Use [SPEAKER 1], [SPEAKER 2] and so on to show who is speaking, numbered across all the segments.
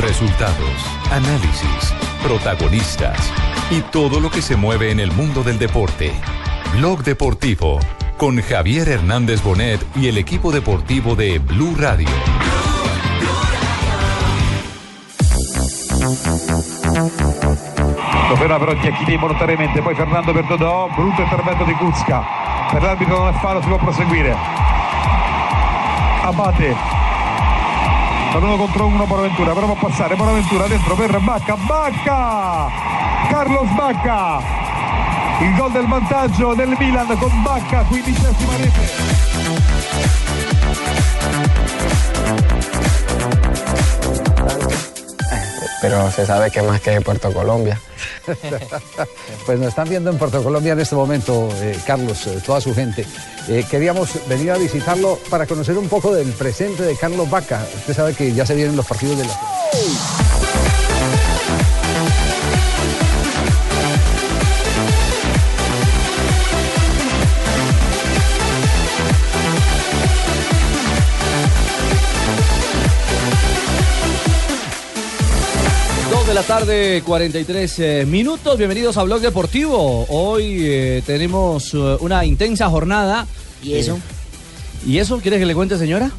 [SPEAKER 1] Resultados, análisis, protagonistas y todo lo que se mueve en el mundo del deporte. Blog Deportivo con Javier Hernández Bonet y el equipo deportivo de Blue Radio.
[SPEAKER 2] Doveva però Giacchini volontariamente, poi Fernando Bertodò, brutto intervento di Kuzka. Per l'arbitro non è fallo, si può proseguire. Abate. Per uno contro uno Bonaventura, prova a passare Bonaventura dentro per Bacca, Bacca! Carlos Bacca! Il gol del vantaggio del Milan con Bacca, quindicesima rete.
[SPEAKER 3] pero se sabe que más que Puerto Colombia.
[SPEAKER 4] Pues nos están viendo en Puerto Colombia en este momento, eh, Carlos, eh, toda su gente. Eh, queríamos venir a visitarlo para conocer un poco del presente de Carlos Vaca. Usted sabe que ya se vienen los partidos de la...
[SPEAKER 5] Dos de la tarde, 43 eh, minutos. Bienvenidos a Blog Deportivo. Hoy eh, tenemos eh, una intensa jornada. ¿Y eso? ¿Y eso? ¿Quieres que le cuente, señora?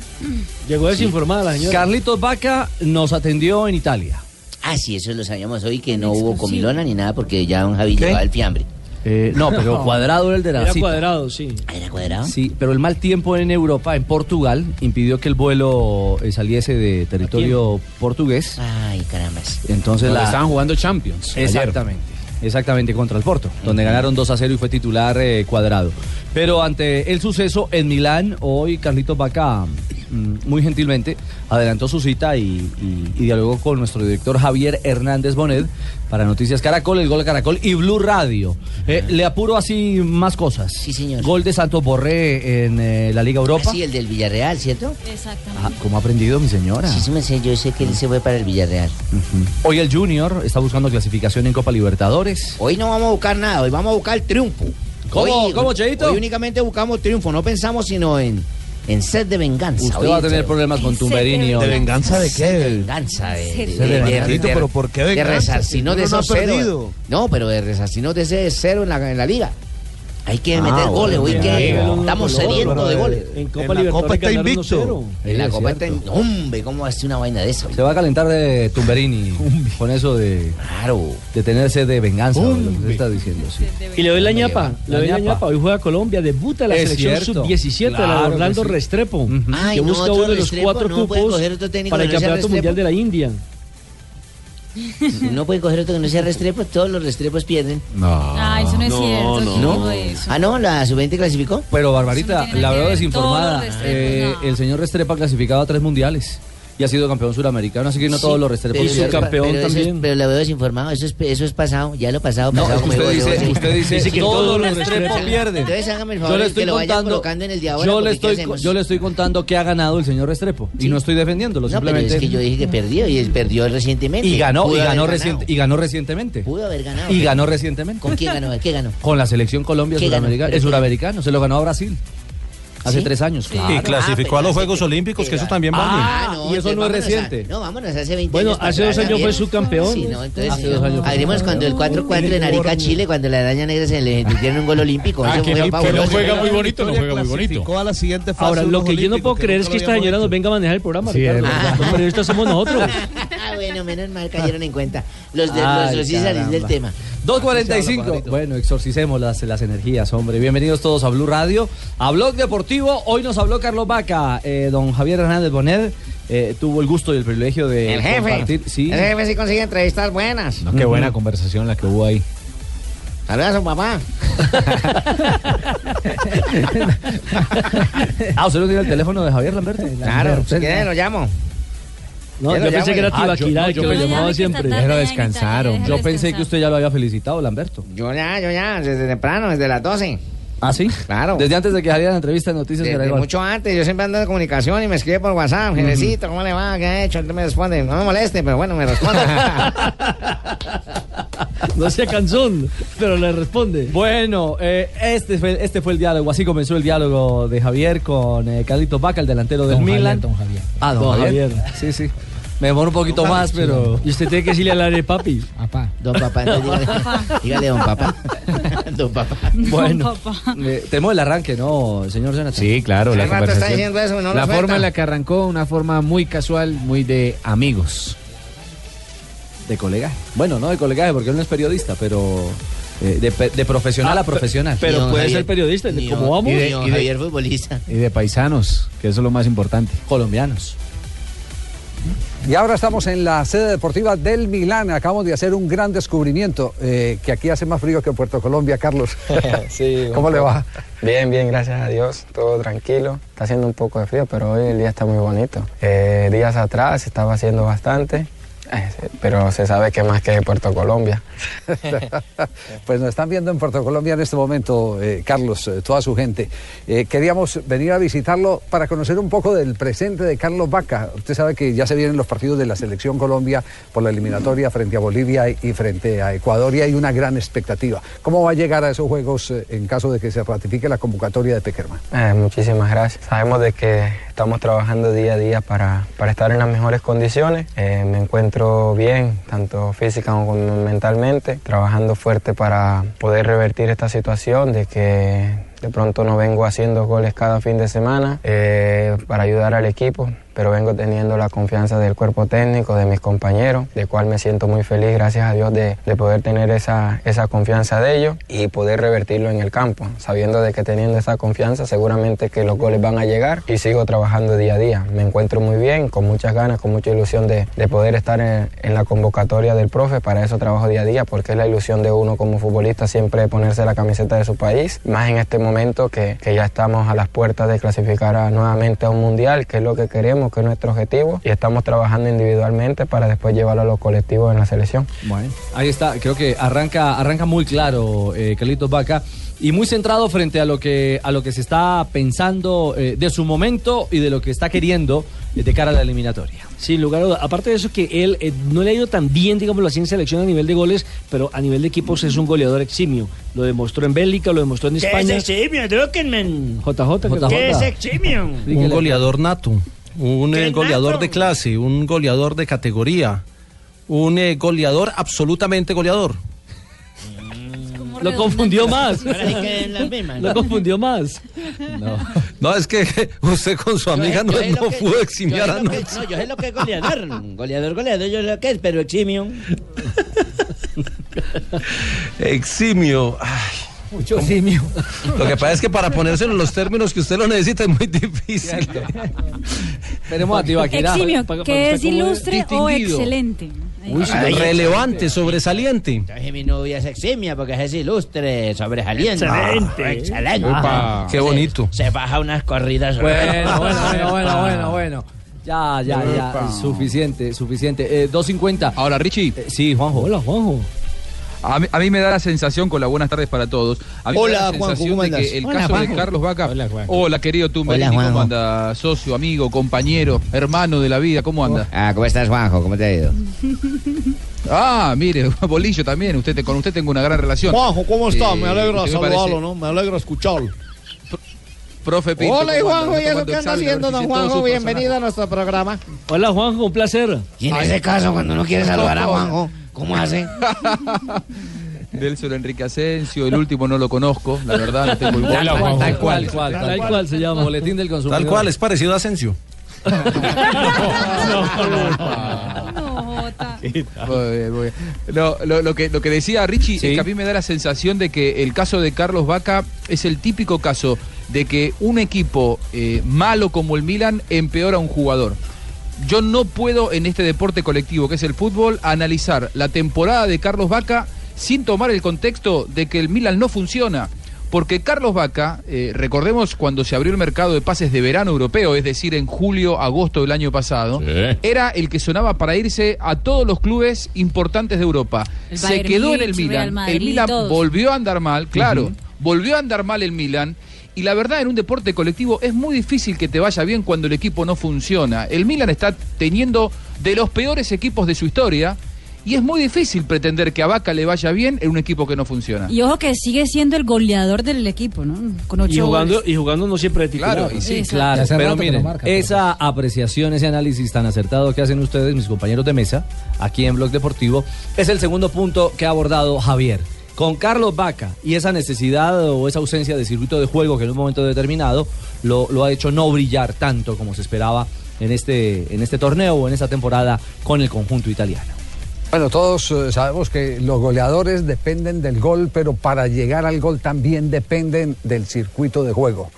[SPEAKER 6] Llegó desinformada la señora.
[SPEAKER 5] Carlitos Vaca nos atendió en Italia.
[SPEAKER 7] Ah, sí, eso lo sabíamos hoy, que no hubo comilona ni nada porque ya don Javi llevaba el fiambre.
[SPEAKER 5] Eh, no, pero cuadrado era el de la
[SPEAKER 6] Era
[SPEAKER 5] cita.
[SPEAKER 6] cuadrado, sí.
[SPEAKER 7] Ah, ¿Era cuadrado?
[SPEAKER 5] Sí, pero el mal tiempo en Europa, en Portugal, impidió que el vuelo eh, saliese de territorio portugués.
[SPEAKER 7] Ay, caramba.
[SPEAKER 5] Entonces
[SPEAKER 8] Donde
[SPEAKER 5] la,
[SPEAKER 8] estaban jugando Champions.
[SPEAKER 5] Exactamente. Exactamente, contra el Porto, donde ganaron 2 a 0 y fue titular eh, cuadrado. Pero ante el suceso en Milán, hoy Carlitos Vaca, mm, muy gentilmente, adelantó su cita y, y- y dialogó con nuestro director Javier Hernández Bonet para Noticias Caracol, el gol de Caracol y Blue Radio. Eh, le apuro así más cosas.
[SPEAKER 7] Sí, señor.
[SPEAKER 5] Gol de Santos Borré en eh, la Liga Europa.
[SPEAKER 7] Ah, sí, el del Villarreal, ¿cierto?
[SPEAKER 5] Ah, ¿Cómo ha aprendido mi señora?
[SPEAKER 7] Sí, sí, me sé, yo sé que él se fue para el Villarreal.
[SPEAKER 5] Hoy el Junior está buscando clasificación en Copa Libertadores.
[SPEAKER 7] Hoy no vamos a buscar nada, hoy vamos a buscar el triunfo.
[SPEAKER 5] ¿Cómo?
[SPEAKER 7] Hoy-
[SPEAKER 5] ¿Cómo, Cheito?
[SPEAKER 7] Hoy únicamente buscamos triunfo, no pensamos sino en, en sed de venganza.
[SPEAKER 5] Usted
[SPEAKER 7] Hoy
[SPEAKER 5] va a
[SPEAKER 7] en
[SPEAKER 5] tener
[SPEAKER 7] sed-
[SPEAKER 5] problemas con
[SPEAKER 9] Ese
[SPEAKER 5] Tumberini.
[SPEAKER 9] de
[SPEAKER 5] hoy.
[SPEAKER 9] verdad.
[SPEAKER 10] ¿Venganza de qué?
[SPEAKER 7] Venganza de, de,
[SPEAKER 9] Sed de
[SPEAKER 5] venganza.
[SPEAKER 10] Tito, pero ¿por qué
[SPEAKER 7] de
[SPEAKER 10] venganza?
[SPEAKER 7] resarcirnos
[SPEAKER 10] Uno
[SPEAKER 7] de
[SPEAKER 10] no ha
[SPEAKER 7] esos cero.
[SPEAKER 10] perdido.
[SPEAKER 7] No, pero de resarcirnos de ese cero en la, en la liga. Hay que meter
[SPEAKER 10] Ah, bueno,
[SPEAKER 7] goles, hoy
[SPEAKER 10] bien,
[SPEAKER 7] que
[SPEAKER 10] bien.
[SPEAKER 7] estamos
[SPEAKER 6] Pero
[SPEAKER 7] sedientos de
[SPEAKER 6] en-
[SPEAKER 7] goles.
[SPEAKER 6] En Copa
[SPEAKER 10] En la
[SPEAKER 6] Libertadores
[SPEAKER 10] Copa está
[SPEAKER 6] ganaron
[SPEAKER 10] invicto.
[SPEAKER 6] 1-0.
[SPEAKER 7] En la
[SPEAKER 5] Sí, es
[SPEAKER 7] copa
[SPEAKER 5] cierto.
[SPEAKER 7] está- Hombre, ¿cómo hace una vaina de eso?
[SPEAKER 5] Se va a calentar de Tumberini con eso de,
[SPEAKER 7] Claro.
[SPEAKER 5] de tener sed de venganza, de lo que usted está diciendo. sí.
[SPEAKER 6] Y le doy la ñapa, le doy la ñapa. Hoy juega Colombia, debuta la
[SPEAKER 5] Es
[SPEAKER 6] selección
[SPEAKER 5] cierto.
[SPEAKER 6] sub-17, la
[SPEAKER 5] Claro
[SPEAKER 6] de
[SPEAKER 5] que
[SPEAKER 6] Orlando
[SPEAKER 5] sí.
[SPEAKER 6] Restrepo,
[SPEAKER 5] Ujú.
[SPEAKER 7] Ay,
[SPEAKER 6] que
[SPEAKER 7] no,
[SPEAKER 6] busca
[SPEAKER 7] otro
[SPEAKER 6] uno de los
[SPEAKER 7] Restrepo,
[SPEAKER 6] cuatro
[SPEAKER 7] no puede
[SPEAKER 6] cupos
[SPEAKER 7] coger otro técnico
[SPEAKER 6] para el
[SPEAKER 7] que no sea
[SPEAKER 6] Campeonato
[SPEAKER 7] Restrepo.
[SPEAKER 6] Mundial de la India.
[SPEAKER 7] No pueden coger otro que no sea Restrepo, todos los Restrepos pierden.
[SPEAKER 9] Ah, eso no es cierto. No,
[SPEAKER 7] No.
[SPEAKER 9] eso.
[SPEAKER 7] Ah, no, la sub-20 clasificó.
[SPEAKER 5] Pero
[SPEAKER 9] Eso no
[SPEAKER 5] Barbarita,
[SPEAKER 9] tiene
[SPEAKER 5] la
[SPEAKER 9] nada que
[SPEAKER 5] verdad
[SPEAKER 9] ver.
[SPEAKER 5] desinformada.
[SPEAKER 9] Todos los
[SPEAKER 5] eh,
[SPEAKER 9] Restrepos, no.
[SPEAKER 5] El señor Restrepa ha clasificado a tres mundiales y ha sido campeón suramericano, así que no
[SPEAKER 7] Sí,
[SPEAKER 5] todos los Restrepos.
[SPEAKER 7] pero-
[SPEAKER 5] pierden.
[SPEAKER 6] subcampeón
[SPEAKER 7] pero eso es-
[SPEAKER 6] también.
[SPEAKER 7] pero lo veo desinformado, eso es, eso es pasado, ya lo pasado,
[SPEAKER 5] No,
[SPEAKER 7] pasado.
[SPEAKER 5] es que
[SPEAKER 7] como
[SPEAKER 5] usted
[SPEAKER 7] digo yo,
[SPEAKER 5] dice,
[SPEAKER 7] sí.
[SPEAKER 5] usted dice,
[SPEAKER 6] Dice que
[SPEAKER 5] todos
[SPEAKER 6] todos
[SPEAKER 5] los
[SPEAKER 6] los
[SPEAKER 5] Restrepos
[SPEAKER 6] Restrepo".
[SPEAKER 5] pierden.
[SPEAKER 7] Entonces hágame el favor
[SPEAKER 5] Yo le
[SPEAKER 7] de
[SPEAKER 5] estoy
[SPEAKER 7] que lo vayan
[SPEAKER 5] contando,
[SPEAKER 7] colocando en el de ahora,
[SPEAKER 5] yo
[SPEAKER 7] porque
[SPEAKER 5] le
[SPEAKER 7] ¿qué
[SPEAKER 5] estoy,
[SPEAKER 7] hacemos?
[SPEAKER 5] yo le estoy contando que ha ganado el señor Restrepo y
[SPEAKER 7] Sí.
[SPEAKER 5] no estoy defendiéndolo,
[SPEAKER 7] No, pero
[SPEAKER 5] simplemente
[SPEAKER 7] es que yo dije que perdió y él perdió recientemente.
[SPEAKER 5] y ganó
[SPEAKER 7] Pudo
[SPEAKER 5] y
[SPEAKER 7] haber
[SPEAKER 5] ganó
[SPEAKER 7] ganado.
[SPEAKER 5] reciente- y ganó recientemente
[SPEAKER 7] Pudo haber ganado.
[SPEAKER 5] y
[SPEAKER 7] pero-
[SPEAKER 5] ganó recientemente.
[SPEAKER 7] ¿Con quién ganó? ¿Qué ganó?
[SPEAKER 5] Con la selección Colombia
[SPEAKER 7] ¿Qué ganó?
[SPEAKER 5] suramericana,
[SPEAKER 7] ¿Pero
[SPEAKER 5] el
[SPEAKER 7] qué?
[SPEAKER 5] suramericano, se lo ganó a Brasil hace
[SPEAKER 7] ¿Sí?
[SPEAKER 5] tres años. claro.
[SPEAKER 10] Y clasificó
[SPEAKER 7] Ah,
[SPEAKER 10] a
[SPEAKER 7] pero
[SPEAKER 10] los Juegos
[SPEAKER 7] hace-
[SPEAKER 10] Olímpicos, que eso también vale.
[SPEAKER 7] Ah, no,
[SPEAKER 5] y eso
[SPEAKER 7] entonces
[SPEAKER 5] no es
[SPEAKER 7] vámonos a-
[SPEAKER 5] reciente.
[SPEAKER 7] no, vámonos, hace 20
[SPEAKER 6] Bueno,
[SPEAKER 7] años.
[SPEAKER 6] hace
[SPEAKER 7] para
[SPEAKER 6] dos
[SPEAKER 7] atrás
[SPEAKER 6] años fue
[SPEAKER 7] también.
[SPEAKER 6] subcampeón.
[SPEAKER 7] Sí, no, entonces.
[SPEAKER 5] Hace dos años fue
[SPEAKER 7] Hablemos cuando el 4-4 en Arica, Chile, cuando la araña negra se le metieron un gol olímpico.
[SPEAKER 8] Ah,
[SPEAKER 7] Eso
[SPEAKER 8] que
[SPEAKER 7] fue
[SPEAKER 8] no- que no
[SPEAKER 7] fabuloso.
[SPEAKER 8] juega muy bonito, no juega muy bonito.
[SPEAKER 10] Clasificó a la siguiente fase
[SPEAKER 6] Ahora,
[SPEAKER 10] de
[SPEAKER 6] lo
[SPEAKER 10] los
[SPEAKER 6] que yo no
[SPEAKER 10] Olímpicos,
[SPEAKER 6] puedo creer es
[SPEAKER 10] nunca
[SPEAKER 6] que
[SPEAKER 10] lo
[SPEAKER 6] esta señora nos
[SPEAKER 10] habíamos
[SPEAKER 6] venga a manejar el programa,
[SPEAKER 4] Sí, es
[SPEAKER 6] Ricardo.
[SPEAKER 4] verdad.
[SPEAKER 6] Los periodistas somos nosotros.
[SPEAKER 7] Ah, bueno, menos mal cayeron en cuenta. Los de los,
[SPEAKER 5] Ay,
[SPEAKER 7] los sí salís del
[SPEAKER 5] caramba.
[SPEAKER 7] tema.
[SPEAKER 5] 2.45. Bueno, exorcicemos las, las energías, hombre. Bienvenidos todos a Blue Radio, a Blog Deportivo. Hoy nos habló Carlos Vaca. Eh, don Javier Hernández Bonet eh, tuvo el gusto y el privilegio de
[SPEAKER 7] El jefe.
[SPEAKER 5] eh, compartir. Sí,
[SPEAKER 7] El jefe sí consigue entrevistas buenas.
[SPEAKER 8] No, qué buena conversación la que hubo ahí.
[SPEAKER 7] Saludos a su papá.
[SPEAKER 5] Ah, ¿usted no tiene el teléfono de Javier Lamberto?
[SPEAKER 7] Claro, si quiere lo llamo.
[SPEAKER 6] No, yo pensé que era
[SPEAKER 5] Ah, yo-
[SPEAKER 6] Tibaquirá,
[SPEAKER 5] no,
[SPEAKER 6] el
[SPEAKER 5] yo
[SPEAKER 6] que lo
[SPEAKER 5] pensé-
[SPEAKER 6] llamaba siempre.
[SPEAKER 8] Pero descansaron.
[SPEAKER 5] Yo pensé que usted ya lo había felicitado, Lamberto.
[SPEAKER 7] Yo ya, yo ya, desde temprano, desde las 12.
[SPEAKER 5] ¿Ah, sí?
[SPEAKER 7] Claro.
[SPEAKER 5] Desde antes de que saliera la entrevista de Noticias
[SPEAKER 7] Desde
[SPEAKER 5] Caracol.
[SPEAKER 7] mucho antes, yo siempre ando de comunicación y me escribe por WhatsApp, jefecito, ¿cómo le va? ¿Qué ha hecho? Él me responde, no me moleste, pero bueno, me responde.
[SPEAKER 6] No sea canzón, pero le responde.
[SPEAKER 5] Bueno, eh, este, fue, este fue el diálogo, así comenzó el diálogo de Javier con eh, Carlitos Vaca, el delantero del
[SPEAKER 6] Don Javier,
[SPEAKER 5] Milan.
[SPEAKER 6] don Javier.
[SPEAKER 5] Ah, don,
[SPEAKER 6] Don
[SPEAKER 5] Javier.
[SPEAKER 6] Javier.
[SPEAKER 5] Sí, sí. Me demoro un poquito más, pero.
[SPEAKER 6] Y usted tiene que decirle al área de papi.
[SPEAKER 7] Papá. Don papá. entonces dígale, dígale don papá. Don papá.
[SPEAKER 5] Bueno, eh, tenemos el arranque, ¿no, señor Jonathan?
[SPEAKER 11] Sí, claro, la
[SPEAKER 7] Hace rato está
[SPEAKER 11] conversación.
[SPEAKER 7] diciendo eso, no lo
[SPEAKER 11] la
[SPEAKER 7] suelta.
[SPEAKER 11] forma en la que arrancó, una forma muy casual, muy de amigos.
[SPEAKER 5] De colega. Bueno, no de colegaje, porque él no es periodista, pero. eh, de, pe- de profesional
[SPEAKER 6] Ah,
[SPEAKER 5] a profesional.
[SPEAKER 6] pe- Pero
[SPEAKER 7] don
[SPEAKER 6] puede ser periodista,
[SPEAKER 7] ni
[SPEAKER 6] ¿cómo
[SPEAKER 7] don-
[SPEAKER 6] vamos?
[SPEAKER 7] Y de,
[SPEAKER 6] Ni don
[SPEAKER 7] y de- Javier futbolista.
[SPEAKER 11] Y de paisanos, que eso es lo más importante.
[SPEAKER 5] Colombianos.
[SPEAKER 4] Y ahora estamos en la sede deportiva del Milán. Acabamos de hacer un gran descubrimiento, eh, que aquí hace más frío que en Puerto Colombia, Carlos.
[SPEAKER 3] sí,
[SPEAKER 4] ¿Cómo le va?
[SPEAKER 3] Bien, bien, gracias a Dios, todo tranquilo. Está haciendo un poco de frío, pero hoy el día está muy bonito. Eh, días atrás estaba haciendo bastante, eh, pero se sabe que más que Puerto Colombia.
[SPEAKER 4] Pues nos están viendo en Puerto Colombia en este momento, eh, Carlos, eh, toda su gente. Eh, queríamos venir a visitarlo para conocer un poco del presente de Carlos Vaca. Usted sabe que ya se vienen los partidos de la selección Colombia por la eliminatoria frente a Bolivia y y frente a Ecuador y hay una gran expectativa. ¿Cómo va a llegar a esos juegos eh, en caso de que se ratifique la convocatoria de Peckerman?
[SPEAKER 3] Eh, muchísimas gracias. Sabemos de que estamos trabajando día a día para, para estar en las mejores condiciones. Eh, me encuentro bien, tanto física como mentalmente, trabajando fuerte para poder revertir esta situación de que de pronto no vengo haciendo goles cada fin de semana eh, para ayudar al equipo, pero vengo teniendo la confianza del cuerpo técnico, de mis compañeros, de cual me siento muy feliz, gracias a Dios, de, de poder tener esa, esa confianza de ellos y poder revertirlo en el campo, sabiendo de que teniendo esa confianza seguramente que los goles van a llegar y sigo trabajando día a día. Me encuentro muy bien, con muchas ganas, con mucha ilusión de, de poder estar en, en la convocatoria del profe, para eso trabajo día a día, porque es la ilusión de uno como futbolista siempre ponerse la camiseta de su país, más en este momento que, que ya estamos a las puertas de clasificar a- nuevamente a un mundial, que es lo que queremos, que es nuestro objetivo, y estamos trabajando individualmente para después llevarlo a los colectivos en la selección.
[SPEAKER 5] Bueno, ahí está, creo que arranca, arranca muy claro eh, Carlitos Vaca y muy centrado frente a lo que, a lo que se está pensando eh, de su momento y de lo que está queriendo eh, de cara a la eliminatoria.
[SPEAKER 6] Sin lugar a duda. Aparte de eso, que él eh, no le ha ido tan bien, digámoslo así, en selección a nivel de goles, pero a nivel de equipos es un goleador eximio. Lo demostró en Bélgica, lo demostró en España.
[SPEAKER 7] eximio? Druckenman.
[SPEAKER 6] JJ, que-
[SPEAKER 5] JJ. ¿Qué es
[SPEAKER 7] eximio?
[SPEAKER 5] Dígale.
[SPEAKER 10] Un goleador nato, un eh,
[SPEAKER 7] ¿Qué
[SPEAKER 10] goleador
[SPEAKER 7] nato?
[SPEAKER 10] de clase, un goleador de categoría, un eh, goleador absolutamente goleador.
[SPEAKER 6] Lo confundió más. Lo
[SPEAKER 7] Lo
[SPEAKER 6] confundió más.
[SPEAKER 10] No, es que usted con su amiga no, no pudo eximiar a nadie.
[SPEAKER 7] No, yo sé lo que es goleador. Goleador, goleador, yo sé lo que es, pero eximio.
[SPEAKER 10] Eximio. Ay,
[SPEAKER 4] Mucho simio.
[SPEAKER 10] lo que pasa es que para ponérselo en los términos que usted lo necesita es muy difícil.
[SPEAKER 5] Tenemos a Tibaquirá.
[SPEAKER 6] para- para
[SPEAKER 9] Eximio, que
[SPEAKER 6] buscar
[SPEAKER 9] es
[SPEAKER 6] cómo
[SPEAKER 9] ilustre o
[SPEAKER 10] distinguido.
[SPEAKER 9] excelente.
[SPEAKER 10] Uy,
[SPEAKER 7] Ay,
[SPEAKER 10] relevante, sobresaliente.
[SPEAKER 7] Entonces mi novia es eximia porque es ilustre, sobresaliente. Excelente. Excelente.
[SPEAKER 11] Upa.
[SPEAKER 10] Qué bonito.
[SPEAKER 7] Se, se baja unas corridas.
[SPEAKER 5] Bueno, bueno, bueno, bueno, bueno, bueno. Ya, ya, ya. Suficiente, suficiente. Eh, 250.
[SPEAKER 12] Ahora, Richie,
[SPEAKER 5] Eh, sí, Juanjo.
[SPEAKER 6] Hola, Juanjo.
[SPEAKER 12] a mí, a mí me da la sensación, con las buenas tardes para todos. A mí me
[SPEAKER 7] Hola,
[SPEAKER 12] da la
[SPEAKER 7] Juanjo,
[SPEAKER 12] sensación
[SPEAKER 7] ¿cómo
[SPEAKER 12] de
[SPEAKER 7] andas?
[SPEAKER 12] que el
[SPEAKER 7] Hola,
[SPEAKER 12] caso
[SPEAKER 7] Juanjo.
[SPEAKER 12] de Carlos Vaca.
[SPEAKER 11] Hola,
[SPEAKER 12] Hola,
[SPEAKER 11] Juanjo.
[SPEAKER 12] querido Tumberini,
[SPEAKER 7] Hola,
[SPEAKER 12] ¿cómo
[SPEAKER 7] Juanjo.
[SPEAKER 12] anda? Socio, amigo, compañero, hermano de la vida, ¿cómo anda?
[SPEAKER 7] Ah, ¿cómo estás, Juanjo? ¿Cómo te ha ido?
[SPEAKER 12] Ah, mire, Bolillo también, usted, te- con usted tengo una gran relación.
[SPEAKER 13] Juanjo, ¿cómo está?
[SPEAKER 12] Eh,
[SPEAKER 13] me alegra
[SPEAKER 12] ¿qué me parece?
[SPEAKER 13] saludarlo, ¿no? Me alegra escucharlo.
[SPEAKER 12] Profe Pinto.
[SPEAKER 7] Hola, y
[SPEAKER 12] ¿cómo anda?
[SPEAKER 7] Juanjo, ¿y
[SPEAKER 12] Tomando
[SPEAKER 7] eso qué anda
[SPEAKER 12] examen,
[SPEAKER 7] haciendo, don
[SPEAKER 12] revisen todos
[SPEAKER 7] Juanjo?
[SPEAKER 12] sus
[SPEAKER 7] Bienvenido a nuestro programa.
[SPEAKER 6] Hola, Juanjo, un placer.
[SPEAKER 7] Y en ese caso, cuando uno quiere saludar a Juanjo, ¿cómo hace?
[SPEAKER 12] personajes. Nelson Enrique Asensio, el último no lo conozco, la verdad, no tengo igual.
[SPEAKER 5] Tal cual, tal cual,
[SPEAKER 6] Tal cual se llama.
[SPEAKER 5] Boletín del consumidor.
[SPEAKER 13] Tal cual, es parecido a Asensio.
[SPEAKER 9] No, Jota.
[SPEAKER 12] Muy bien, muy bien. No, lo, lo que, lo que decía Richie
[SPEAKER 5] Sí.
[SPEAKER 12] es que a mí me da la sensación de que el caso de Carlos Vaca es el típico caso de que un equipo eh, malo como el Milan empeora a un jugador. Yo no puedo en este deporte colectivo que es el fútbol analizar la temporada de Carlos Vaca sin tomar el contexto de que el Milan no funciona. Porque Carlos Vaca, eh, recordemos cuando se abrió el mercado de pases de verano europeo, es decir, en julio, agosto del año pasado, era el que sonaba para irse a todos los clubes importantes de Europa.
[SPEAKER 9] El
[SPEAKER 12] se
[SPEAKER 9] Bayern
[SPEAKER 12] quedó en el
[SPEAKER 9] Múnich, Real
[SPEAKER 12] Milan.
[SPEAKER 9] Madrid,
[SPEAKER 12] el Milan
[SPEAKER 9] todos.
[SPEAKER 12] volvió a andar mal, claro. Volvió a andar mal el Milan. Y la verdad, en un deporte colectivo es muy difícil que te vaya bien cuando el equipo no funciona. El Milan está teniendo de los peores equipos de su historia Y es muy difícil pretender que a Vaca le vaya bien en un equipo que no funciona.
[SPEAKER 9] Y ojo que sigue siendo el goleador del equipo, ¿no? Con ocho
[SPEAKER 6] Y jugando,
[SPEAKER 9] goles.
[SPEAKER 6] y jugando no siempre de titular.
[SPEAKER 12] Claro,
[SPEAKER 6] ¿no?
[SPEAKER 5] claro. Pero miren, esa apreciación, ese análisis tan acertado que hacen ustedes, mis compañeros de mesa, aquí en Blog Deportivo, es el segundo punto que ha abordado Javier. Con Carlos Vaca y esa necesidad o esa ausencia de circuito de juego que en un momento determinado lo, lo ha hecho no brillar tanto como se esperaba en este, en este torneo o en esta temporada con el conjunto italiano.
[SPEAKER 4] Bueno, todos eh, sabemos que los goleadores dependen del gol, pero para llegar al gol también dependen del circuito de juego.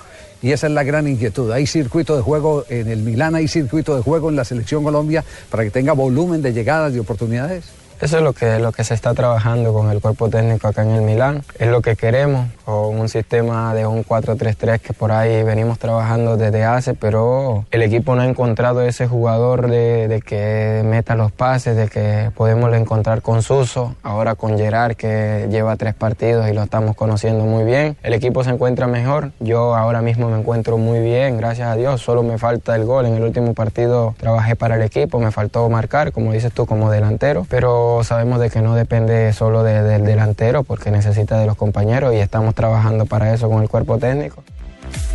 [SPEAKER 4] Y esa es la gran inquietud. Hay circuito de juego en el Milán, hay circuito de juego en la selección Colombia para que tenga volumen de llegadas y oportunidades.
[SPEAKER 3] Eso es lo que, lo que se está trabajando con el cuerpo técnico acá en el Milán. Es lo que queremos, con un sistema de un 4-3-3 que por ahí venimos trabajando desde hace, pero el equipo no ha encontrado ese jugador de, de que meta los pases, de que podemos encontrar con Suso, ahora con Gerard que lleva tres partidos y lo estamos conociendo muy bien. El equipo se encuentra mejor, yo ahora mismo me encuentro muy bien, gracias a Dios, solo me falta el gol. En el último partido trabajé para el equipo, me faltó marcar, como dices tú, como delantero, pero sabemos de que no depende solo de- del delantero porque necesita de los compañeros y estamos trabajando para eso con el cuerpo técnico.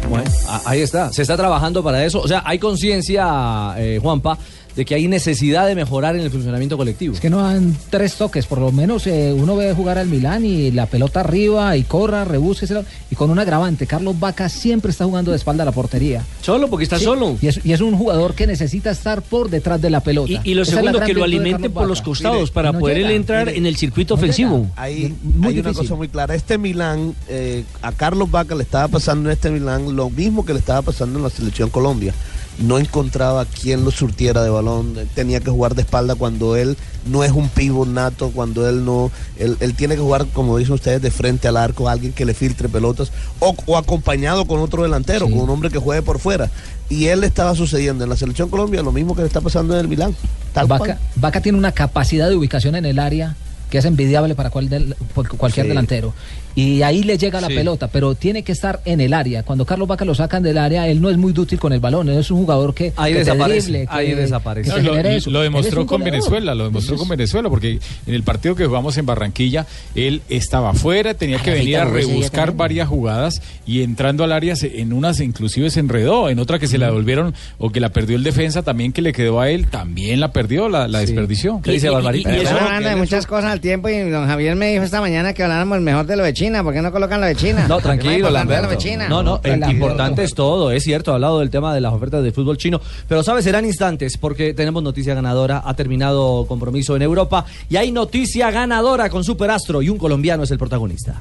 [SPEAKER 5] Bueno, a- ahí está. Se está trabajando para eso. O sea, hay conciencia, eh, Juanpa, de que hay necesidad de mejorar en el funcionamiento colectivo.
[SPEAKER 14] Que no dan tres toques, por lo menos eh, uno ve jugar al Milán y la pelota arriba y corra, rebusque se la- y con un agravante. Carlos Vaca siempre está jugando de espalda a la portería.
[SPEAKER 6] Solo, porque está
[SPEAKER 14] Sí,
[SPEAKER 6] solo.
[SPEAKER 14] Y es, y es un jugador que necesita estar por detrás de la pelota.
[SPEAKER 6] Y lo
[SPEAKER 14] Esa es la
[SPEAKER 6] segundo,
[SPEAKER 14] gran
[SPEAKER 6] que lo
[SPEAKER 14] virtud de
[SPEAKER 6] alimente
[SPEAKER 14] Carlos
[SPEAKER 6] por
[SPEAKER 14] Vaca.
[SPEAKER 6] los costados para poder él entrar en el circuito ofensivo.
[SPEAKER 13] Hay,
[SPEAKER 14] muy
[SPEAKER 13] hay una
[SPEAKER 14] difícil.
[SPEAKER 13] cosa muy clara. Este Milán, eh, a Carlos Vaca le estaba pasando en este Milán lo mismo que le estaba pasando en la selección Colombia. No encontraba quien lo surtiera de balón, eh, tenía que jugar de espalda cuando él no es un pivo nato, cuando él no. Él, él tiene que jugar, como dicen ustedes, de frente al arco, alguien que le filtre pelotas o, o acompañado con otro delantero, con un hombre que juegue por fuera. Y él le estaba sucediendo en la selección Colombia lo mismo que le está pasando en el Milán. Tal
[SPEAKER 14] Vaca,
[SPEAKER 13] cual.
[SPEAKER 14] Vaca tiene una capacidad de ubicación en el área que es envidiable para cual del- por cualquier
[SPEAKER 13] Sí.
[SPEAKER 14] delantero. Y ahí le llega la
[SPEAKER 13] Sí.
[SPEAKER 14] pelota, pero tiene que estar en el área. Cuando Carlos Vaca lo sacan del área, él no es muy dútil con el balón. Él es un jugador que.
[SPEAKER 5] Ahí
[SPEAKER 14] que te
[SPEAKER 5] desaparece,
[SPEAKER 14] drible, que-
[SPEAKER 5] ahí desaparece.
[SPEAKER 14] que
[SPEAKER 15] No,
[SPEAKER 14] te
[SPEAKER 15] lo,
[SPEAKER 14] genere eso.
[SPEAKER 15] lo
[SPEAKER 14] Él es
[SPEAKER 15] demostró
[SPEAKER 14] un
[SPEAKER 15] con
[SPEAKER 14] goleador.
[SPEAKER 15] Venezuela, lo demostró con Venezuela, porque en el partido que jugamos en Barranquilla, él estaba afuera, tenía que
[SPEAKER 16] Ah,
[SPEAKER 15] venir a
[SPEAKER 16] ahorita jugó ese día
[SPEAKER 15] rebuscar
[SPEAKER 16] también.
[SPEAKER 15] varias jugadas y entrando al área, se- en unas inclusive se enredó, en otra que se la devolvieron o que la perdió el defensa también que le quedó a él, también la perdió, la, la desperdició.
[SPEAKER 8] Y- y- Y, y
[SPEAKER 15] Pero
[SPEAKER 8] eso
[SPEAKER 15] bueno,
[SPEAKER 8] hablando de muchas cosas al tiempo y don Javier me dijo esta mañana que habláramos mejor de lo de China, ¿por qué no colocan lo de China?
[SPEAKER 5] No,
[SPEAKER 8] Porque es más
[SPEAKER 5] tranquilo,
[SPEAKER 8] importante
[SPEAKER 5] Lamberto.
[SPEAKER 8] lo de China.
[SPEAKER 5] No, no,
[SPEAKER 7] Pues
[SPEAKER 5] el importante es todo, es cierto, ha hablado del tema de las ofertas de fútbol chino, pero sabes, serán instantes porque tenemos noticia ganadora, ha terminado compromiso en Europa y hay noticia ganadora con Superastro y un colombiano es el protagonista.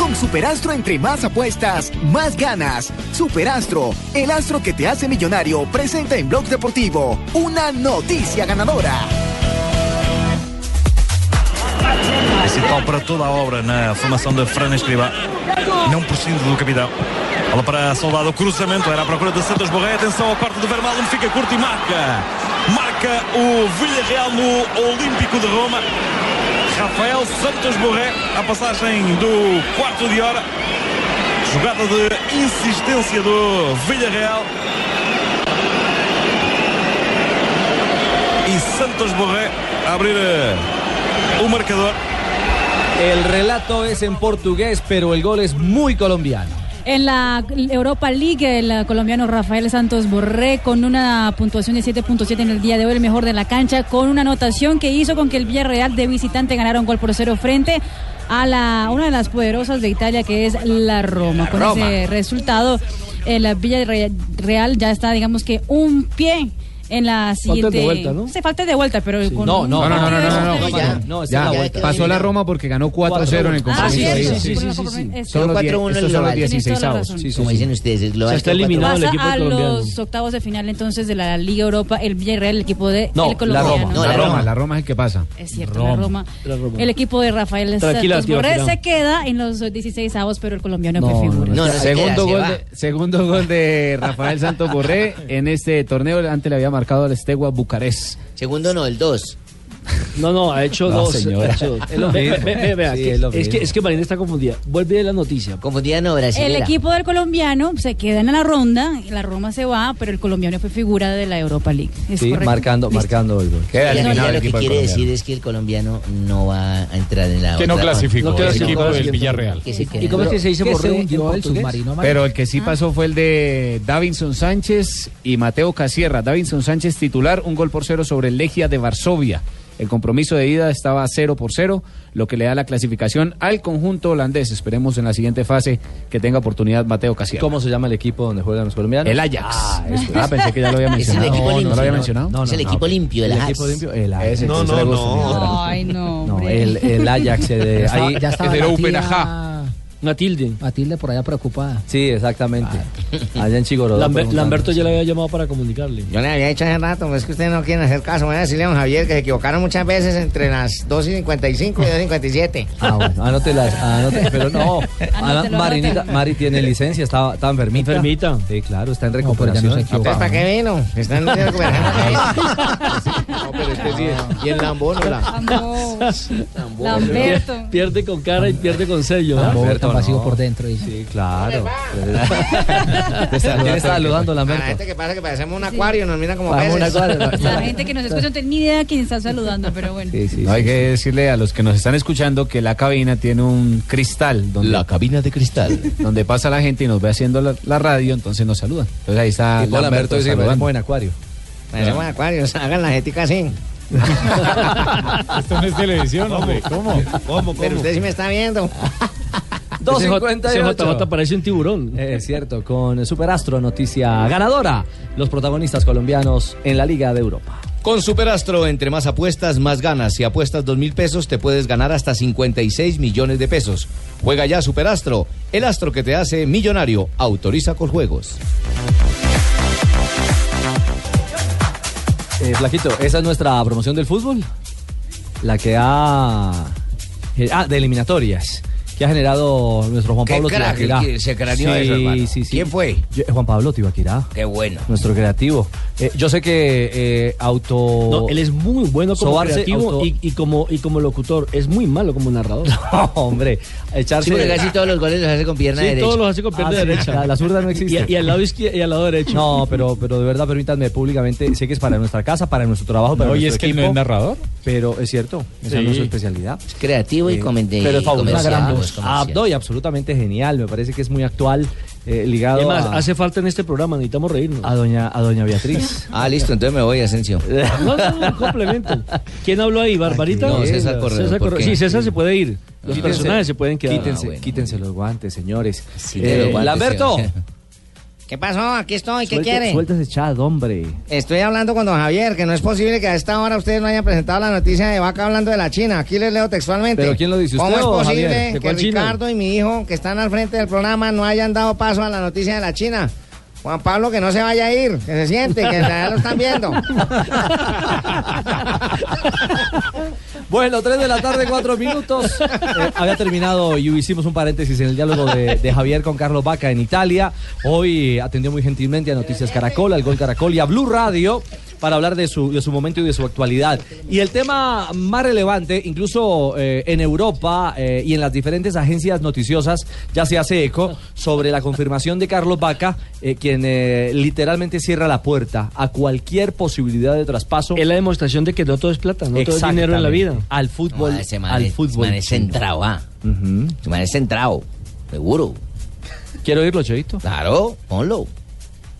[SPEAKER 17] Con Superastro entre más apuestas, más ganas. Superastro, el astro que te hace millonario, presenta en Blog Deportivo una noticia ganadora.
[SPEAKER 18] Esse tal para toda a obra na formação da Fran Escribá. Não prescinde do capitão. Bola para soldado, o cruzamento era à procura de Santos Borré. Atenção ao corte do Vermalum, fica curto e marca. Marca o Villarreal no Olímpico de Roma. Rafael Santos Borré, a passagem do quarto de hora. Jogada de insistência do Villarreal. E Santos Borré a abrir eh, o marcador.
[SPEAKER 5] El relato es en portugués, pero el gol es muy colombiano.
[SPEAKER 9] En la Europa League, el colombiano Rafael Santos Borré con una puntuación de 7.7 en el día de hoy, el mejor de la cancha, con una anotación que hizo con que el Villarreal de visitante ganara un gol por cero frente a la, una de las poderosas de Italia que es la Roma. con
[SPEAKER 19] Roma.
[SPEAKER 9] ese resultado, el Villarreal ya está, digamos que, un pie. En la siguiente.
[SPEAKER 11] de vuelta, ¿no?
[SPEAKER 9] Se falta de vuelta, pero con
[SPEAKER 11] No, no,
[SPEAKER 9] un
[SPEAKER 11] no, no,
[SPEAKER 9] partido
[SPEAKER 11] no,
[SPEAKER 9] de
[SPEAKER 11] no,
[SPEAKER 9] esos
[SPEAKER 11] no,
[SPEAKER 9] tres-
[SPEAKER 11] ya,
[SPEAKER 5] no,
[SPEAKER 11] ya.
[SPEAKER 9] la vuelta.
[SPEAKER 11] Pasó la Roma porque ganó 4-0 en el
[SPEAKER 9] Ah,
[SPEAKER 11] compromiso.
[SPEAKER 9] cierto,
[SPEAKER 11] ahí.
[SPEAKER 9] sí, sí, sí,
[SPEAKER 11] sí.
[SPEAKER 9] sí.
[SPEAKER 11] Solo
[SPEAKER 8] Quedó
[SPEAKER 11] die-
[SPEAKER 8] 4-1 el
[SPEAKER 11] estos son los
[SPEAKER 8] global.
[SPEAKER 11] 16
[SPEAKER 8] Tienes toda la
[SPEAKER 11] avos.
[SPEAKER 8] razón. Como dicen ustedes, el global
[SPEAKER 11] Se está
[SPEAKER 8] quedó
[SPEAKER 11] eliminado.
[SPEAKER 8] cuatro-
[SPEAKER 11] el
[SPEAKER 9] Pasa
[SPEAKER 11] equipo
[SPEAKER 9] a
[SPEAKER 11] colombiano.
[SPEAKER 9] los octavos de final entonces de la Liga Europa, el Villarreal, el equipo de
[SPEAKER 11] No,
[SPEAKER 9] el colombiano.
[SPEAKER 11] la, Roma, la Roma es el que pasa.
[SPEAKER 9] Es cierto, la Roma. El equipo de Rafael
[SPEAKER 11] Tranquila,
[SPEAKER 9] Santos
[SPEAKER 11] tío,
[SPEAKER 9] Borré
[SPEAKER 11] tranquila.
[SPEAKER 9] se queda en los 16 avos, pero el colombiano fue figura.
[SPEAKER 11] No,
[SPEAKER 8] no, se
[SPEAKER 11] segundo, gol
[SPEAKER 8] queda, se
[SPEAKER 11] de, segundo gol de Rafael Santos Borré en este torneo. Antes le había marcado al Estegua Bucarest.
[SPEAKER 8] Segundo no, el 2.
[SPEAKER 6] No, no, ha hecho
[SPEAKER 5] No,
[SPEAKER 6] dos.
[SPEAKER 5] señora.
[SPEAKER 6] ha hecho dos.
[SPEAKER 5] Es lo mismo.
[SPEAKER 6] Ve- ve- vea,
[SPEAKER 5] Sí,
[SPEAKER 6] que-
[SPEAKER 5] es lo
[SPEAKER 6] es, que,
[SPEAKER 5] mismo.
[SPEAKER 6] es que Marina está confundida. Vuelve de la noticia.
[SPEAKER 8] Confundida no,
[SPEAKER 9] El equipo del colombiano se queda en la ronda, y la Roma se va, pero el colombiano fue figura de la Europa League. Es
[SPEAKER 5] Sí,
[SPEAKER 9] correcto.
[SPEAKER 5] marcando,
[SPEAKER 9] Listo.
[SPEAKER 5] marcando el gol.
[SPEAKER 8] Queda eliminado el equipo del colombiano. es que el colombiano no va a entrar en la
[SPEAKER 15] Que no
[SPEAKER 8] otra ronda.
[SPEAKER 15] clasificó,
[SPEAKER 8] No
[SPEAKER 15] el
[SPEAKER 8] clasificó,
[SPEAKER 15] equipo
[SPEAKER 8] no
[SPEAKER 15] del
[SPEAKER 8] clasificó.
[SPEAKER 15] Villarreal.
[SPEAKER 8] Que se quede.
[SPEAKER 11] ¿Y cómo es que se dice
[SPEAKER 20] ¿Qué
[SPEAKER 11] por
[SPEAKER 20] se
[SPEAKER 11] reo en
[SPEAKER 20] hundió el
[SPEAKER 11] portugués?
[SPEAKER 20] submarino amarillo?
[SPEAKER 11] Pero el que sí
[SPEAKER 8] Ah.
[SPEAKER 11] pasó fue el de Davinson Sánchez y Mateo Casierra. Davinson Sánchez titular, un gol por cero sobre el Legia de Varsovia. El compromiso de ida estaba cero por cero, lo que le da la clasificación al conjunto holandés. Esperemos en la siguiente fase que tenga oportunidad Mateo Casierra.
[SPEAKER 5] ¿Cómo se llama el equipo donde juegan los colombianos?
[SPEAKER 11] El Ajax.
[SPEAKER 5] Ah, eso es.
[SPEAKER 11] Ah, pensé que ya lo había
[SPEAKER 5] Es el
[SPEAKER 11] mencionado.
[SPEAKER 5] equipo
[SPEAKER 11] No,
[SPEAKER 5] limpio,
[SPEAKER 11] no lo había
[SPEAKER 5] ¿no?
[SPEAKER 11] mencionado.
[SPEAKER 5] No, no, Es el no. equipo limpio, el El Ajax. equipo limpio, el Ajax.
[SPEAKER 11] Ese,
[SPEAKER 5] No,
[SPEAKER 11] ese
[SPEAKER 5] no,
[SPEAKER 11] le gusta,
[SPEAKER 5] no.
[SPEAKER 11] señora.
[SPEAKER 9] Ay, no.
[SPEAKER 5] No,
[SPEAKER 9] hombre.
[SPEAKER 5] el, el Ajax eh, de
[SPEAKER 11] Ya estaba-
[SPEAKER 5] ahí.
[SPEAKER 11] ya estaba
[SPEAKER 5] es de
[SPEAKER 11] la tía-
[SPEAKER 5] Copenhague.
[SPEAKER 6] Matilde.
[SPEAKER 20] Matilde por allá preocupada.
[SPEAKER 5] Sí, exactamente. Allá en Chigorodó.
[SPEAKER 6] Lambe-
[SPEAKER 5] preguntando.
[SPEAKER 6] Lamberto ya le había llamado para comunicarle.
[SPEAKER 8] Yo le había dicho hace rato, pero es que ustedes no quieren hacer caso. Voy a decirle a don Javier que se equivocaron muchas veces entre las 2 y 55 y 2 y 57.
[SPEAKER 5] Ah, bueno, anótelas, anótelas, pero no. Ana- Marinita, Mari tiene licencia, estaba, estaba enfermita.
[SPEAKER 6] Enfermita.
[SPEAKER 5] Sí, claro, está en recuperación. Ah,
[SPEAKER 8] Entonces, Pues, ¿para qué vino? Están diciendo que
[SPEAKER 21] Y el lambón,
[SPEAKER 6] Pier- Pierde con cara y pierde con sello. ¿ah?
[SPEAKER 20] Amor tan vacío
[SPEAKER 6] no.
[SPEAKER 20] por dentro. dice.
[SPEAKER 5] Claro. Te está- te está
[SPEAKER 20] Ah,
[SPEAKER 5] saludando
[SPEAKER 8] A la
[SPEAKER 5] Lamberto.
[SPEAKER 20] este
[SPEAKER 8] gente que pasa que parecemos un acuario, nos miran como
[SPEAKER 5] Parecemos un
[SPEAKER 8] peces.
[SPEAKER 5] acuario.
[SPEAKER 9] La gente que nos escucha no tiene ni idea de quién está saludando, pero bueno.
[SPEAKER 11] No, hay que decirle a los que nos están escuchando que la cabina tiene un cristal. Donde, la cabina de cristal. Donde pasa la gente y nos ve haciendo la, la radio, entonces nos saludan. Entonces ahí está
[SPEAKER 5] Tipo Lamberto dice que
[SPEAKER 11] saludando.
[SPEAKER 5] parecemos en acuario.
[SPEAKER 8] Parecemos acuarios, hagan la jetica así.
[SPEAKER 15] Esto no es televisión, hombre. ¿Cómo? ¿Cómo?
[SPEAKER 8] Pero usted sí me está viendo.
[SPEAKER 5] CJ
[SPEAKER 6] parece un tiburón.
[SPEAKER 5] Es cierto, con Superastro, noticia ganadora. Los protagonistas colombianos en la Liga de Europa.
[SPEAKER 22] Con Superastro, entre más apuestas, más ganas. Si apuestas dos mil pesos, te puedes ganar hasta 56 millones de pesos. Juega ya Superastro, el astro que te hace millonario. Autoriza con juegos.
[SPEAKER 5] Eh, Flaquito, esa es nuestra promoción del fútbol. La que ha. eh, Ah, de eliminatorias. Que ha generado nuestro Juan
[SPEAKER 22] Qué
[SPEAKER 5] Pablo
[SPEAKER 22] crack,
[SPEAKER 5] Tibaquirá.
[SPEAKER 22] el que se craneó eso, hermano.
[SPEAKER 5] ¿Quién fue? Juan Pablo Tibaquirá.
[SPEAKER 22] Qué bueno.
[SPEAKER 5] Nuestro creativo. Eh, yo sé que eh, auto.
[SPEAKER 6] No, él es muy bueno como
[SPEAKER 5] Sobarse,
[SPEAKER 6] creativo
[SPEAKER 5] auto-
[SPEAKER 6] y, y como, y como locutor. Es muy malo como narrador.
[SPEAKER 5] hombre, echarse.
[SPEAKER 6] Sí, porque casi
[SPEAKER 8] todos los goles los hace con pierna
[SPEAKER 6] Sí, todos los hace con pierna
[SPEAKER 5] Ah, sí,
[SPEAKER 6] derecha.
[SPEAKER 5] La, la zurda no existe.
[SPEAKER 6] Y- y al lado izquierdo y al lado derecho.
[SPEAKER 5] No, pero, pero de verdad, permítanme públicamente, sé que es para nuestra casa, para nuestro trabajo, para
[SPEAKER 15] No, y
[SPEAKER 5] nuestro
[SPEAKER 15] es que él no
[SPEAKER 5] equipo,
[SPEAKER 15] es narrador.
[SPEAKER 5] Pero es cierto, esa
[SPEAKER 15] Sí.
[SPEAKER 5] no es su especialidad.
[SPEAKER 8] Es creativo y comente-
[SPEAKER 5] Pero es fabuloso.
[SPEAKER 8] comercial,
[SPEAKER 5] Una gran
[SPEAKER 8] pues,
[SPEAKER 5] voz. Ah,
[SPEAKER 8] comercial.
[SPEAKER 5] no, y absolutamente genial, me parece que es muy actual, eh, ligado
[SPEAKER 6] Además,
[SPEAKER 5] a,
[SPEAKER 6] hace falta en este programa, necesitamos reírnos.
[SPEAKER 5] a doña, a doña Beatriz.
[SPEAKER 22] Ah, listo, entonces me voy, Asensio.
[SPEAKER 6] No, no, no, un complemento. ¿Quién habló ahí? ¿Barbarita?
[SPEAKER 22] No, César Corredor, ¿por
[SPEAKER 6] Corredor.
[SPEAKER 22] qué? Ah,
[SPEAKER 6] Sí, César se puede ir. Los
[SPEAKER 5] Quítense-
[SPEAKER 6] personajes se pueden quedar.
[SPEAKER 5] Quítense, quítense los guantes, señores. Eh,
[SPEAKER 6] de los guantes,
[SPEAKER 5] Lamberto,
[SPEAKER 6] sí.
[SPEAKER 8] ¿Qué pasó? Aquí estoy, ¿qué
[SPEAKER 5] suelte-
[SPEAKER 8] quiere?
[SPEAKER 5] suéltese chat, hombre.
[SPEAKER 8] Estoy hablando con don Javier, que no es posible que a esta hora ustedes no hayan presentado la noticia de Vaca hablando de la China. Aquí les leo textualmente.
[SPEAKER 5] ¿Pero quién lo dice,
[SPEAKER 8] ¿Cómo
[SPEAKER 5] usted
[SPEAKER 8] es
[SPEAKER 5] o Javier?
[SPEAKER 8] posible
[SPEAKER 5] ¿De
[SPEAKER 8] que
[SPEAKER 5] cuál China?
[SPEAKER 8] Ricardo y mi hijo, que están al frente del programa, no hayan dado paso a la noticia de la China? Juan Pablo, que no se vaya a ir, que se siente, que ya lo están viendo.
[SPEAKER 5] Bueno, 3 de la tarde, 4 minutos. Eh, había terminado y hicimos un paréntesis en el diálogo de, de Javier con Carlos Vaca en Italia. Hoy atendió muy gentilmente a Noticias Caracol, al Gol Caracol y a Blue Radio para hablar de su, de su momento y de su actualidad. Y el tema más relevante, incluso eh, en Europa eh, y en las diferentes agencias noticiosas, ya se hace eco sobre la confirmación de Carlos Vaca, eh, quien eh, literalmente cierra la puerta a cualquier posibilidad de traspaso.
[SPEAKER 6] Es la demostración de que no todo es plata, no todo es dinero en la vida.
[SPEAKER 5] Exactamente. Al fútbol.
[SPEAKER 8] No, ese man
[SPEAKER 5] al
[SPEAKER 8] es-
[SPEAKER 5] fútbol.
[SPEAKER 8] ese man es centrado, ah. Se me ha centrado, seguro.
[SPEAKER 5] Quiero oírlo, Chavito.
[SPEAKER 8] Claro, ponlo.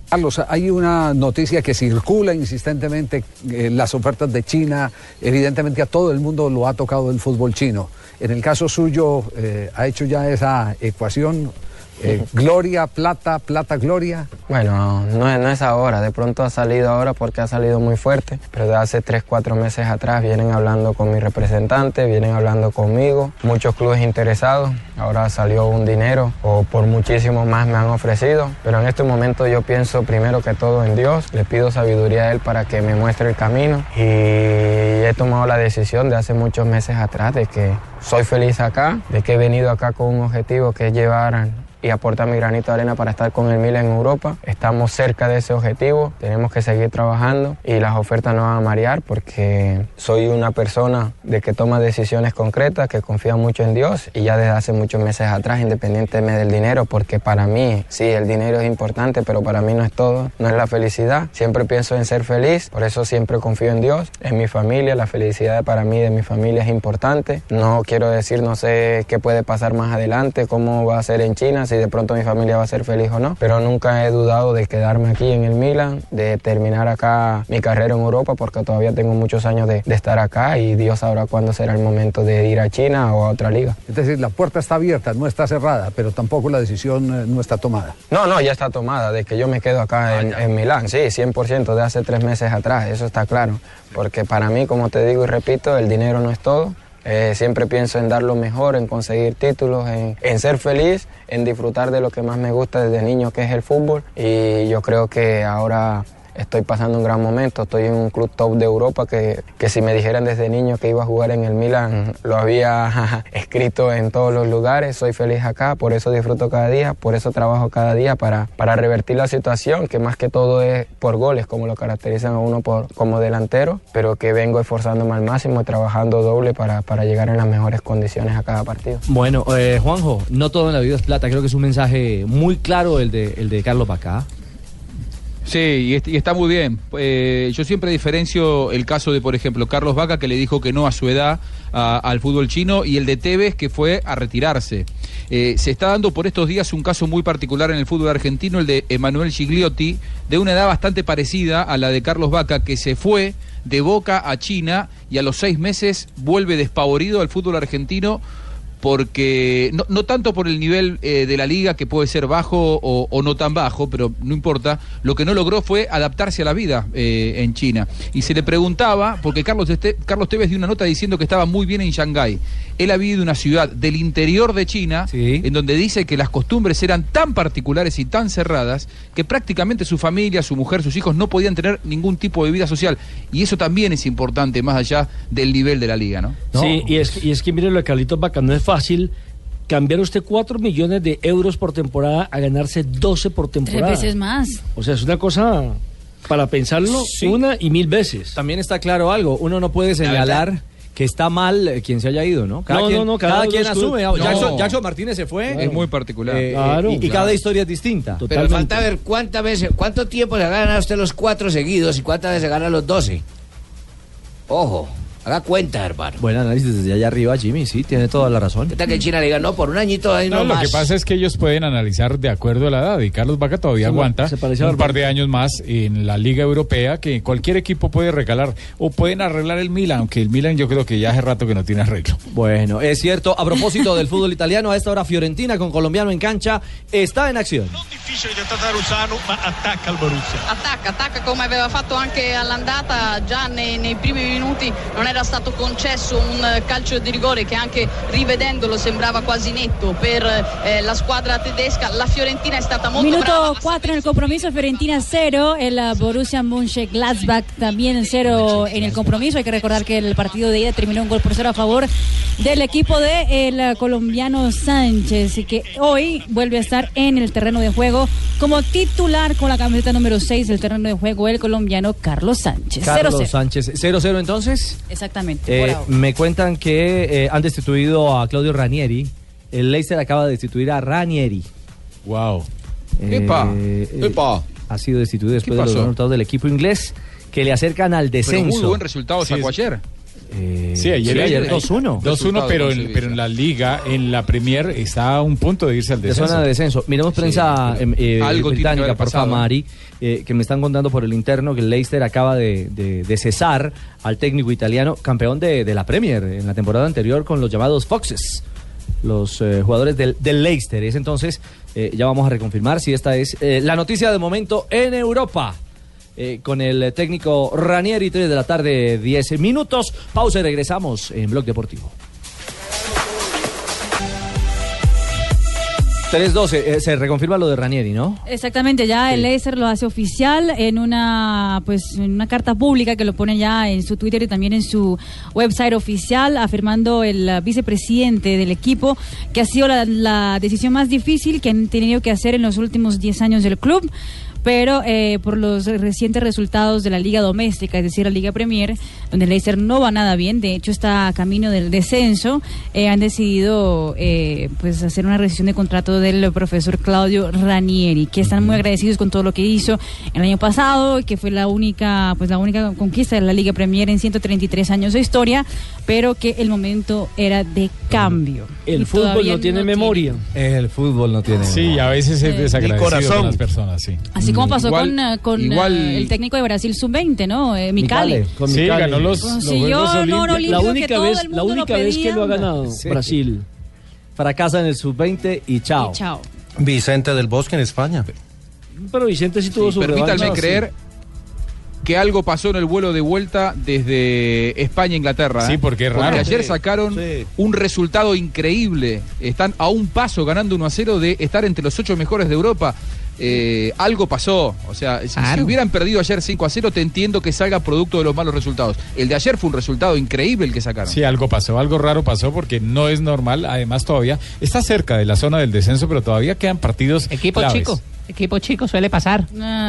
[SPEAKER 19] Carlos, hay una noticia que circula insistentemente, eh, las ofertas de China, evidentemente a todo el mundo lo ha tocado el fútbol chino. En el caso suyo, eh, ¿ha hecho ya esa ecuación? Eh, gloria, plata, plata, gloria.
[SPEAKER 3] Bueno, no, es- no es ahora, de pronto ha salido ahora porque ha salido muy fuerte, pero de hace 3, 4 meses atrás vienen hablando con mi representante, vienen hablando conmigo, muchos clubes interesados, ahora salió un dinero o por muchísimo más me han ofrecido, pero en este momento yo pienso primero que todo en Dios, le pido sabiduría a Él para que me muestre el camino y he tomado la decisión de hace muchos meses atrás de que soy feliz acá, de que he venido acá con un objetivo que es llevar y aportar mi granito de arena para estar con el Milan en Europa. Estamos cerca de ese objetivo, tenemos que seguir trabajando y las ofertas no van a marear porque soy una persona de que toma decisiones concretas, que confía mucho en Dios y ya desde hace muchos meses atrás, independientemente del dinero, porque para mí, sí, el dinero es importante, pero para mí no es todo, no es la felicidad. Siempre pienso en ser feliz, por eso siempre confío en Dios, en mi familia, la felicidad para mí de mi familia es importante. No quiero decir, no sé qué puede pasar más adelante, cómo va a ser en China, si de pronto mi familia va a ser feliz o no, pero nunca he dudado de quedarme aquí en el Milan, de terminar acá mi carrera en Europa, porque todavía tengo muchos años de, de estar acá y Dios sabrá cuándo será el momento de ir a China o a otra liga.
[SPEAKER 19] Es decir, la puerta está abierta, no está cerrada, pero tampoco la decisión eh, no está tomada.
[SPEAKER 3] No, no, ya está tomada, de que yo me quedo acá en, en Milán, sí, 100% de hace tres meses atrás, eso está claro. Porque para mí, como te digo y repito, el dinero no es todo. Eh, siempre pienso en dar lo mejor, en conseguir títulos, en, en ser feliz, en disfrutar de lo que más me gusta desde niño, que es el fútbol. Y yo creo que ahora estoy pasando un gran momento. Estoy en un club top de Europa que, que si me dijeran desde niño que iba a jugar en el Milan, lo había escrito en todos los lugares. Soy feliz acá, por eso disfruto cada día, por eso trabajo cada día para, para revertir la situación, que más que todo es por goles, como lo caracterizan a uno por, como delantero, pero que vengo esforzándome al máximo, trabajando doble para, para llegar en las mejores condiciones a cada partido.
[SPEAKER 5] Bueno, eh, Juanjo, no todo en la vida es plata. Creo que es un mensaje muy claro el de, el de Carlos Bacá.
[SPEAKER 12] Sí, y, est- y está muy bien. Eh, yo siempre diferencio el caso de, por ejemplo, Carlos Vaca, que le dijo que no a su edad a- al fútbol chino, y el de Tevez, que fue a retirarse. Eh, se está dando por estos días un caso muy particular en el fútbol argentino, el de Emanuel Gigliotti, de una edad bastante parecida a la de Carlos Vaca, que se fue de Boca a China y a los seis meses vuelve despavorido al fútbol argentino porque no, no tanto por el nivel eh, de la liga que puede ser bajo o, o no tan bajo, pero no importa, lo que no logró fue adaptarse a la vida eh, en China. Y se le preguntaba, porque Carlos, Este- Carlos Tevez dio una nota diciendo que estaba muy bien en Shanghái. Él ha vivido en una ciudad del interior de China, en donde dice que las costumbres eran tan particulares y tan cerradas que prácticamente su familia, su mujer, sus hijos no podían tener ningún tipo de vida social. Y eso también es importante, más allá del nivel de la liga, ¿no?
[SPEAKER 6] Sí, y es, y es que mire lo de Carlitos Vaca, no es fácil cambiar usted 4 millones de euros por temporada a ganarse 12 por
[SPEAKER 9] Tres
[SPEAKER 6] temporada.
[SPEAKER 9] veces más.
[SPEAKER 6] O sea, es una cosa para pensarlo una y mil veces.
[SPEAKER 5] También está claro algo, uno no puede señalar que está mal eh, quien se haya ido, ¿no? Cada
[SPEAKER 6] No,
[SPEAKER 5] quien,
[SPEAKER 6] no, no, cada
[SPEAKER 5] cada
[SPEAKER 6] uno
[SPEAKER 5] quien
[SPEAKER 6] es su-
[SPEAKER 5] asume.
[SPEAKER 6] No.
[SPEAKER 5] Jackson, Jackson Martínez se fue.
[SPEAKER 12] Es muy particular.
[SPEAKER 5] Eh, eh, y, y cada historia es distinta.
[SPEAKER 4] Pero falta ver cuántas veces, cuánto tiempo le gana a usted los cuatro seguidos y cuántas veces gana los doce. Ojo, haga cuenta, hermano.
[SPEAKER 5] Buen análisis desde allá arriba, Jimmy, sí, tiene toda la razón.
[SPEAKER 4] Hasta que China le diga, no, por un añito ahí no,
[SPEAKER 15] No, lo
[SPEAKER 4] más.
[SPEAKER 15] que pasa es que ellos pueden analizar de acuerdo a la edad y Carlos Vaca todavía
[SPEAKER 5] Sí,
[SPEAKER 15] aguanta
[SPEAKER 5] se parece a
[SPEAKER 15] un
[SPEAKER 5] Barbarita.
[SPEAKER 15] par de años más en la Liga Europea que cualquier equipo puede regalar o pueden arreglar el Milan, aunque el Milan yo creo que ya hace rato que no tiene arreglo.
[SPEAKER 5] Bueno, eh, es cierto, a propósito del fútbol italiano, a esta hora Fiorentina con colombiano en cancha está en acción.
[SPEAKER 23] difficile da tentare Rusano ma attacca il Borussia
[SPEAKER 24] Attacca, attacca come aveva fatto anche all'andata, già nei, nei primi minuti non era stato concesso un eh, calcio di rigore che anche rivedendolo sembrava quasi netto per eh, la squadra tedesca. La Fiorentina è stata molto brava.
[SPEAKER 9] Minuto 4 en el compromiso, Fiorentina 0, el uh, Borussia Mönchengladbach también 0 en el compromiso. Hay que recordar que el partido de ida terminó un gol por 0 a favor del equipo de el uh, colombiano Sánchez, y que hoy vuelve a estar en el terreno de juego como titular con la camiseta número 6 del terreno de juego, el colombiano Carlos Sánchez. 0-0.
[SPEAKER 5] Carlos Sánchez, 0-0 entonces.
[SPEAKER 9] Exactamente. por
[SPEAKER 5] Eh,
[SPEAKER 9] ahora.
[SPEAKER 5] me cuentan que eh, han destituido a Claudio Ranieri. El Leicester acaba de destituir a Ranieri. Eh,
[SPEAKER 15] Wow.
[SPEAKER 12] Epa, epa.
[SPEAKER 5] Ha sido destituido después de los
[SPEAKER 12] pasó?
[SPEAKER 5] buenos resultados del equipo inglés que le acercan al
[SPEAKER 12] Pero
[SPEAKER 5] descenso.
[SPEAKER 12] muy buen resultado sacó ayer.
[SPEAKER 15] Sí, ayer,
[SPEAKER 5] sí, ayer
[SPEAKER 15] eh,
[SPEAKER 5] 2-1.
[SPEAKER 15] 2-1, pero, en- pero en la liga, en la Premier, está a un punto de irse al
[SPEAKER 5] De
[SPEAKER 15] descenso.
[SPEAKER 5] zona de descenso. Miremos prensa em, eh,
[SPEAKER 15] algo tiene que
[SPEAKER 5] británica,
[SPEAKER 15] haber
[SPEAKER 5] por
[SPEAKER 15] pasado.
[SPEAKER 5] favor, Mari, eh, que me están contando por el interno que el Leicester acaba de, de- de cesar al técnico italiano, campeón de, de la Premier en la temporada anterior con los llamados Foxes, los eh, jugadores del, del Leicester. Es entonces, eh, ya vamos a reconfirmar si esta es eh, la noticia de momento en Europa. eh, con el técnico Ranieri, 3 de la tarde, 10 minutos. Pausa y regresamos en Blog Deportivo.
[SPEAKER 25] 3-12, eh, se reconfirma lo de Ranieri, ¿no?
[SPEAKER 9] Exactamente, ya el Leicester lo hace oficial en una pues en una carta pública que lo pone ya en su Twitter y también en su website oficial, afirmando el eh, vicepresidente del equipo que ha sido la, la decisión más difícil que han tenido que hacer en los últimos 10 años del club. Pero eh, por los recientes resultados de la Liga Doméstica, es decir, la Liga Premier, donde el Leicester no va nada bien, de hecho está a camino del descenso, eh, han decidido eh, pues hacer una rescisión de contrato del profesor Claudio Ranieri, que están muy agradecidos con todo lo que hizo el año pasado, que fue la única pues la única conquista de la Liga Premier en 133 años de historia, pero que el momento era de cambio.
[SPEAKER 6] El
[SPEAKER 9] Y
[SPEAKER 6] fútbol
[SPEAKER 9] todavía
[SPEAKER 6] no tiene memoria.
[SPEAKER 25] El fútbol no tiene.
[SPEAKER 15] Sí, y a veces es
[SPEAKER 9] Sí.
[SPEAKER 15] desagradecido
[SPEAKER 9] Ni corazón.
[SPEAKER 15] con las personas, sí.
[SPEAKER 9] Así como pasó
[SPEAKER 15] Igual-
[SPEAKER 9] con, eh, con, eh,
[SPEAKER 15] igual-
[SPEAKER 9] el técnico de Brasil sub-20, ¿no? Eh, Micale.
[SPEAKER 6] Con
[SPEAKER 15] Sí,
[SPEAKER 6] Micali.
[SPEAKER 15] ganó los- los
[SPEAKER 9] Consiguió Juegos honor Olímpicos. olímpico que
[SPEAKER 6] La única
[SPEAKER 9] todo
[SPEAKER 6] vez,
[SPEAKER 9] el
[SPEAKER 6] la
[SPEAKER 9] mundo
[SPEAKER 6] única
[SPEAKER 9] lo
[SPEAKER 6] vez que lo ha
[SPEAKER 9] pedía.
[SPEAKER 6] ganado
[SPEAKER 9] Sí.
[SPEAKER 6] Brasil.
[SPEAKER 5] Fracasa en el sub-20 y chao.
[SPEAKER 9] Chao.
[SPEAKER 5] Vicente del Bosque en España.
[SPEAKER 6] Pero Vicente sí tuvo su
[SPEAKER 12] Permítanme
[SPEAKER 6] revancha,
[SPEAKER 12] creer que algo pasó en el vuelo de vuelta desde España a Inglaterra.
[SPEAKER 15] Sí,
[SPEAKER 12] ¿eh?
[SPEAKER 15] porque es raro.
[SPEAKER 12] ayer
[SPEAKER 15] Sí,
[SPEAKER 12] sacaron un resultado increíble. Están a un paso ganando 1 a 0 de estar entre los ocho mejores de Europa. Eh, algo pasó. O sea, si- si, hubieran perdido ayer 5 a 0, te entiendo que salga producto de los malos resultados. El de ayer fue un resultado increíble el que sacaron.
[SPEAKER 15] Sí, algo pasó, algo raro pasó porque no es normal. Además, todavía está cerca de la zona del descenso, pero todavía quedan partidos.
[SPEAKER 11] Equipo
[SPEAKER 15] claves.
[SPEAKER 11] chico, equipo chico suele pasar.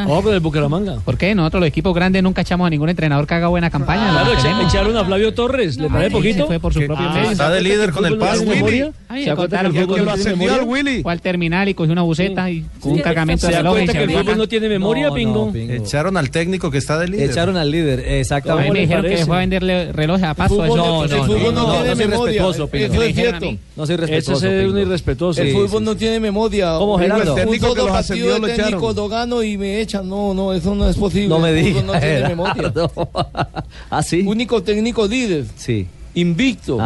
[SPEAKER 6] Oh, pero el Bucaramanga.
[SPEAKER 11] ¿Por qué? Nosotros los equipos grandes nunca echamos a ningún entrenador que haga buena campaña.
[SPEAKER 6] Ah, Claro,
[SPEAKER 11] lo
[SPEAKER 6] echa-
[SPEAKER 11] tenemos.
[SPEAKER 6] echaron a Flavio Torres, le parece
[SPEAKER 11] sí,
[SPEAKER 6] poquito.
[SPEAKER 11] se fue por su propio
[SPEAKER 6] Ah,
[SPEAKER 11] medio.
[SPEAKER 6] ¿se acuerda que fútbol no tiene memoria?
[SPEAKER 11] Ay,
[SPEAKER 6] ¿Se
[SPEAKER 11] me
[SPEAKER 6] acuerda
[SPEAKER 11] contaron
[SPEAKER 6] que el
[SPEAKER 11] que
[SPEAKER 6] fútbol no tiene memoria?
[SPEAKER 11] Fue al terminal y cogió una buceta y con un cargamento
[SPEAKER 6] ¿Se
[SPEAKER 11] de
[SPEAKER 6] da
[SPEAKER 11] reloj. y
[SPEAKER 6] cuenta
[SPEAKER 11] se
[SPEAKER 6] que el
[SPEAKER 11] fue.
[SPEAKER 6] fútbol Pues no tiene memoria, Pingo?
[SPEAKER 26] Echaron al técnico que está de líder.
[SPEAKER 5] Echaron al líder,
[SPEAKER 11] A mí
[SPEAKER 5] exactamente.
[SPEAKER 11] me dijeron que fue a venderle relojes a paso. eso-
[SPEAKER 5] no soy respetuoso, Pingo.
[SPEAKER 11] Me dijeron a mí.
[SPEAKER 5] No soy respetuoso.
[SPEAKER 6] Eso es un
[SPEAKER 5] Pingo.
[SPEAKER 6] irrespetuoso.
[SPEAKER 5] El fútbol
[SPEAKER 27] no tiene memoria.
[SPEAKER 6] ¿Cómo, Gerardo?
[SPEAKER 27] Un
[SPEAKER 6] técnico que
[SPEAKER 27] solo
[SPEAKER 6] los
[SPEAKER 27] partido
[SPEAKER 6] ascendió lo
[SPEAKER 27] de técnico
[SPEAKER 6] echaron.
[SPEAKER 27] lo gano y me echan. No, no, eso no es posible.
[SPEAKER 5] No me
[SPEAKER 27] El fútbol
[SPEAKER 5] diga,
[SPEAKER 27] No tiene
[SPEAKER 5] Gerardo.
[SPEAKER 27] memoria.
[SPEAKER 5] ¿Ah, sí?
[SPEAKER 27] Único técnico líder.
[SPEAKER 5] Sí.
[SPEAKER 27] Invicto.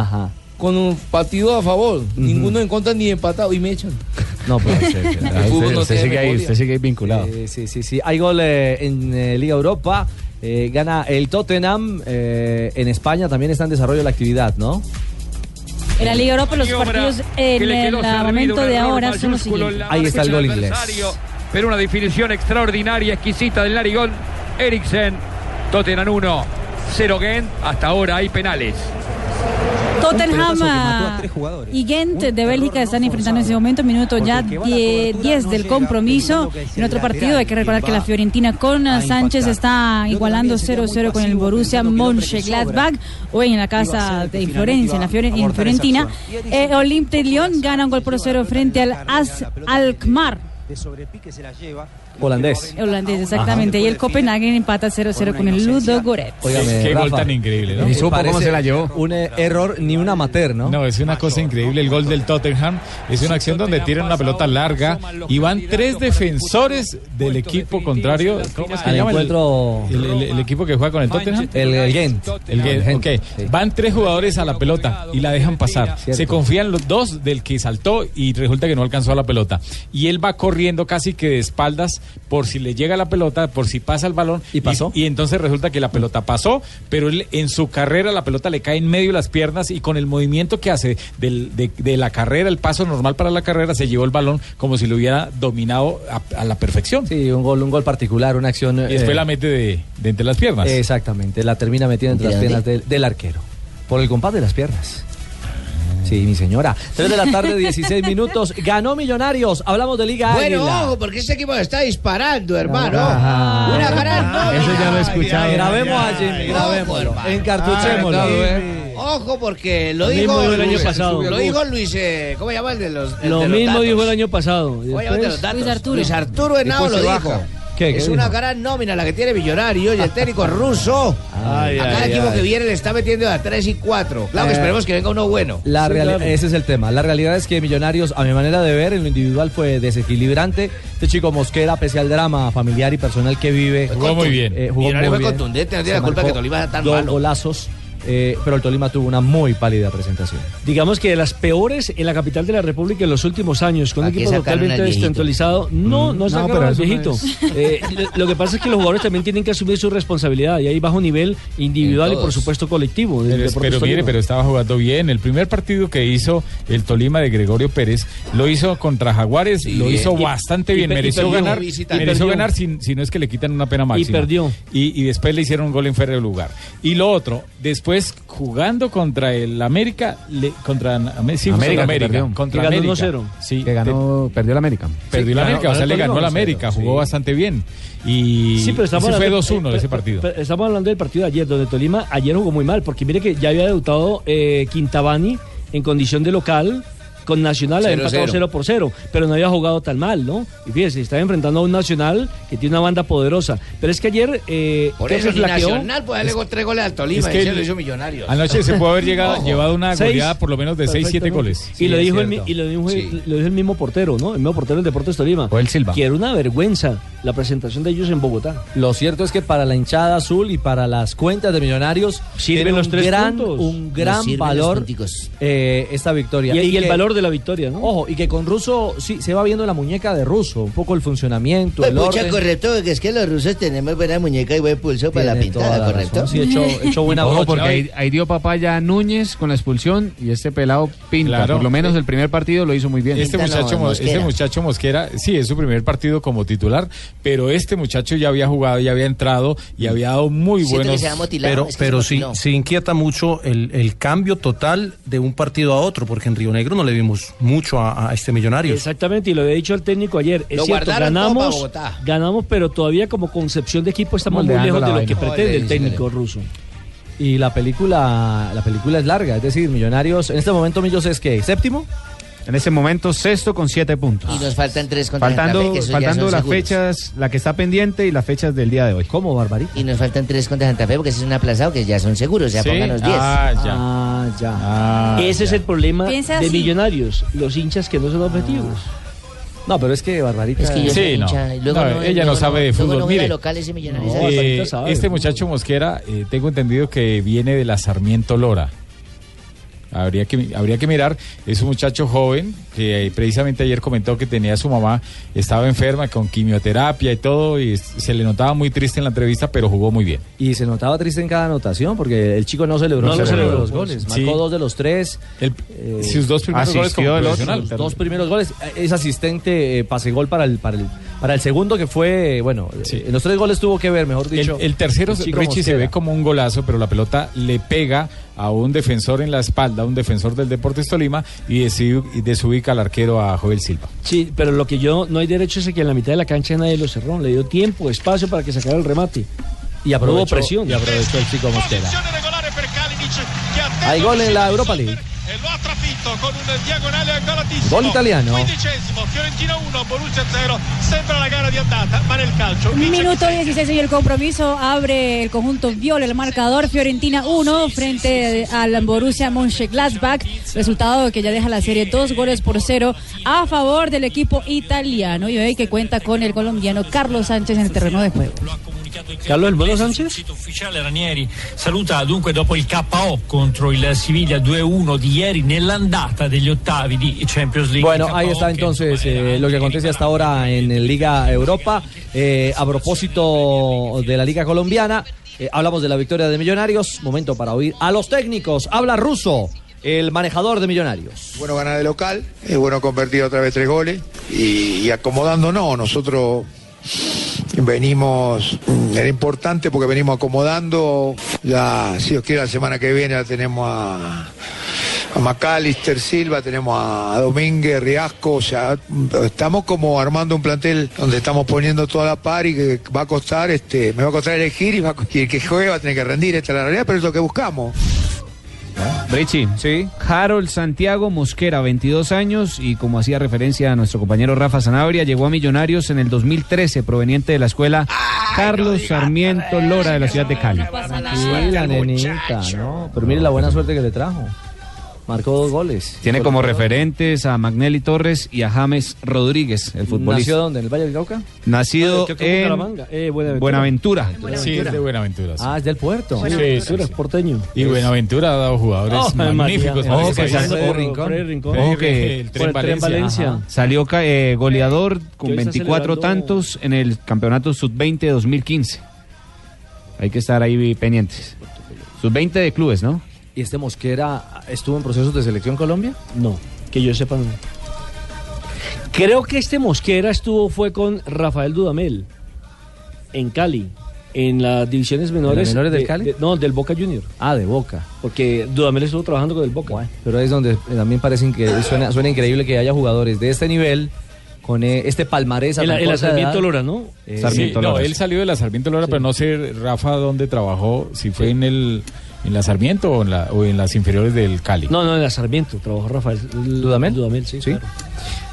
[SPEAKER 27] Con un partido a favor. Ninguno en contra ni empatado. Y me echan.
[SPEAKER 5] No puede ser.
[SPEAKER 27] El fútbol
[SPEAKER 5] Usted-
[SPEAKER 27] no
[SPEAKER 5] usted
[SPEAKER 27] tiene
[SPEAKER 5] sigue ahí,
[SPEAKER 27] memoria.
[SPEAKER 5] usted sigue ahí vinculado.
[SPEAKER 27] Eh,
[SPEAKER 5] sí, sí, sí. Hay gol eh, en eh, Liga Europa. eh, gana el Tottenham. eh, en España también está en desarrollo la actividad, ¿no?
[SPEAKER 9] En la Liga Europa los partidos en el ah, momento de ahora son los siguientes.
[SPEAKER 5] Ahí está el gol inglés.
[SPEAKER 28] Pero una definición extraordinaria, exquisita del narigón. Eriksen, Tottenham 1, 0 Gent. Hasta ahora hay penales.
[SPEAKER 9] Tottenham ah, y Gent de Bélgica están enfrentando en ese momento, minuto ya die- 10 del compromiso. En otro partido hay que recordar que la Fiorentina con ah, Sánchez está igualando 0-0 con el Borussia Mönchengladbach hoy en la casa de Florencia, en la Fiore- en Fiorentina. Eh, Olympique de Lyon gana un gol por cero frente al AS Alkmaar.
[SPEAKER 29] De sobrepique se la lleva.
[SPEAKER 5] Holandés.
[SPEAKER 9] Holandés, exactamente. Y el Copenhagen empata 0-0 con el Ludo Goretz.
[SPEAKER 5] Óigame,
[SPEAKER 15] Qué gol
[SPEAKER 5] Rafa,
[SPEAKER 15] tan increíble, ¿no?
[SPEAKER 5] ni supo cómo
[SPEAKER 15] Parece
[SPEAKER 5] se la llevó. Un eh, error ni un amateur, ¿no?
[SPEAKER 15] No, es una cosa increíble el gol del Tottenham. Es una acción donde tiran una pelota larga y van tres defensores del equipo contrario. ¿Cómo es que
[SPEAKER 5] Al
[SPEAKER 15] llama el-
[SPEAKER 5] encuentro-
[SPEAKER 15] El, el- el equipo que juega con el Tottenham.
[SPEAKER 5] El, el Gent.
[SPEAKER 15] El Gent, ok. Van tres jugadores a la pelota y la dejan pasar. Se confían los dos del que saltó y resulta que no alcanzó a la pelota. Y él va corriendo casi que de espaldas por si le llega la pelota, por si pasa el balón. Y pasó. Y, entonces resulta que la pelota pasó, pero él en su carrera la pelota le cae en medio de las piernas y con el movimiento que hace del- de, de la carrera, el paso normal para la carrera, se llevó el balón como si lo hubiera dominado a, a la perfección.
[SPEAKER 5] Sí, un gol, un gol particular, una acción.
[SPEAKER 15] Y después
[SPEAKER 5] eh,
[SPEAKER 15] la mete de, de entre las piernas.
[SPEAKER 5] Exactamente, la termina metiendo entre las
[SPEAKER 15] ¿De
[SPEAKER 5] piernas
[SPEAKER 15] dónde?
[SPEAKER 5] del, del arquero. Por el compás de las piernas. Sí, mi señora. 3 de la tarde, 16 minutos. Ganó Millonarios. Hablamos de Liga
[SPEAKER 7] Bueno,
[SPEAKER 5] Águila.
[SPEAKER 7] ojo, porque este equipo se está disparando, hermano.
[SPEAKER 5] Ajá.
[SPEAKER 7] Una gran
[SPEAKER 13] Ah,
[SPEAKER 7] nómina.
[SPEAKER 5] Eso ya lo he escuchado. Grabemos a Jimmy, grabémoslo. Encartuchémoslo.
[SPEAKER 7] Ah, Ojo, porque lo
[SPEAKER 6] Lo mismo
[SPEAKER 7] dijo
[SPEAKER 6] dijo el año
[SPEAKER 7] Luis,
[SPEAKER 6] pasado.
[SPEAKER 7] Lo dijo Luis, eh, ¿cómo se llama el de los el
[SPEAKER 6] Lo
[SPEAKER 7] de los
[SPEAKER 6] mismo
[SPEAKER 7] datos?
[SPEAKER 6] dijo el año pasado. Y
[SPEAKER 7] ¿Cómo se llama el de los
[SPEAKER 6] después-
[SPEAKER 7] datos? Luis Arturo Henao
[SPEAKER 6] Después
[SPEAKER 7] lo
[SPEAKER 6] se
[SPEAKER 7] dijo.
[SPEAKER 6] baja. ¿Qué,
[SPEAKER 7] es
[SPEAKER 6] qué
[SPEAKER 7] una
[SPEAKER 6] dijo?
[SPEAKER 7] gran nómina la que tiene Millonario y el técnico es ruso.
[SPEAKER 5] Ay,
[SPEAKER 7] a cada
[SPEAKER 5] ay,
[SPEAKER 7] equipo
[SPEAKER 5] ay.
[SPEAKER 7] que viene le está metiendo a 3 y 4. Claro que
[SPEAKER 5] Eh,
[SPEAKER 7] esperemos que venga uno bueno.
[SPEAKER 5] La reali- Ese es el tema. La realidad es que Millonarios, a mi manera de ver, en lo individual fue desequilibrante. Este chico Mosquera, pese al drama familiar y personal que vive.
[SPEAKER 15] Jugó muy bien.
[SPEAKER 5] eh, jugó
[SPEAKER 7] Millonarios
[SPEAKER 5] muy
[SPEAKER 7] fue
[SPEAKER 5] bien.
[SPEAKER 7] contundente, no tiene
[SPEAKER 5] Se
[SPEAKER 7] la culpa
[SPEAKER 5] marcó
[SPEAKER 7] que Tolima sea tan
[SPEAKER 5] dos
[SPEAKER 7] malo.
[SPEAKER 5] golazos. eh, pero el Tolima tuvo una muy pálida presentación.
[SPEAKER 6] Digamos que de las peores en la capital de la República en los últimos años, con un
[SPEAKER 5] Aquí
[SPEAKER 6] equipo
[SPEAKER 5] sacaron
[SPEAKER 6] totalmente
[SPEAKER 5] al viejito.
[SPEAKER 6] descentralizado. No,
[SPEAKER 5] Mm.
[SPEAKER 6] no
[SPEAKER 5] No,
[SPEAKER 6] sacaron
[SPEAKER 5] pero
[SPEAKER 6] al
[SPEAKER 5] eso no
[SPEAKER 6] viejito.
[SPEAKER 5] es.
[SPEAKER 6] Eh, lo- lo que pasa es que los jugadores también tienen que asumir su responsabilidad y hay bajo nivel individual y por supuesto colectivo. del
[SPEAKER 15] Pero, es-
[SPEAKER 6] Deportes
[SPEAKER 15] pero mire,
[SPEAKER 6] Tolima.
[SPEAKER 15] pero estaba jugando bien. El primer partido que hizo el Tolima de Gregorio Pérez lo hizo contra Jaguares,
[SPEAKER 30] Sí,
[SPEAKER 15] lo
[SPEAKER 30] bien.
[SPEAKER 15] hizo
[SPEAKER 30] Y-
[SPEAKER 15] bastante
[SPEAKER 30] y
[SPEAKER 15] bien.
[SPEAKER 30] pe- y
[SPEAKER 15] Mereció
[SPEAKER 30] perdió.
[SPEAKER 15] ganar,
[SPEAKER 30] Y visitante.
[SPEAKER 15] mereció
[SPEAKER 30] Y perdió.
[SPEAKER 15] ganar si, si no es que le quitan una pena máxima.
[SPEAKER 30] perdió.
[SPEAKER 15] Y, y después le hicieron un gol en férreo lugar. Y lo otro, después jugando contra el América, le- contra Am-
[SPEAKER 11] América,
[SPEAKER 15] sí, contra
[SPEAKER 11] que perdió.
[SPEAKER 15] América, contra
[SPEAKER 11] Que ganó
[SPEAKER 15] América.
[SPEAKER 11] 1-0.
[SPEAKER 15] Sí,
[SPEAKER 11] que ganó, perdió el América.
[SPEAKER 15] Perdió la América, o sea, le ganó la América, jugó bastante bien. Y
[SPEAKER 6] Sí, pero estamos
[SPEAKER 15] ese fue
[SPEAKER 6] hablando-
[SPEAKER 15] 2-1
[SPEAKER 6] eh,
[SPEAKER 15] de ese
[SPEAKER 6] pero-
[SPEAKER 15] partido.
[SPEAKER 6] pero estamos hablando del partido de ayer, donde Tolima ayer jugó muy mal, porque mire que ya había debutado eh, Quintabani en condición de local. Con Nacional había
[SPEAKER 30] Cero,
[SPEAKER 6] empatado
[SPEAKER 30] cero.
[SPEAKER 6] 0 por 0, pero no había jugado tan mal, ¿no? Y fíjese, estaba enfrentando a un Nacional que tiene una banda poderosa. Pero es que ayer. Eh,
[SPEAKER 31] Por
[SPEAKER 6] creo que
[SPEAKER 31] eso ni
[SPEAKER 6] flaqueó.
[SPEAKER 31] Nacional
[SPEAKER 7] pues,
[SPEAKER 31] puede darle
[SPEAKER 6] Es-
[SPEAKER 31] go- tres goles al Tolima.
[SPEAKER 15] es que
[SPEAKER 31] y se lo
[SPEAKER 15] el-
[SPEAKER 31] hizo Millonarios.
[SPEAKER 15] Anoche se pudo haber llegado-
[SPEAKER 31] Ojo.
[SPEAKER 15] llevado una
[SPEAKER 6] Seis.
[SPEAKER 15] goleada por lo menos de 6-7
[SPEAKER 6] Perfectamente.
[SPEAKER 15] goles.
[SPEAKER 6] Y, lo dijo el, mi- y lo dijo, lo dijo el mismo portero, ¿no? El mismo portero del Deportes Tolima. O el Silva. Que era una vergüenza la presentación de ellos en Bogotá.
[SPEAKER 5] Lo cierto es que para la hinchada azul y para las cuentas de Millonarios
[SPEAKER 6] Sirven
[SPEAKER 5] tiene
[SPEAKER 6] los
[SPEAKER 5] un
[SPEAKER 6] tres
[SPEAKER 5] gran,
[SPEAKER 6] puntos.
[SPEAKER 5] un
[SPEAKER 6] Nos
[SPEAKER 5] gran
[SPEAKER 6] sirven los
[SPEAKER 5] valor
[SPEAKER 6] punticos.
[SPEAKER 5] eh, esta victoria.
[SPEAKER 6] Y- y el valor
[SPEAKER 5] de
[SPEAKER 6] la victoria, ¿no?
[SPEAKER 5] Ojo, y que con Russo sí se va viendo la muñeca de Russo, un poco el funcionamiento,
[SPEAKER 7] Pues
[SPEAKER 5] el
[SPEAKER 7] pucha,
[SPEAKER 5] orden.
[SPEAKER 7] correcto, porque es que los rusos tenemos buena muñeca y buen pulso para la
[SPEAKER 5] Tiene toda
[SPEAKER 7] pintada,
[SPEAKER 5] la
[SPEAKER 7] ¿correcto?
[SPEAKER 5] razón. Sí, echó- echó buena
[SPEAKER 11] Ojo,
[SPEAKER 5] brocha.
[SPEAKER 11] porque ahí, ahí dio papaya a Núñez con la expulsión y este pelado pinta.
[SPEAKER 15] Claro.
[SPEAKER 11] Por lo menos el primer partido lo hizo muy bien.
[SPEAKER 15] Este muchacho, Mo- este muchacho Mosquera, sí, es su primer partido como titular, pero este muchacho ya había jugado, ya había entrado y había dado muy
[SPEAKER 7] Siento que
[SPEAKER 15] buenos.
[SPEAKER 7] se ha motilado,
[SPEAKER 10] Pero,
[SPEAKER 7] es que
[SPEAKER 10] pero
[SPEAKER 7] se
[SPEAKER 10] sí,
[SPEAKER 7] motiló.
[SPEAKER 10] sí inquieta mucho el, el cambio total de un partido a otro, porque en Río Negro no le vimos mucho a, a este millonario.
[SPEAKER 6] Exactamente, y lo había dicho el técnico ayer. Es
[SPEAKER 10] Lo
[SPEAKER 6] cierto,
[SPEAKER 10] guardaron todo para
[SPEAKER 6] ganamos,
[SPEAKER 10] Bogotá.
[SPEAKER 6] ganamos, pero todavía como concepción de equipo estamos muy
[SPEAKER 5] Moldeando
[SPEAKER 6] lejos de
[SPEAKER 5] la
[SPEAKER 6] lo
[SPEAKER 5] vaina.
[SPEAKER 6] que pretende el
[SPEAKER 5] Joder,
[SPEAKER 6] técnico ruso.
[SPEAKER 5] Y la película, la película es larga, es decir, Millonarios, en este momento Millos es que séptimo.
[SPEAKER 11] En ese momento sexto con siete puntos.
[SPEAKER 7] Y nos faltan tres contra Santa Fe,
[SPEAKER 11] Faltando,
[SPEAKER 7] que esos ya
[SPEAKER 11] faltando
[SPEAKER 7] son
[SPEAKER 11] las
[SPEAKER 7] seguros.
[SPEAKER 11] fechas, la que está pendiente y las fechas del día de hoy.
[SPEAKER 5] ¿Cómo, Barbarita?
[SPEAKER 7] Y nos faltan tres contra Santa Fe, porque ese es un aplazado que ya son seguros, ya
[SPEAKER 11] Sí.
[SPEAKER 7] pónganos diez.
[SPEAKER 11] Ah, ya.
[SPEAKER 5] Ah, ya.
[SPEAKER 6] Ese es el problema
[SPEAKER 7] Piensa
[SPEAKER 6] de
[SPEAKER 7] así.
[SPEAKER 6] millonarios, los hinchas que no son objetivos.
[SPEAKER 5] No, pero es que Barbarita.
[SPEAKER 7] Es que yo soy
[SPEAKER 15] Sí, no.
[SPEAKER 7] hincha, y luego
[SPEAKER 15] No,
[SPEAKER 7] no-
[SPEAKER 15] ella no
[SPEAKER 7] luego
[SPEAKER 15] sabe de
[SPEAKER 7] luego
[SPEAKER 15] fútbol.
[SPEAKER 7] no voy a
[SPEAKER 15] Mire,
[SPEAKER 7] locales y millonarios.
[SPEAKER 15] Eh, este muchacho Mosquera, eh, tengo entendido que viene de la Sarmiento Lora. Habría que, mi- habría que mirar, es un muchacho joven que eh, precisamente ayer comentó que tenía a su mamá, estaba enferma con quimioterapia y todo, y s- se le notaba muy triste en la entrevista, pero jugó muy bien.
[SPEAKER 5] Y se notaba triste en cada anotación porque el chico no celebró
[SPEAKER 15] No lo
[SPEAKER 5] ninguno de
[SPEAKER 15] celebró.
[SPEAKER 5] los goles.
[SPEAKER 15] Sí.
[SPEAKER 5] Marcó dos de los tres. eh,
[SPEAKER 15] sus dos primeros goles
[SPEAKER 5] asistió
[SPEAKER 15] como
[SPEAKER 5] al otro,
[SPEAKER 15] profesional.
[SPEAKER 5] sus dos primeros goles. Eh, Es asistente, eh, pase gol para el, para, el, para el segundo que fue, eh, bueno, eh, en los tres goles tuvo que ver, mejor
[SPEAKER 15] El,
[SPEAKER 5] dicho.
[SPEAKER 15] el tercero,
[SPEAKER 5] el
[SPEAKER 15] Richie
[SPEAKER 5] chico
[SPEAKER 15] se
[SPEAKER 5] Mosquera.
[SPEAKER 15] ve como un golazo, pero la pelota le pega a un defensor en la espalda, un defensor del Deportes Tolima, y, desi- y desubica al arquero a Joel Silva.
[SPEAKER 6] Sí, pero lo que yo no hay derecho es a que en la mitad de la cancha nadie lo cerró. Le dio tiempo, espacio para que sacara el remate.
[SPEAKER 5] Y
[SPEAKER 6] aprobó
[SPEAKER 5] aprovechó-
[SPEAKER 6] presión.
[SPEAKER 5] y aprovechó el chico Mosquera.
[SPEAKER 6] Hay gol en la Europa League.
[SPEAKER 5] Gol italiano.
[SPEAKER 22] Fiorentina 1, Borussia 0, sembra la gara di andata, ma nel calcio vince
[SPEAKER 9] Minuto 16 y el compromiso abre el conjunto viola el marcador Fiorentina 1 frente al Borussia Mönchengladbach, resultado que ya deja la serie dos goles por cero a favor del equipo italiano y hoy que cuenta con el colombiano Carlos Sánchez en el terreno de juego.
[SPEAKER 22] Carlo El Bolo Sanchez? sito ufficiale Ranieri saluta dunque dopo il KO contro il Siviglia 2-1 di ieri nell'andata degli ottavi di Champions League.
[SPEAKER 5] Bueno, ahí está entonces eh, lo que acontece hasta ahora en el Liga Europa. Eh, a propósito de la Liga Colombiana, eh, hablamos de la victoria de Millonarios. Momento para oír a los técnicos. Habla Russo, el manejador de Millonarios.
[SPEAKER 21] Bueno ganar de local, es bueno convertir otra vez tres goles y, y acomodándonos. Nosotros venimos, mm, era importante porque venimos acomodando. Ya, si Dios quiere, la semana que viene ya tenemos a, a Macalister Silva, tenemos a Domínguez, Riasco. O sea, mm, estamos como armando un plantel donde estamos poniendo toda la par y que va a costar, este, me va a costar elegir y, va a co- y el que juegue va a tener que rendir. Esta es la realidad, pero es lo que buscamos.
[SPEAKER 11] Richie. Sí. Harold Santiago Mosquera, 22 años, y como hacía referencia a nuestro compañero Rafa Sanabria, llegó a Millonarios en el 2013, proveniente de la escuela Carlos Sarmiento Lora de la ciudad de Cali.
[SPEAKER 5] Sí, la nenita, ¿no? Pero mire la buena suerte que le trajo. Marcó dos goles.
[SPEAKER 11] Tiene como referentes a Magnelli Torres y a James Rodríguez, el futbolista.
[SPEAKER 5] ¿Nació Ah, dónde? ¿En el Valle del Cauca?
[SPEAKER 11] Nacido
[SPEAKER 5] ¿Qué- qué-
[SPEAKER 11] en
[SPEAKER 5] Bucaramanga? Eh, Buenaventura.
[SPEAKER 11] Buenaventura.
[SPEAKER 15] Sí, es de Buenaventura. sí.
[SPEAKER 5] Ah, es del puerto.
[SPEAKER 15] Sí, sí, sí.
[SPEAKER 6] porteño. Pues,
[SPEAKER 15] Y Buenaventura ha dado jugadores
[SPEAKER 5] Oh, María.
[SPEAKER 15] magníficos. para
[SPEAKER 5] Oh,
[SPEAKER 15] este
[SPEAKER 5] que
[SPEAKER 15] país.
[SPEAKER 5] salió Freddy Rincón.
[SPEAKER 15] Freddy
[SPEAKER 11] Oh, que-
[SPEAKER 15] El Tren Valencia. Ajá.
[SPEAKER 11] Salió ca- eh, goleador con
[SPEAKER 15] hoy está
[SPEAKER 11] 24
[SPEAKER 15] celebrando-
[SPEAKER 11] tantos en el campeonato sub-20 de 2015. Hay que estar ahí pendientes. Sub-20 de clubes, ¿no?
[SPEAKER 5] ¿Y este Mosquera estuvo en procesos de selección Colombia?
[SPEAKER 6] No, que yo sepa. no. Creo que este Mosquera estuvo fue con Rafael Dudamel en Cali, en las divisiones menores.
[SPEAKER 5] las menores del
[SPEAKER 6] de-
[SPEAKER 5] Cali?
[SPEAKER 6] de- no, del Boca Junior.
[SPEAKER 5] Ah, de Boca.
[SPEAKER 6] Porque Eh, Dudamel estuvo trabajando con el Boca.
[SPEAKER 5] Pero ahí es donde eh, también parece que suena, suena increíble que haya jugadores de este nivel, con eh, este palmarés. a
[SPEAKER 15] El-
[SPEAKER 5] tan
[SPEAKER 15] el
[SPEAKER 5] corta
[SPEAKER 15] Sarmiento
[SPEAKER 5] edad.
[SPEAKER 15] Lora, ¿no?
[SPEAKER 5] Eh,
[SPEAKER 15] Sí, no, él salió de la Sarmiento Lora, pero no sé, Rafa, dónde trabajó, si fue en el en la Sarmiento o en, la- o en las inferiores del Cali.
[SPEAKER 6] No, no, en la Sarmiento trabajó Rafael Dudamel. Dudamel, sí. claro.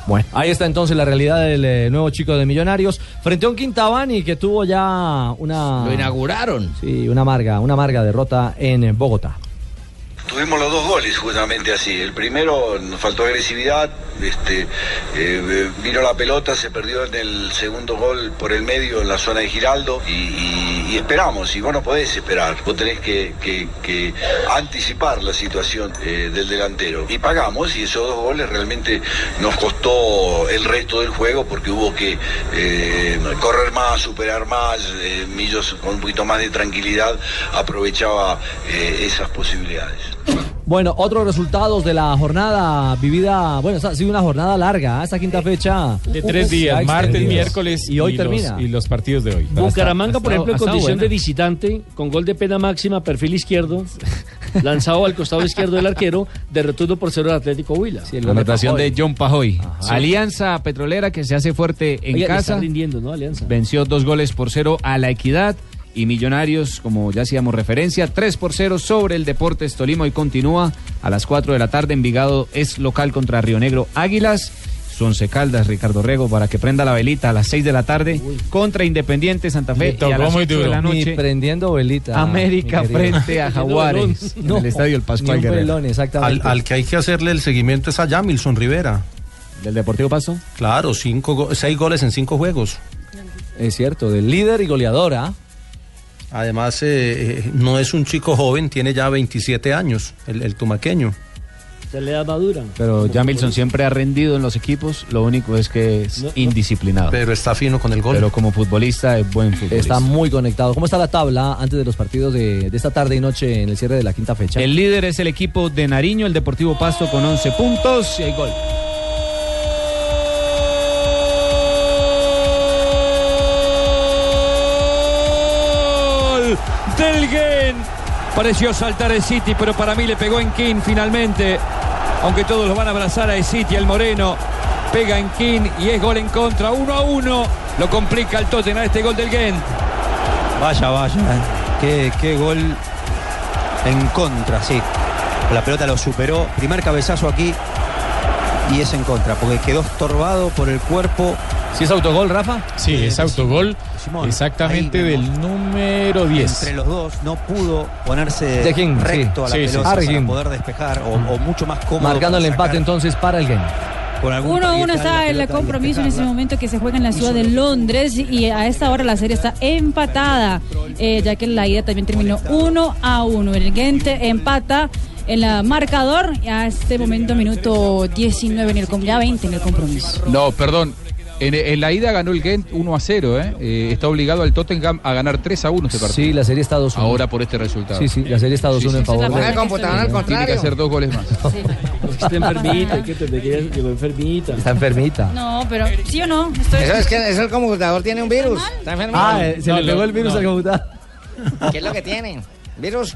[SPEAKER 5] Bueno, ahí está entonces la realidad del eh, nuevo chico de Millonarios frente a un Quintabani que tuvo ya una
[SPEAKER 7] Lo inauguraron.
[SPEAKER 5] Sí, una amarga, una amarga derrota en eh, Bogotá.
[SPEAKER 20] Tuvimos los dos goles justamente así. El primero nos faltó agresividad, este, eh, eh, vino la pelota, se perdió en el segundo gol por el medio en la zona de Giraldo y, y- y esperamos. Y vos no podés esperar, vos tenés que, que- que anticipar la situación eh, del delantero. Y pagamos y esos dos goles realmente nos costó el resto del juego porque hubo que eh, correr más, superar más. eh, Millos con un poquito más de tranquilidad aprovechaba eh, esas posibilidades.
[SPEAKER 5] Bueno, otros resultados de la jornada vivida, bueno, esta ha sido una jornada larga, ¿ah? esta quinta fecha.
[SPEAKER 15] De tres días,
[SPEAKER 5] Ay,
[SPEAKER 15] martes,
[SPEAKER 5] extendidos.
[SPEAKER 15] miércoles
[SPEAKER 5] y hoy
[SPEAKER 15] los-
[SPEAKER 5] termina.
[SPEAKER 15] y los partidos de hoy.
[SPEAKER 6] Bucaramanga, por ejemplo, en condición de
[SPEAKER 15] visita.
[SPEAKER 6] visitante, con gol de pena máxima, perfil izquierdo, lanzado al costado izquierdo del arquero, derrotado por cero al Atlético Huila.
[SPEAKER 11] Anotación de John Pajoy.
[SPEAKER 6] Ajá.
[SPEAKER 11] Alianza Petrolera que se hace fuerte en
[SPEAKER 6] Oiga, le
[SPEAKER 11] casa.
[SPEAKER 6] Está rindiendo, ¿no? Alianza.
[SPEAKER 11] Venció dos goles por cero a la Equidad. Y Millonarios, como ya hacíamos referencia, tres por cero sobre el Deportes Tolima y continúa a las 4 de la tarde. Envigado es local contra Río Negro Águilas. Sonce Caldas, Ricardo Rego, para que prenda la velita a las 6 de la tarde contra Independiente Santa Fe. y a las 8 de la
[SPEAKER 5] Y
[SPEAKER 11] noche.
[SPEAKER 5] prendiendo velita.
[SPEAKER 11] América
[SPEAKER 5] mi querido.
[SPEAKER 11] frente a Jaguares en el Estadio El
[SPEAKER 5] ni
[SPEAKER 11] Pascual
[SPEAKER 5] un
[SPEAKER 11] Guerrero.
[SPEAKER 5] pelón,
[SPEAKER 32] Al,
[SPEAKER 5] exactamente.
[SPEAKER 32] al que hay que hacerle el seguimiento es a Jamilson Rivera.
[SPEAKER 11] ¿Del Deportivo Paso?
[SPEAKER 32] Claro, cinco go- seis goles en cinco juegos.
[SPEAKER 5] Es cierto, del líder y goleadora.
[SPEAKER 32] Además, eh, eh, no es un chico joven, tiene ya 27 años, el, el tumaqueño.
[SPEAKER 6] Se le da madura.
[SPEAKER 11] Pero Jamilson siempre ha rendido en los equipos, lo único es que es indisciplinado.
[SPEAKER 32] Pero está fino con el gol.
[SPEAKER 11] Pero como futbolista es buen futbolista.
[SPEAKER 5] Está muy conectado. ¿Cómo está la tabla antes de los partidos de, de esta tarde y noche en el cierre de la quinta fecha?
[SPEAKER 28] Eh,
[SPEAKER 11] El líder es el equipo de Nariño, el Deportivo Pasto con 11 puntos y hay gol.
[SPEAKER 10] gol del Gen. Pareció saltar el City, pero para mí le pegó en King finalmente. Aunque todos lo van a abrazar a City, al Moreno. Pega en King y es gol en contra. 1 a 1. Lo complica el Tottenham este gol del Gen.
[SPEAKER 28] Vaya, vaya. eh. Qué, qué gol en contra, sí. La pelota lo superó. Primer cabezazo aquí y es en contra, porque quedó estorbado por el cuerpo.
[SPEAKER 5] ¿Si es autogol, Rafa?
[SPEAKER 15] Sí, es autogol. Exactamente del número 10.
[SPEAKER 28] Ah, Entre los dos no pudo ponerse
[SPEAKER 15] De King, sí.
[SPEAKER 28] recto a
[SPEAKER 15] Sí,
[SPEAKER 28] la
[SPEAKER 15] sí,
[SPEAKER 28] pelota
[SPEAKER 15] sí.
[SPEAKER 28] para
[SPEAKER 15] Argin.
[SPEAKER 28] poder despejar o, o mucho más cómodo.
[SPEAKER 5] Marcando el
[SPEAKER 28] para
[SPEAKER 5] empate entonces para el Gen.
[SPEAKER 28] sacar con algún
[SPEAKER 9] 1-1
[SPEAKER 28] parietal la
[SPEAKER 9] está el
[SPEAKER 28] pelota y
[SPEAKER 9] compromiso en
[SPEAKER 28] despejarla.
[SPEAKER 9] ese momento que se juega en la ciudad de Londres y a esta hora la serie está empatada, eh, ya que la ida también terminó 1 a 1. El Gent empata en el marcador a este momento minuto 19 en el com- ya 20 en el compromiso.
[SPEAKER 12] No, perdón. En, en la ida ganó el Gent 1 a 0. ¿eh? Eh, está obligado al Tottenham a ganar 3 a 1 este partido.
[SPEAKER 5] Sí, la serie está 2
[SPEAKER 12] Ahora por este resultado.
[SPEAKER 5] Sí, sí, la serie está 2-1
[SPEAKER 12] Sí, sí.
[SPEAKER 5] en favor de...
[SPEAKER 12] Tiene que hacer dos goles más.
[SPEAKER 6] Está enfermita, hay que entender que ella llegó enfermita.
[SPEAKER 5] Está enfermita.
[SPEAKER 9] No, pero sí o no. Estoy...
[SPEAKER 8] Eso es que eso el computador tiene un virus. Está enfermo.
[SPEAKER 5] Ah, eh, se le pegó el virus al computador.
[SPEAKER 8] ¿Qué es lo que tiene? ¿Virus?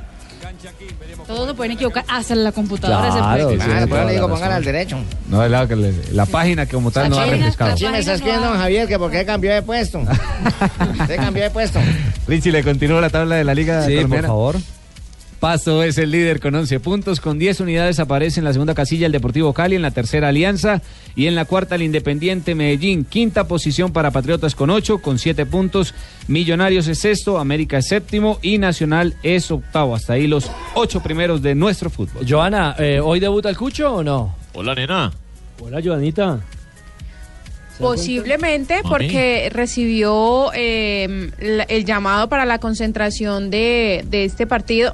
[SPEAKER 9] Todos se pueden equivocar hasta la computadora. se
[SPEAKER 11] Claro,
[SPEAKER 9] puede
[SPEAKER 11] sí,
[SPEAKER 7] Ah,
[SPEAKER 9] equivocar.
[SPEAKER 11] sí,
[SPEAKER 8] Yo le
[SPEAKER 11] Toda
[SPEAKER 8] digo,
[SPEAKER 11] la
[SPEAKER 8] póngala al
[SPEAKER 11] razón.
[SPEAKER 8] derecho.
[SPEAKER 11] No, la, la página que como tal no ha refrescado.
[SPEAKER 8] Sí, me está escribiendo don Javier que por qué cambió de puesto. Usted cambió de puesto.
[SPEAKER 11] Richie, le continúa la tabla de la Liga
[SPEAKER 5] Sí, por
[SPEAKER 11] Colombiana.
[SPEAKER 5] favor.
[SPEAKER 11] Pasto es el líder con 11 puntos. Con 10 unidades aparece en la segunda casilla el Deportivo Cali, en la tercera Alianza y en la cuarta el Independiente Medellín. Quinta posición para Patriotas con 8, con 7 puntos. Millonarios es sexto, América es séptimo y Nacional es octavo. Hasta ahí los 8 primeros de nuestro fútbol.
[SPEAKER 5] Joana, eh, ¿hoy debuta el Cucho o no?
[SPEAKER 11] Hola, nena. Hola, Joanita.
[SPEAKER 19] Posiblemente
[SPEAKER 5] Mami.
[SPEAKER 19] porque recibió eh, la- el llamado para la concentración de, de este partido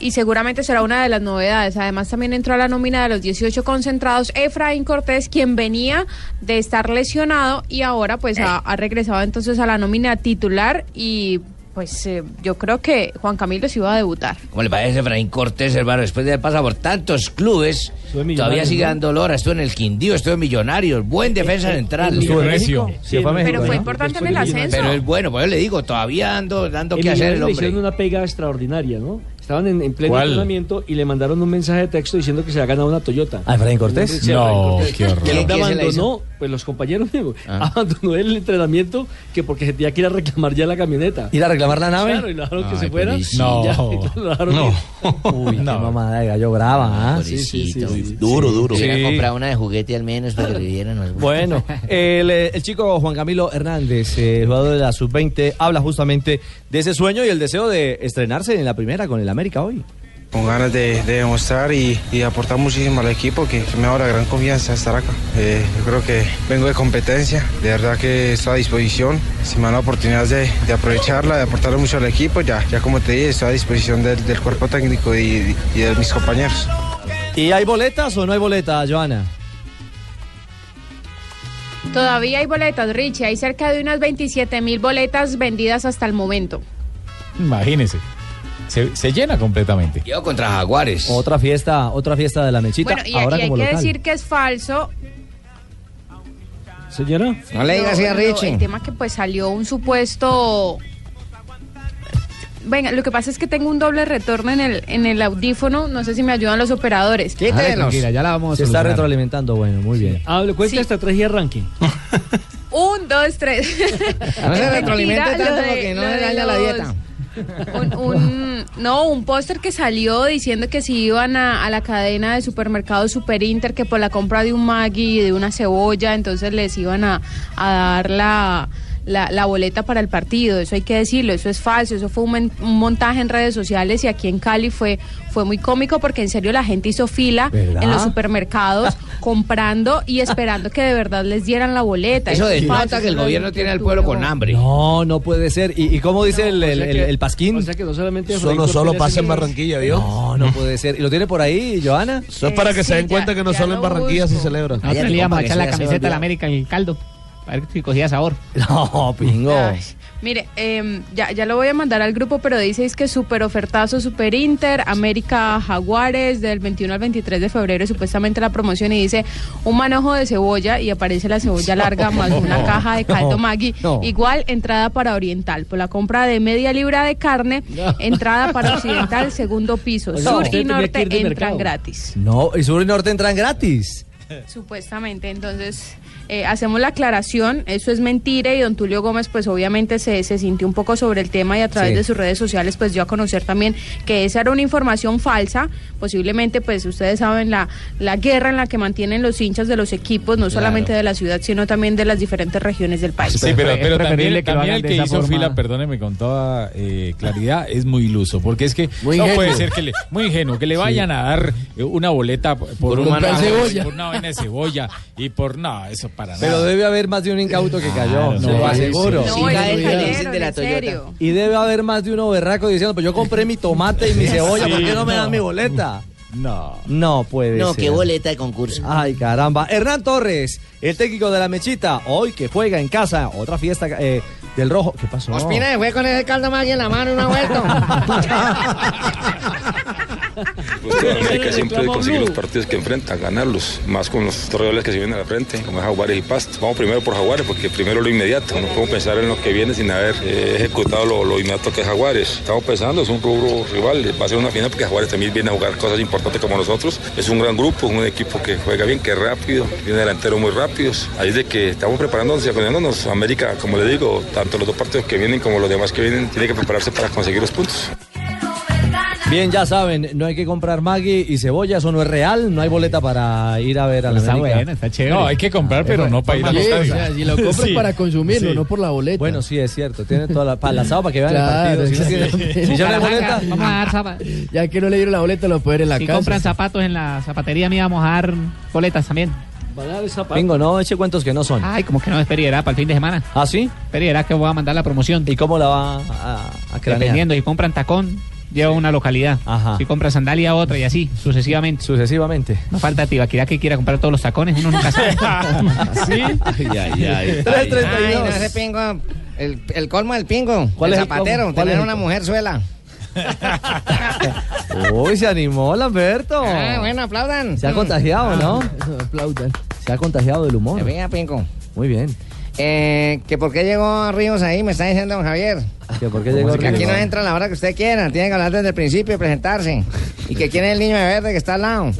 [SPEAKER 19] y seguramente será una de las novedades. Además también entró a la nómina de los 18 concentrados Efraín Cortés, quien venía de estar lesionado y ahora pues ha, ha regresado entonces a la nómina titular y pues eh, yo creo que Juan Camilo se iba a debutar.
[SPEAKER 7] ¿Cómo le parece Efraín Cortés, hermano? Después de haber pasado por tantos clubes, todavía
[SPEAKER 33] Millonarios,
[SPEAKER 7] sigue
[SPEAKER 33] ¿no?
[SPEAKER 7] dando olor. Estuvo en el Quindío, estuvo en Millonarios, buen defensa central.
[SPEAKER 33] Estuvo en México. Sí, fue a México,
[SPEAKER 19] Pero fue
[SPEAKER 33] ¿no?
[SPEAKER 19] importante en el ascenso.
[SPEAKER 7] Pero es bueno, pues yo le digo, todavía ando dando que hacer el
[SPEAKER 6] le
[SPEAKER 7] hombre.
[SPEAKER 6] hicieron una pega extraordinaria, ¿no? Estaban en, en pleno
[SPEAKER 7] ¿Cuál?
[SPEAKER 6] entrenamiento y le mandaron un mensaje de texto diciendo que se ha ganado una Toyota.
[SPEAKER 5] ¿A Ah, Efraín Cortés?
[SPEAKER 6] Sí, a
[SPEAKER 5] No,
[SPEAKER 6] Efraín Cortés.
[SPEAKER 5] qué horror.
[SPEAKER 6] Y el hombre
[SPEAKER 5] ¿Quién se la hizo?
[SPEAKER 6] abandonó, pues los compañeros, digo,
[SPEAKER 7] Ah.
[SPEAKER 6] abandonó el entrenamiento que porque se tenía que ir a reclamar ya la camioneta.
[SPEAKER 5] ¿Ir a reclamar la nave?
[SPEAKER 6] Claro, y lo dejaron que
[SPEAKER 5] Ay,
[SPEAKER 6] se fuera.
[SPEAKER 5] pobrecito.
[SPEAKER 6] y ya, y lo dejaron ir.
[SPEAKER 5] Uy, qué mamada de gallo brava, ¿ah? Sí, sí, sí, sí.
[SPEAKER 34] Hubiera
[SPEAKER 5] Sí.
[SPEAKER 34] comprado una de juguete al menos para que le dieran algo.
[SPEAKER 5] Bueno, el, eh, el chico Juan Camilo Hernández, eh, el jugador de la sub-20, habla justamente de ese sueño y el deseo de estrenarse en la primera con el América hoy.
[SPEAKER 35] con ganas de, de demostrar y, y aportar muchísimo al equipo que, que me da la gran confianza estar acá. Eh, yo creo que vengo de competencia, de verdad que estoy a disposición. Si me dan la oportunidad de, de aprovecharla, de aportar mucho al equipo, ya, ya como te dije, estoy a disposición del, del cuerpo técnico y, y de mis compañeros.
[SPEAKER 5] ¿Y hay boletas o no hay boletas, Joana?
[SPEAKER 19] Todavía hay boletas, Richie. Hay cerca de unas 27 mil boletas vendidas hasta el momento.
[SPEAKER 15] Imagínese. Se, se llena completamente.
[SPEAKER 7] Yo contra Jaguares.
[SPEAKER 5] Otra fiesta, otra fiesta de la mechita.
[SPEAKER 19] bueno, y,
[SPEAKER 5] ahora
[SPEAKER 19] y hay
[SPEAKER 5] como
[SPEAKER 19] que
[SPEAKER 5] local.
[SPEAKER 19] decir que es falso.
[SPEAKER 5] Señora,
[SPEAKER 19] Lo- lo- El tema que pues salió un supuesto... Venga, lo que pasa es que tengo un doble retorno en el, en el audífono. No sé si me ayudan los operadores.
[SPEAKER 5] Dale, tranquila, ya la vamos a Se está
[SPEAKER 19] solucionar.
[SPEAKER 5] retroalimentando, bueno, muy bien.
[SPEAKER 6] Hable, Ah, cuenta estrategia de ranking.
[SPEAKER 19] Un, dos, tres.
[SPEAKER 6] No se retroalimente
[SPEAKER 19] Mentira,
[SPEAKER 6] tanto
[SPEAKER 19] lo de-
[SPEAKER 6] porque no
[SPEAKER 19] lo
[SPEAKER 6] le
[SPEAKER 19] de
[SPEAKER 6] daña la
[SPEAKER 19] los-
[SPEAKER 6] dieta.
[SPEAKER 19] Un, un- no, un póster que salió diciendo que si iban a, a la cadena de supermercados Super Inter, que por la compra de un Maggi y de una cebolla, entonces les iban a, a dar la, la, la boleta para el partido. Eso hay que decirlo, eso es falso, eso fue un, men- un montaje en redes sociales y aquí en Cali fue, fue muy cómico porque en serio la gente hizo fila
[SPEAKER 7] ¿Verdad?
[SPEAKER 19] en los supermercados comprando y esperando que de verdad les dieran la boleta.
[SPEAKER 7] Eso
[SPEAKER 19] es
[SPEAKER 7] denota
[SPEAKER 19] falso,
[SPEAKER 7] que el
[SPEAKER 19] eso no
[SPEAKER 7] gobierno tiene al pueblo con hambre.
[SPEAKER 5] No, no puede ser. ¿Y, y cómo dice
[SPEAKER 19] pues
[SPEAKER 5] el, el, el- el Pasquín?
[SPEAKER 6] O sea que no solamente...
[SPEAKER 5] Solo-
[SPEAKER 6] Efraín
[SPEAKER 5] solo
[SPEAKER 6] Cortés
[SPEAKER 5] pasa en
[SPEAKER 6] es-
[SPEAKER 5] Barranquilla, ¿vio? No, no puede ser. ¿Y lo tiene por ahí, Joana?
[SPEAKER 36] Eso es para que Eh, se den sí, ya- cuenta que no ya solo en lo Barranquilla se busco.
[SPEAKER 5] celebra.
[SPEAKER 36] No, le íbamos a echar la camiseta a la América en el caldo. A ver si cogía sabor.
[SPEAKER 5] No, pingo.
[SPEAKER 19] Mire, em, ya, ya lo voy a mandar al grupo, pero diceis que super ofertazo, super Inter, América Jaguares, del 21 al 23 de febrero, supuestamente la promoción, y dice un manojo de cebolla, y aparece la cebolla larga más una caja de caldo
[SPEAKER 14] No,
[SPEAKER 19] Maggi.
[SPEAKER 14] no.
[SPEAKER 19] Igual, entrada para Oriental, por la compra de media libra de carne, entrada para Occidental, segundo piso.
[SPEAKER 5] O sea,
[SPEAKER 19] Sur y
[SPEAKER 5] usted tenía que
[SPEAKER 19] Norte
[SPEAKER 5] ir de
[SPEAKER 19] entran
[SPEAKER 5] mercado.
[SPEAKER 19] gratis.
[SPEAKER 5] No, y Sur y Norte entran gratis.
[SPEAKER 19] Supuestamente, entonces eh, hacemos la aclaración, eso es mentira y don Tulio Gómez pues obviamente se, se sintió un poco sobre el tema y a través
[SPEAKER 14] Sí.
[SPEAKER 19] de sus redes sociales pues dio a conocer también que esa era una información falsa, posiblemente pues ustedes saben la, la guerra en la que mantienen los hinchas de los equipos, no solamente de la ciudad sino también de las diferentes regiones del país.
[SPEAKER 15] Sí, pero, pero también,
[SPEAKER 36] preferible que lo
[SPEAKER 15] también
[SPEAKER 36] hagan
[SPEAKER 15] el
[SPEAKER 36] de
[SPEAKER 15] que
[SPEAKER 36] esa
[SPEAKER 15] hizo
[SPEAKER 36] forma.
[SPEAKER 15] fila, perdóneme con toda eh, claridad, es muy iluso, porque es que
[SPEAKER 37] Muy
[SPEAKER 15] no
[SPEAKER 37] ingenuo.
[SPEAKER 15] puede ser que le, muy ingenuo, que le
[SPEAKER 37] Sí.
[SPEAKER 15] vayan a dar eh, una boleta por, un
[SPEAKER 37] comprar
[SPEAKER 15] manojo,
[SPEAKER 37] cebolla.
[SPEAKER 15] por una vaina de cebolla y por no, eso para
[SPEAKER 5] Pero
[SPEAKER 15] nada.
[SPEAKER 5] debe haber más de un incauto que cayó,
[SPEAKER 15] Claro,
[SPEAKER 5] se lo
[SPEAKER 15] sí,
[SPEAKER 5] aseguro.
[SPEAKER 15] sí, sí. No, Sí,
[SPEAKER 34] cae el
[SPEAKER 19] de la Toyota. serio.
[SPEAKER 5] Y debe haber más de uno berraco diciendo, pues yo compré mi tomate y mi cebolla, ¿por qué no me dan mi boleta?
[SPEAKER 15] No.
[SPEAKER 5] No puede
[SPEAKER 34] No,
[SPEAKER 5] ser.
[SPEAKER 34] qué boleta de concurso.
[SPEAKER 5] Ay, caramba. Hernán Torres, el técnico de la Mechita, hoy que juega en casa, otra fiesta eh, del rojo. ¿Qué pasó?
[SPEAKER 8] Ospina se fue con ese caldo Maggi en la mano y no ha vuelto.
[SPEAKER 1] Busca la Este, América siempre de conseguir los partidos que enfrenta, ganarlos, más con los torreoles que se vienen a la frente, como es Jaguares y Pasto. Vamos primero por Jaguares porque primero lo inmediato, no podemos pensar en lo que viene sin haber eh, ejecutado lo, lo inmediato que es Jaguares. Estamos pensando, es un rubro rival, va a ser una final porque Jaguares también viene a jugar cosas importantes como nosotros. Es un gran grupo, un equipo que juega bien, que es rápido, tiene delanteros muy rápidos. Ahí es de que estamos preparándonos y acompañándonos. América, como le digo, tanto los dos partidos que vienen como los demás que vienen, tiene que prepararse para conseguir los puntos.
[SPEAKER 5] Bien, ya saben, no hay que comprar Maggi y cebolla, eso no es real, no hay boleta para ir a ver a la
[SPEAKER 10] Está
[SPEAKER 5] América.
[SPEAKER 10] bueno, está chévere. No, hay que comprar,
[SPEAKER 5] Ah, es
[SPEAKER 10] pero
[SPEAKER 5] bueno.
[SPEAKER 10] no para ir al
[SPEAKER 5] Sí,
[SPEAKER 10] estadio.
[SPEAKER 5] o sea,
[SPEAKER 10] si lo compras para
[SPEAKER 38] consumirlo, no por la boleta.
[SPEAKER 5] Bueno, sí, es cierto, tiene toda la, para el asado, para que vean el
[SPEAKER 38] Claro,
[SPEAKER 5] partido. Si, no tiene-
[SPEAKER 38] exactamente.
[SPEAKER 5] si ya no hay
[SPEAKER 38] Bucaramanga,
[SPEAKER 5] boleta,
[SPEAKER 11] Vamos a dar zapa-
[SPEAKER 38] Ya que no le dieron la boleta, lo puede ver en la
[SPEAKER 11] si
[SPEAKER 38] casa.
[SPEAKER 11] compran zapatos en la zapatería mía, vamos a dar boletas también.
[SPEAKER 5] Pingo, no eche cuentos que no son.
[SPEAKER 11] Ay, como que no, es Perierá para el fin de semana.
[SPEAKER 5] ¿Ah, sí?
[SPEAKER 11] Perierá que voy a mandar la promoción.
[SPEAKER 5] ¿Y cómo la va a, cranear?
[SPEAKER 11] Dependiendo, si compran tacón, lleva una localidad. Si compran sandalia, otra y así, sucesivamente.
[SPEAKER 5] Sucesivamente.
[SPEAKER 11] No falta Tibaquirá que quiera comprar todos los tacones, uno nunca sabe.
[SPEAKER 8] ¿Sí?
[SPEAKER 5] Ay, ay, ay.
[SPEAKER 8] Ay, no, ese pingo. El, el colmo del pingo.
[SPEAKER 5] ¿Cuál
[SPEAKER 8] el
[SPEAKER 5] es el colmo?
[SPEAKER 8] zapatero,
[SPEAKER 5] ¿Cuál es
[SPEAKER 8] tener
[SPEAKER 5] el
[SPEAKER 8] una
[SPEAKER 5] colmo?
[SPEAKER 8] mujer suela.
[SPEAKER 5] Uy, se animó Lamberto.
[SPEAKER 8] Ah, bueno, aplaudan.
[SPEAKER 5] Se ha contagiado, ¿no?
[SPEAKER 38] Aplaudan.
[SPEAKER 5] Ah, Se ha contagiado del humor.
[SPEAKER 8] Ah, Venga, pingo.
[SPEAKER 5] Muy bien.
[SPEAKER 8] Eh, que por qué llegó Ríos ahí, me está diciendo don Javier.
[SPEAKER 5] ¿Que ¿Por qué llegó
[SPEAKER 8] Que aquí no
[SPEAKER 5] Ríos?
[SPEAKER 8] entra a la hora que usted quiera, tiene que hablar desde el principio y presentarse. Y que quién es el niño de verde que está al lado.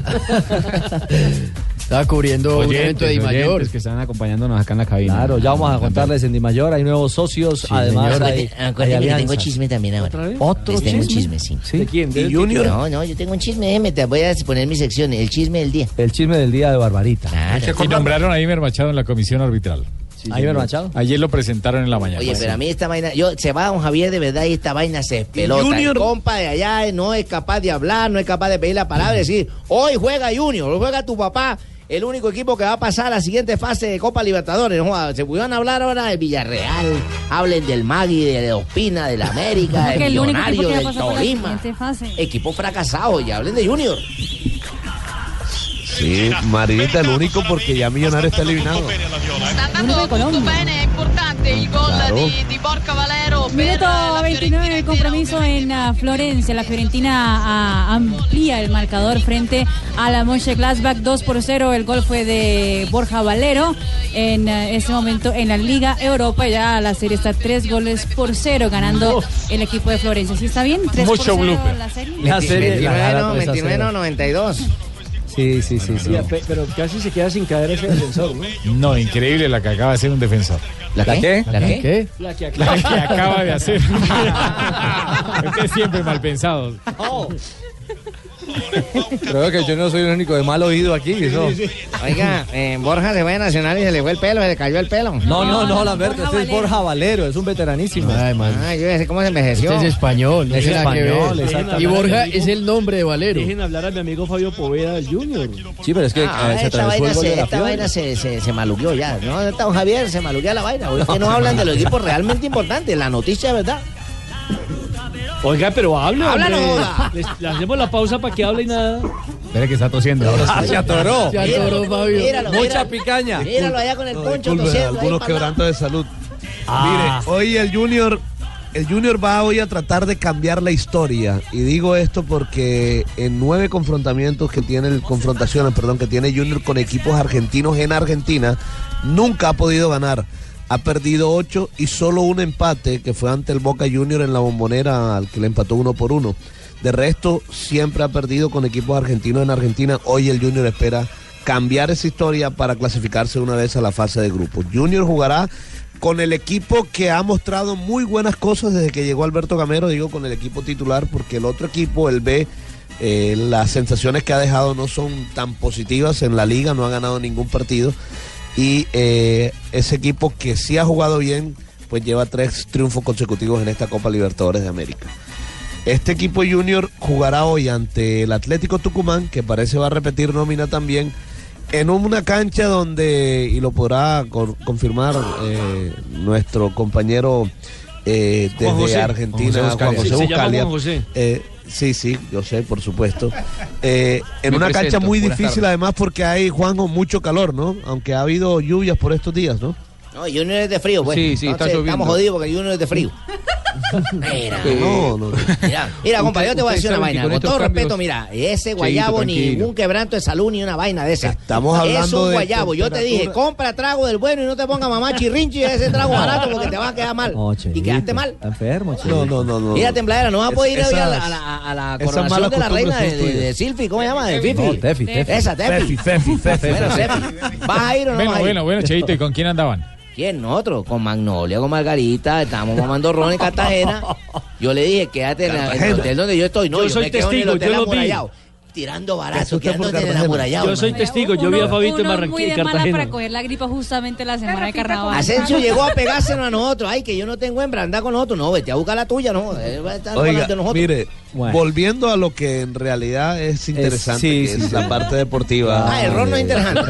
[SPEAKER 38] Estaba cubriendo un evento de Dimayor.
[SPEAKER 10] que están acompañándonos acá en la cabina.
[SPEAKER 5] Claro, ya vamos a contarles en Di Mayor, hay nuevos socios, además
[SPEAKER 7] Acuérdate-
[SPEAKER 5] hay,
[SPEAKER 7] acuérdate
[SPEAKER 5] hay
[SPEAKER 7] que
[SPEAKER 5] alianzas.
[SPEAKER 7] tengo chisme también ahora.
[SPEAKER 5] ¿Otro
[SPEAKER 10] ¿Este
[SPEAKER 7] Les tengo un
[SPEAKER 5] chisme?
[SPEAKER 7] chisme, sí.
[SPEAKER 5] ¿De quién? ¿De ¿De Junior?
[SPEAKER 7] No, no, yo tengo un chisme, déjeme, te voy a poner mi sección, el chisme del día.
[SPEAKER 5] El chisme del día de Barbarita.
[SPEAKER 15] Y Ah, nombraron a Imer Machado en la comisión arbitral.
[SPEAKER 5] ¿A Imer Machado?
[SPEAKER 15] Ayer lo presentaron en la mañana.
[SPEAKER 7] Oye, pero a mí esta vaina, yo, se va don Javier de verdad y esta vaina se pelota.
[SPEAKER 39] Junior?
[SPEAKER 7] El compa de allá eh, no es capaz de hablar, no es capaz de pedir la palabra, es decir, hoy juega Junior, hoy juega tu papá, el único equipo que va a pasar a la siguiente fase de Copa Libertadores. No, joda, se pudieron hablar ahora del Villarreal, hablen del Magui, de Ospina, del América,
[SPEAKER 9] Porque
[SPEAKER 7] del
[SPEAKER 9] el único equipo que va
[SPEAKER 7] Millonario,
[SPEAKER 9] a
[SPEAKER 7] del
[SPEAKER 9] pasar por la
[SPEAKER 7] Tolima.
[SPEAKER 9] siguiente fase.
[SPEAKER 7] Equipo fracasado, y hablen de Junior.
[SPEAKER 13] Sí, Margarita, el único porque ya Millonario está eliminado.
[SPEAKER 9] Uno de Colombia.
[SPEAKER 24] Bene, è importante il gol
[SPEAKER 13] Claro.
[SPEAKER 24] di, di Borca Valero per
[SPEAKER 9] Minuto
[SPEAKER 24] la
[SPEAKER 9] 29 del compromiso en ah, Florencia. La Fiorentina ah, amplía el marcador frente a la Mönchengladbach 2 por 0. El gol fue de Borja Valero en ah, ese momento en la Liga Europa. Ya la serie está 3 goles por 0 ganando el equipo de Florencia. ¿Sí está bien? 3 por 0
[SPEAKER 8] Mucho blooper.
[SPEAKER 9] la serie.
[SPEAKER 5] La serie, la gana
[SPEAKER 8] 29, no,
[SPEAKER 5] tres a cero.
[SPEAKER 8] 29, no, 92.
[SPEAKER 5] Sí, sí, sí. sí.
[SPEAKER 6] Pero casi se queda sin caer ese defensor, ¿no?
[SPEAKER 15] No, increíble la que acaba de hacer un defensor.
[SPEAKER 5] ¿La qué?
[SPEAKER 15] ¿La qué?
[SPEAKER 6] La que
[SPEAKER 15] La que acaba de hacer. Usted siempre mal pensado.
[SPEAKER 5] Creo que yo no soy el único de mal oído aquí. ¿no?
[SPEAKER 8] Oiga, eh, Borja se fue a Nacional y se le fue el pelo, se le cayó el pelo.
[SPEAKER 5] No, no, no, Lamberto, este es Borja Valero, es un veteranísimo.
[SPEAKER 8] Ay, yo ya sé cómo se envejeció.
[SPEAKER 38] Este es español, no
[SPEAKER 5] Es
[SPEAKER 38] tiene nada que ver.
[SPEAKER 5] español, exactamente.
[SPEAKER 38] Y Borja es el nombre de Valero.
[SPEAKER 6] Dejen hablar a mi amigo Fabio Poveda del Junior.
[SPEAKER 5] Sí, pero es que
[SPEAKER 7] Ah, esta vaina, se, esta vaina se, se, se maluqueó ya. No, esta don Javier se maluquea la vaina. Hoy que no hablan de los equipos realmente importantes, la noticia de verdad.
[SPEAKER 6] Oiga, pero habla.
[SPEAKER 7] Habla,
[SPEAKER 6] hombre.
[SPEAKER 7] no joda.
[SPEAKER 6] Les- Le hacemos la pausa para que hable y nada.
[SPEAKER 10] Espera que está tosiendo.
[SPEAKER 13] Ah, se atoró. Se atoró,
[SPEAKER 6] Fabio.
[SPEAKER 13] Mucha
[SPEAKER 5] picaña.
[SPEAKER 7] Míralo allá con el poncho
[SPEAKER 13] Disculpe,
[SPEAKER 7] tosiendo. ahí
[SPEAKER 13] algunos
[SPEAKER 7] para el lado.
[SPEAKER 13] quebrantos de salud.
[SPEAKER 5] Ah.
[SPEAKER 13] Mire, hoy el Junior, el Junior va hoy a tratar de cambiar la historia. Y digo esto porque en nueve confrontamientos que tiene el confrontaciones, perdón, que tiene Junior con equipos argentinos en Argentina, nunca ha podido ganar. Ha perdido ocho y solo un empate que fue ante el Boca Junior en la bombonera al que le empató uno por uno. De resto, siempre ha perdido con equipos argentinos en Argentina. Hoy el Junior espera cambiar esa historia para clasificarse una vez a la fase de grupos. Junior jugará con el equipo que ha mostrado muy buenas cosas desde que llegó Alberto Gamero, digo con el equipo titular, porque el otro equipo, el B, eh, las sensaciones que ha dejado no son tan positivas en la liga, no ha ganado ningún partido. Y eh, ese equipo que sí ha jugado bien, pues lleva tres triunfos consecutivos en esta Copa Libertadores de América. Este equipo junior jugará hoy ante el Atlético Tucumán, que parece va a repetir nómina también, en una cancha donde, y lo podrá cor- confirmar eh, nuestro compañero eh, desde
[SPEAKER 6] Juan José.
[SPEAKER 13] Argentina,
[SPEAKER 6] Juan José
[SPEAKER 13] Juan José
[SPEAKER 6] Buscalia. Sí, se llama
[SPEAKER 13] Buscalia.
[SPEAKER 6] Juan José.
[SPEAKER 13] Eh, sí, sí, yo sé, por supuesto. Eh, en
[SPEAKER 37] Me
[SPEAKER 13] una
[SPEAKER 37] presento,
[SPEAKER 13] cancha muy
[SPEAKER 37] buenas
[SPEAKER 13] difícil,
[SPEAKER 37] tardes.
[SPEAKER 13] además, porque hay, Juanjo, mucho calor, ¿no? Aunque ha habido lluvias por estos días, ¿no?
[SPEAKER 7] No, Junior es de frío, pues.
[SPEAKER 13] Sí, sí, está
[SPEAKER 7] Entonces, Estamos
[SPEAKER 13] lloviendo.
[SPEAKER 7] jodidos porque Junior es de frío. Mira,
[SPEAKER 13] No, no, no.
[SPEAKER 7] mira, mira, compa, yo te voy a
[SPEAKER 13] Ustedes
[SPEAKER 7] decir
[SPEAKER 13] saben
[SPEAKER 7] una
[SPEAKER 13] que
[SPEAKER 7] vaina.
[SPEAKER 13] con
[SPEAKER 7] Con
[SPEAKER 13] estos
[SPEAKER 7] todo
[SPEAKER 13] cambios-
[SPEAKER 7] respeto, mira, ese
[SPEAKER 13] Cheito,
[SPEAKER 7] guayabo ni
[SPEAKER 13] tranquilo.
[SPEAKER 7] un quebranto de salud ni una vaina de esa.
[SPEAKER 13] Estamos
[SPEAKER 7] Es
[SPEAKER 13] hablando
[SPEAKER 7] un
[SPEAKER 13] de
[SPEAKER 7] guayabo. Yo te dije,
[SPEAKER 13] temperatura.
[SPEAKER 7] compra trago del bueno y no te ponga mamá chirrinchi de ese trago barato porque te va a quedar mal.
[SPEAKER 5] No, Cheito,
[SPEAKER 7] y quedaste mal.
[SPEAKER 5] Está enfermo,
[SPEAKER 13] No, no, no, no.
[SPEAKER 7] Mira, tembladera, no vas a
[SPEAKER 13] Es-
[SPEAKER 7] poder ir hoy a la,
[SPEAKER 13] esas-
[SPEAKER 7] a la- a la
[SPEAKER 13] esas
[SPEAKER 7] coronación
[SPEAKER 13] malas
[SPEAKER 7] de la
[SPEAKER 13] costumbres
[SPEAKER 7] reina de,
[SPEAKER 13] son
[SPEAKER 7] de-
[SPEAKER 13] tuyas.
[SPEAKER 7] de Silfi. ¿Cómo se llama? De Fifi.
[SPEAKER 13] No, Tefi, Tefi.
[SPEAKER 7] Esa, Tefi.
[SPEAKER 13] Tefi, Tefi, Tefi.
[SPEAKER 7] Bueno, Tefi. ¿Vas a ir o no
[SPEAKER 15] Bueno,
[SPEAKER 7] vas a ir?
[SPEAKER 15] bueno, bueno, Cheito, ¿y con quién andaban?
[SPEAKER 7] ¿Quién? Nosotros, con Magnolia, con Margarita, estábamos mamando ron en Cartagena. Yo le dije, quédate en la- en el
[SPEAKER 4] Cartagena.
[SPEAKER 7] hotel donde yo estoy. No,
[SPEAKER 4] Yo
[SPEAKER 7] yo,
[SPEAKER 4] soy
[SPEAKER 7] me quedo en el
[SPEAKER 4] testigo,
[SPEAKER 7] hotel
[SPEAKER 4] yo lo vi.
[SPEAKER 7] amurallado. Tirando barato, quedándome en el amurallado.
[SPEAKER 6] Yo soy
[SPEAKER 7] man.
[SPEAKER 6] testigo, yo vi a Fabito en
[SPEAKER 9] Uno muy
[SPEAKER 6] Barranquilla, en
[SPEAKER 9] de mala para
[SPEAKER 6] Cartagena.
[SPEAKER 9] coger la gripa justamente la semana de carnaval.
[SPEAKER 7] Asensio llegó a pegárselo a nosotros. Ay, que yo no tengo hembra, anda con nosotros. No, vete a buscar la tuya, no. Él va a estar
[SPEAKER 13] Oiga,
[SPEAKER 7] delante de nosotros.
[SPEAKER 13] mire, volviendo a lo que en realidad es interesante,
[SPEAKER 7] sí,
[SPEAKER 13] que
[SPEAKER 7] sí,
[SPEAKER 13] es
[SPEAKER 7] sí.
[SPEAKER 13] la parte deportiva.
[SPEAKER 7] Ah, el ron no es interesante.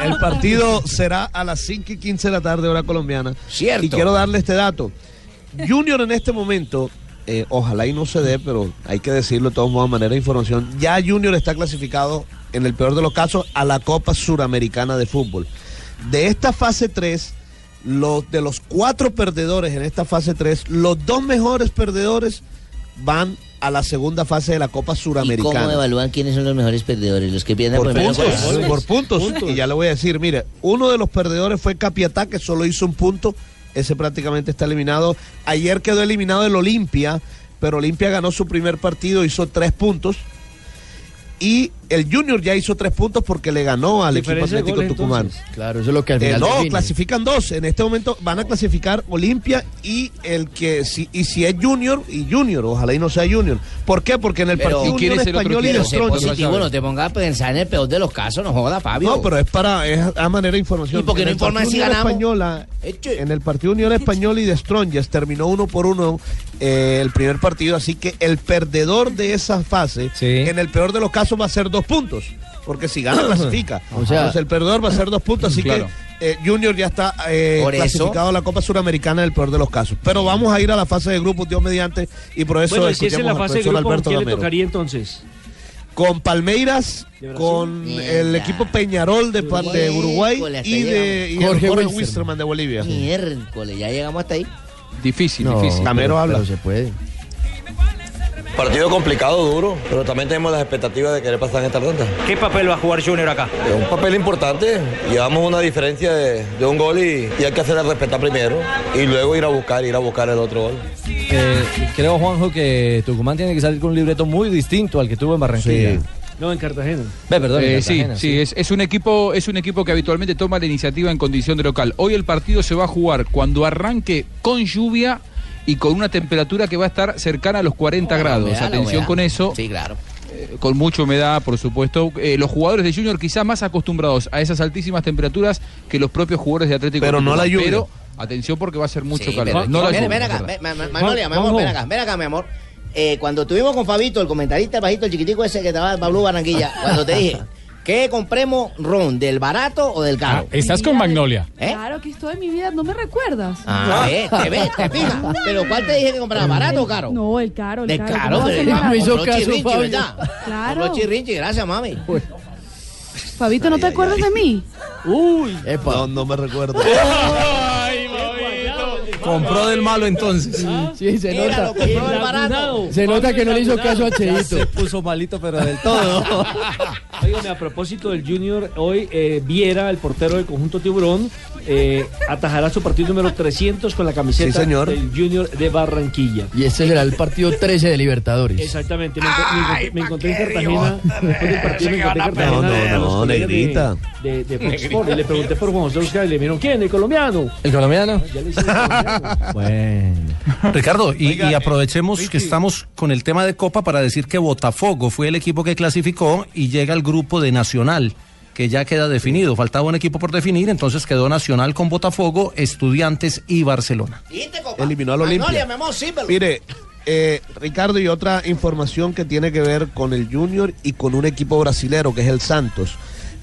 [SPEAKER 13] El partido será a las 5 y 15 de la tarde, hora colombiana.
[SPEAKER 7] Cierto.
[SPEAKER 13] Y quiero darle este dato. Junior en este momento, eh, ojalá y no se dé, pero hay que decirlo de todas modas, manera de información. Ya Junior está clasificado, en el peor de los casos, a la Copa Suramericana de Fútbol. De esta fase 3, los, de los cuatro perdedores en esta fase 3, los dos mejores perdedores van a la segunda fase de la Copa
[SPEAKER 7] ¿Y cómo
[SPEAKER 13] Suramericana.
[SPEAKER 7] evalúan quiénes son los mejores perdedores? Los que pierden
[SPEAKER 13] Por
[SPEAKER 7] primero
[SPEAKER 13] puntos,
[SPEAKER 7] por-
[SPEAKER 13] por puntos. Y ya le voy a decir, mire, uno de los perdedores fue Capiatá, que solo hizo un punto. Ese prácticamente está eliminado. Ayer quedó eliminado el Olimpia, pero Olimpia ganó su primer partido, hizo tres puntos. Y el Junior ya hizo tres puntos porque le ganó al equipo
[SPEAKER 3] Diferencia de
[SPEAKER 13] Atlético
[SPEAKER 3] goles,
[SPEAKER 13] Tucumán.
[SPEAKER 3] entonces. Claro, eso es lo que al
[SPEAKER 13] Eh,
[SPEAKER 3] final
[SPEAKER 13] no,
[SPEAKER 3] define.
[SPEAKER 13] clasifican dos. En este momento van a clasificar Olimpia y el que si, y si es Junior y Junior, ojalá y no sea Junior. ¿Por qué? Porque en el
[SPEAKER 7] Pero-
[SPEAKER 13] partido Unión Español y
[SPEAKER 7] Pero sé
[SPEAKER 13] Destronios-
[SPEAKER 7] positivo, no te pongas a pensar en el peor de los casos, no joda, Fabio.
[SPEAKER 13] no, pero es para es a manera de información.
[SPEAKER 7] ¿Y por qué
[SPEAKER 13] En
[SPEAKER 7] no
[SPEAKER 13] el
[SPEAKER 7] informan
[SPEAKER 13] partido
[SPEAKER 7] si
[SPEAKER 13] Unión
[SPEAKER 7] ganamos?
[SPEAKER 13] Española, en el partido Unión Española y de Strongest terminó uno por uno eh, el primer partido, así que el perdedor de esa fase, en el peor de los casos, va a ser dos puntos. Porque si gana, clasifica.
[SPEAKER 7] O sea-
[SPEAKER 13] Entonces, el perdedor va a ser dos puntos, así
[SPEAKER 7] Claro.
[SPEAKER 13] que eh, Junior ya está eh,
[SPEAKER 7] Por eso-
[SPEAKER 13] clasificado a la Copa Suramericana en el peor de los casos. Pero vamos a ir a la fase de grupos, Dios mediante, y por eso
[SPEAKER 6] Bueno, y si es en
[SPEAKER 13] escuchemos
[SPEAKER 6] la
[SPEAKER 13] al
[SPEAKER 6] fase de
[SPEAKER 13] profesor
[SPEAKER 6] grupo, ¿con
[SPEAKER 13] Alberto
[SPEAKER 6] quién le
[SPEAKER 13] Gamero.
[SPEAKER 6] tocaría entonces?
[SPEAKER 13] Con Palmeiras,
[SPEAKER 6] Brasil?
[SPEAKER 13] con el equipo Peñarol de, pa- de Uruguay
[SPEAKER 7] Miércoles, hasta
[SPEAKER 13] y de y
[SPEAKER 7] llegamos.
[SPEAKER 13] Jorge,
[SPEAKER 7] Jorge Wilstermann.
[SPEAKER 13] Wilstermann de Bolivia.
[SPEAKER 7] Miércoles, ya llegamos hasta ahí.
[SPEAKER 12] Difícil,
[SPEAKER 13] No,
[SPEAKER 12] difícil.
[SPEAKER 13] Gamero habla.
[SPEAKER 3] se puede.
[SPEAKER 32] Partido complicado, duro, pero también tenemos las expectativas de querer pasar esta ronda.
[SPEAKER 28] ¿Qué papel va a jugar Junior acá?
[SPEAKER 32] Es un papel importante, llevamos una diferencia de, de un gol y, y hay que hacerla respetar primero y luego ir a buscar, ir a buscar el otro gol.
[SPEAKER 29] Eh, creo, Juanjo, que Tucumán tiene que salir con un libreto muy distinto al que tuvo en Barranquilla.
[SPEAKER 6] No, en Cartagena.
[SPEAKER 29] Ve, perdón, en
[SPEAKER 12] Eh, sí,
[SPEAKER 29] Cartagena,
[SPEAKER 12] sí, Es, es un equipo, es un equipo que habitualmente toma la iniciativa en condición de local. Hoy el partido se va a jugar cuando arranque con lluvia y con una temperatura que va a estar cercana a los 40 grados.
[SPEAKER 7] humedad, Oh, la
[SPEAKER 12] Atención
[SPEAKER 7] humedad.
[SPEAKER 12] con eso. Eh,
[SPEAKER 7] Sí, claro.
[SPEAKER 12] Con mucha humedad, por supuesto. Eh, los jugadores de Junior quizá más acostumbrados a esas altísimas temperaturas que los propios jugadores de Atlético.
[SPEAKER 13] Pero no
[SPEAKER 12] Tucumán.
[SPEAKER 13] la lluvia.
[SPEAKER 12] Pero atención porque va a ser mucho
[SPEAKER 7] Sí,
[SPEAKER 12] calor.
[SPEAKER 7] pero-
[SPEAKER 12] No la
[SPEAKER 7] ven,
[SPEAKER 12] lluvia,
[SPEAKER 7] ven acá,
[SPEAKER 12] perdón.
[SPEAKER 7] ven, ma- ma- Magnolia, mi amor, ven acá, ven acá, mi amor. Eh, cuando estuvimos con Fabito, el comentarista, el bajito, el chiquitico ese que estaba en Pablo Barranquilla, cuando te dije, ¿qué compremos ron, del barato o del caro?
[SPEAKER 15] Ah,
[SPEAKER 7] ¿Eh?
[SPEAKER 15] Estás con Magnolia.
[SPEAKER 19] Claro que esto de mi vida, no me recuerdas.
[SPEAKER 7] Ah, eh, te ves, te fijas. Pero ¿cuál te dije que compraba, barato o caro?
[SPEAKER 19] No, el caro, el
[SPEAKER 7] De
[SPEAKER 19] caro.
[SPEAKER 7] caro,
[SPEAKER 19] ¿cómo
[SPEAKER 7] de-
[SPEAKER 19] se llama?
[SPEAKER 7] no hizo Habló caso, chirrinchi, Fabio. ¿verdad?
[SPEAKER 19] Claro.
[SPEAKER 7] Los chirrinchi, gracias, mami.
[SPEAKER 19] Fabito, ¿no te acuerdas de mí?
[SPEAKER 13] Uy, no, no me recuerdo.
[SPEAKER 29] Compró del malo entonces.
[SPEAKER 3] Sí, se nota.
[SPEAKER 7] el barato.
[SPEAKER 3] Se nota que no le hizo caso a Cheito.
[SPEAKER 29] Se puso malito, pero del todo.
[SPEAKER 6] Óigame, a propósito del Junior, hoy eh, Viera, el portero del conjunto Tiburón, eh, atajará su partido número 300 con la camiseta
[SPEAKER 3] Sí, señor.
[SPEAKER 6] del Junior de Barranquilla.
[SPEAKER 3] Y este será el partido 13 de Libertadores.
[SPEAKER 6] Exactamente, me, enco- me enco- me encontré en Cartagena, después del partido me encontré en Cartagena.
[SPEAKER 13] No, no,
[SPEAKER 6] a los
[SPEAKER 13] no,
[SPEAKER 6] colegas de-
[SPEAKER 13] negrita.
[SPEAKER 6] De, de Fox Sports, y le pregunté por Juan José Buscar y le dijeron, ¿quién? ¿El colombiano?
[SPEAKER 28] ¿El colombiano?
[SPEAKER 6] Ya le hice el colombiano.
[SPEAKER 28] Bueno. Ricardo, y, y aprovechemos que estamos con el tema de Copa para decir que Botafogo fue el equipo que clasificó y llega al grupo de Nacional, que ya queda definido. Faltaba un equipo por definir, entonces quedó Nacional con Botafogo, Estudiantes y Barcelona.
[SPEAKER 13] Eliminó al Olimpia.
[SPEAKER 7] Magnolia, mi amor, símbelo.
[SPEAKER 13] Mire, eh, Ricardo, y otra información que tiene que ver con el Junior y con un equipo brasilero que es el Santos.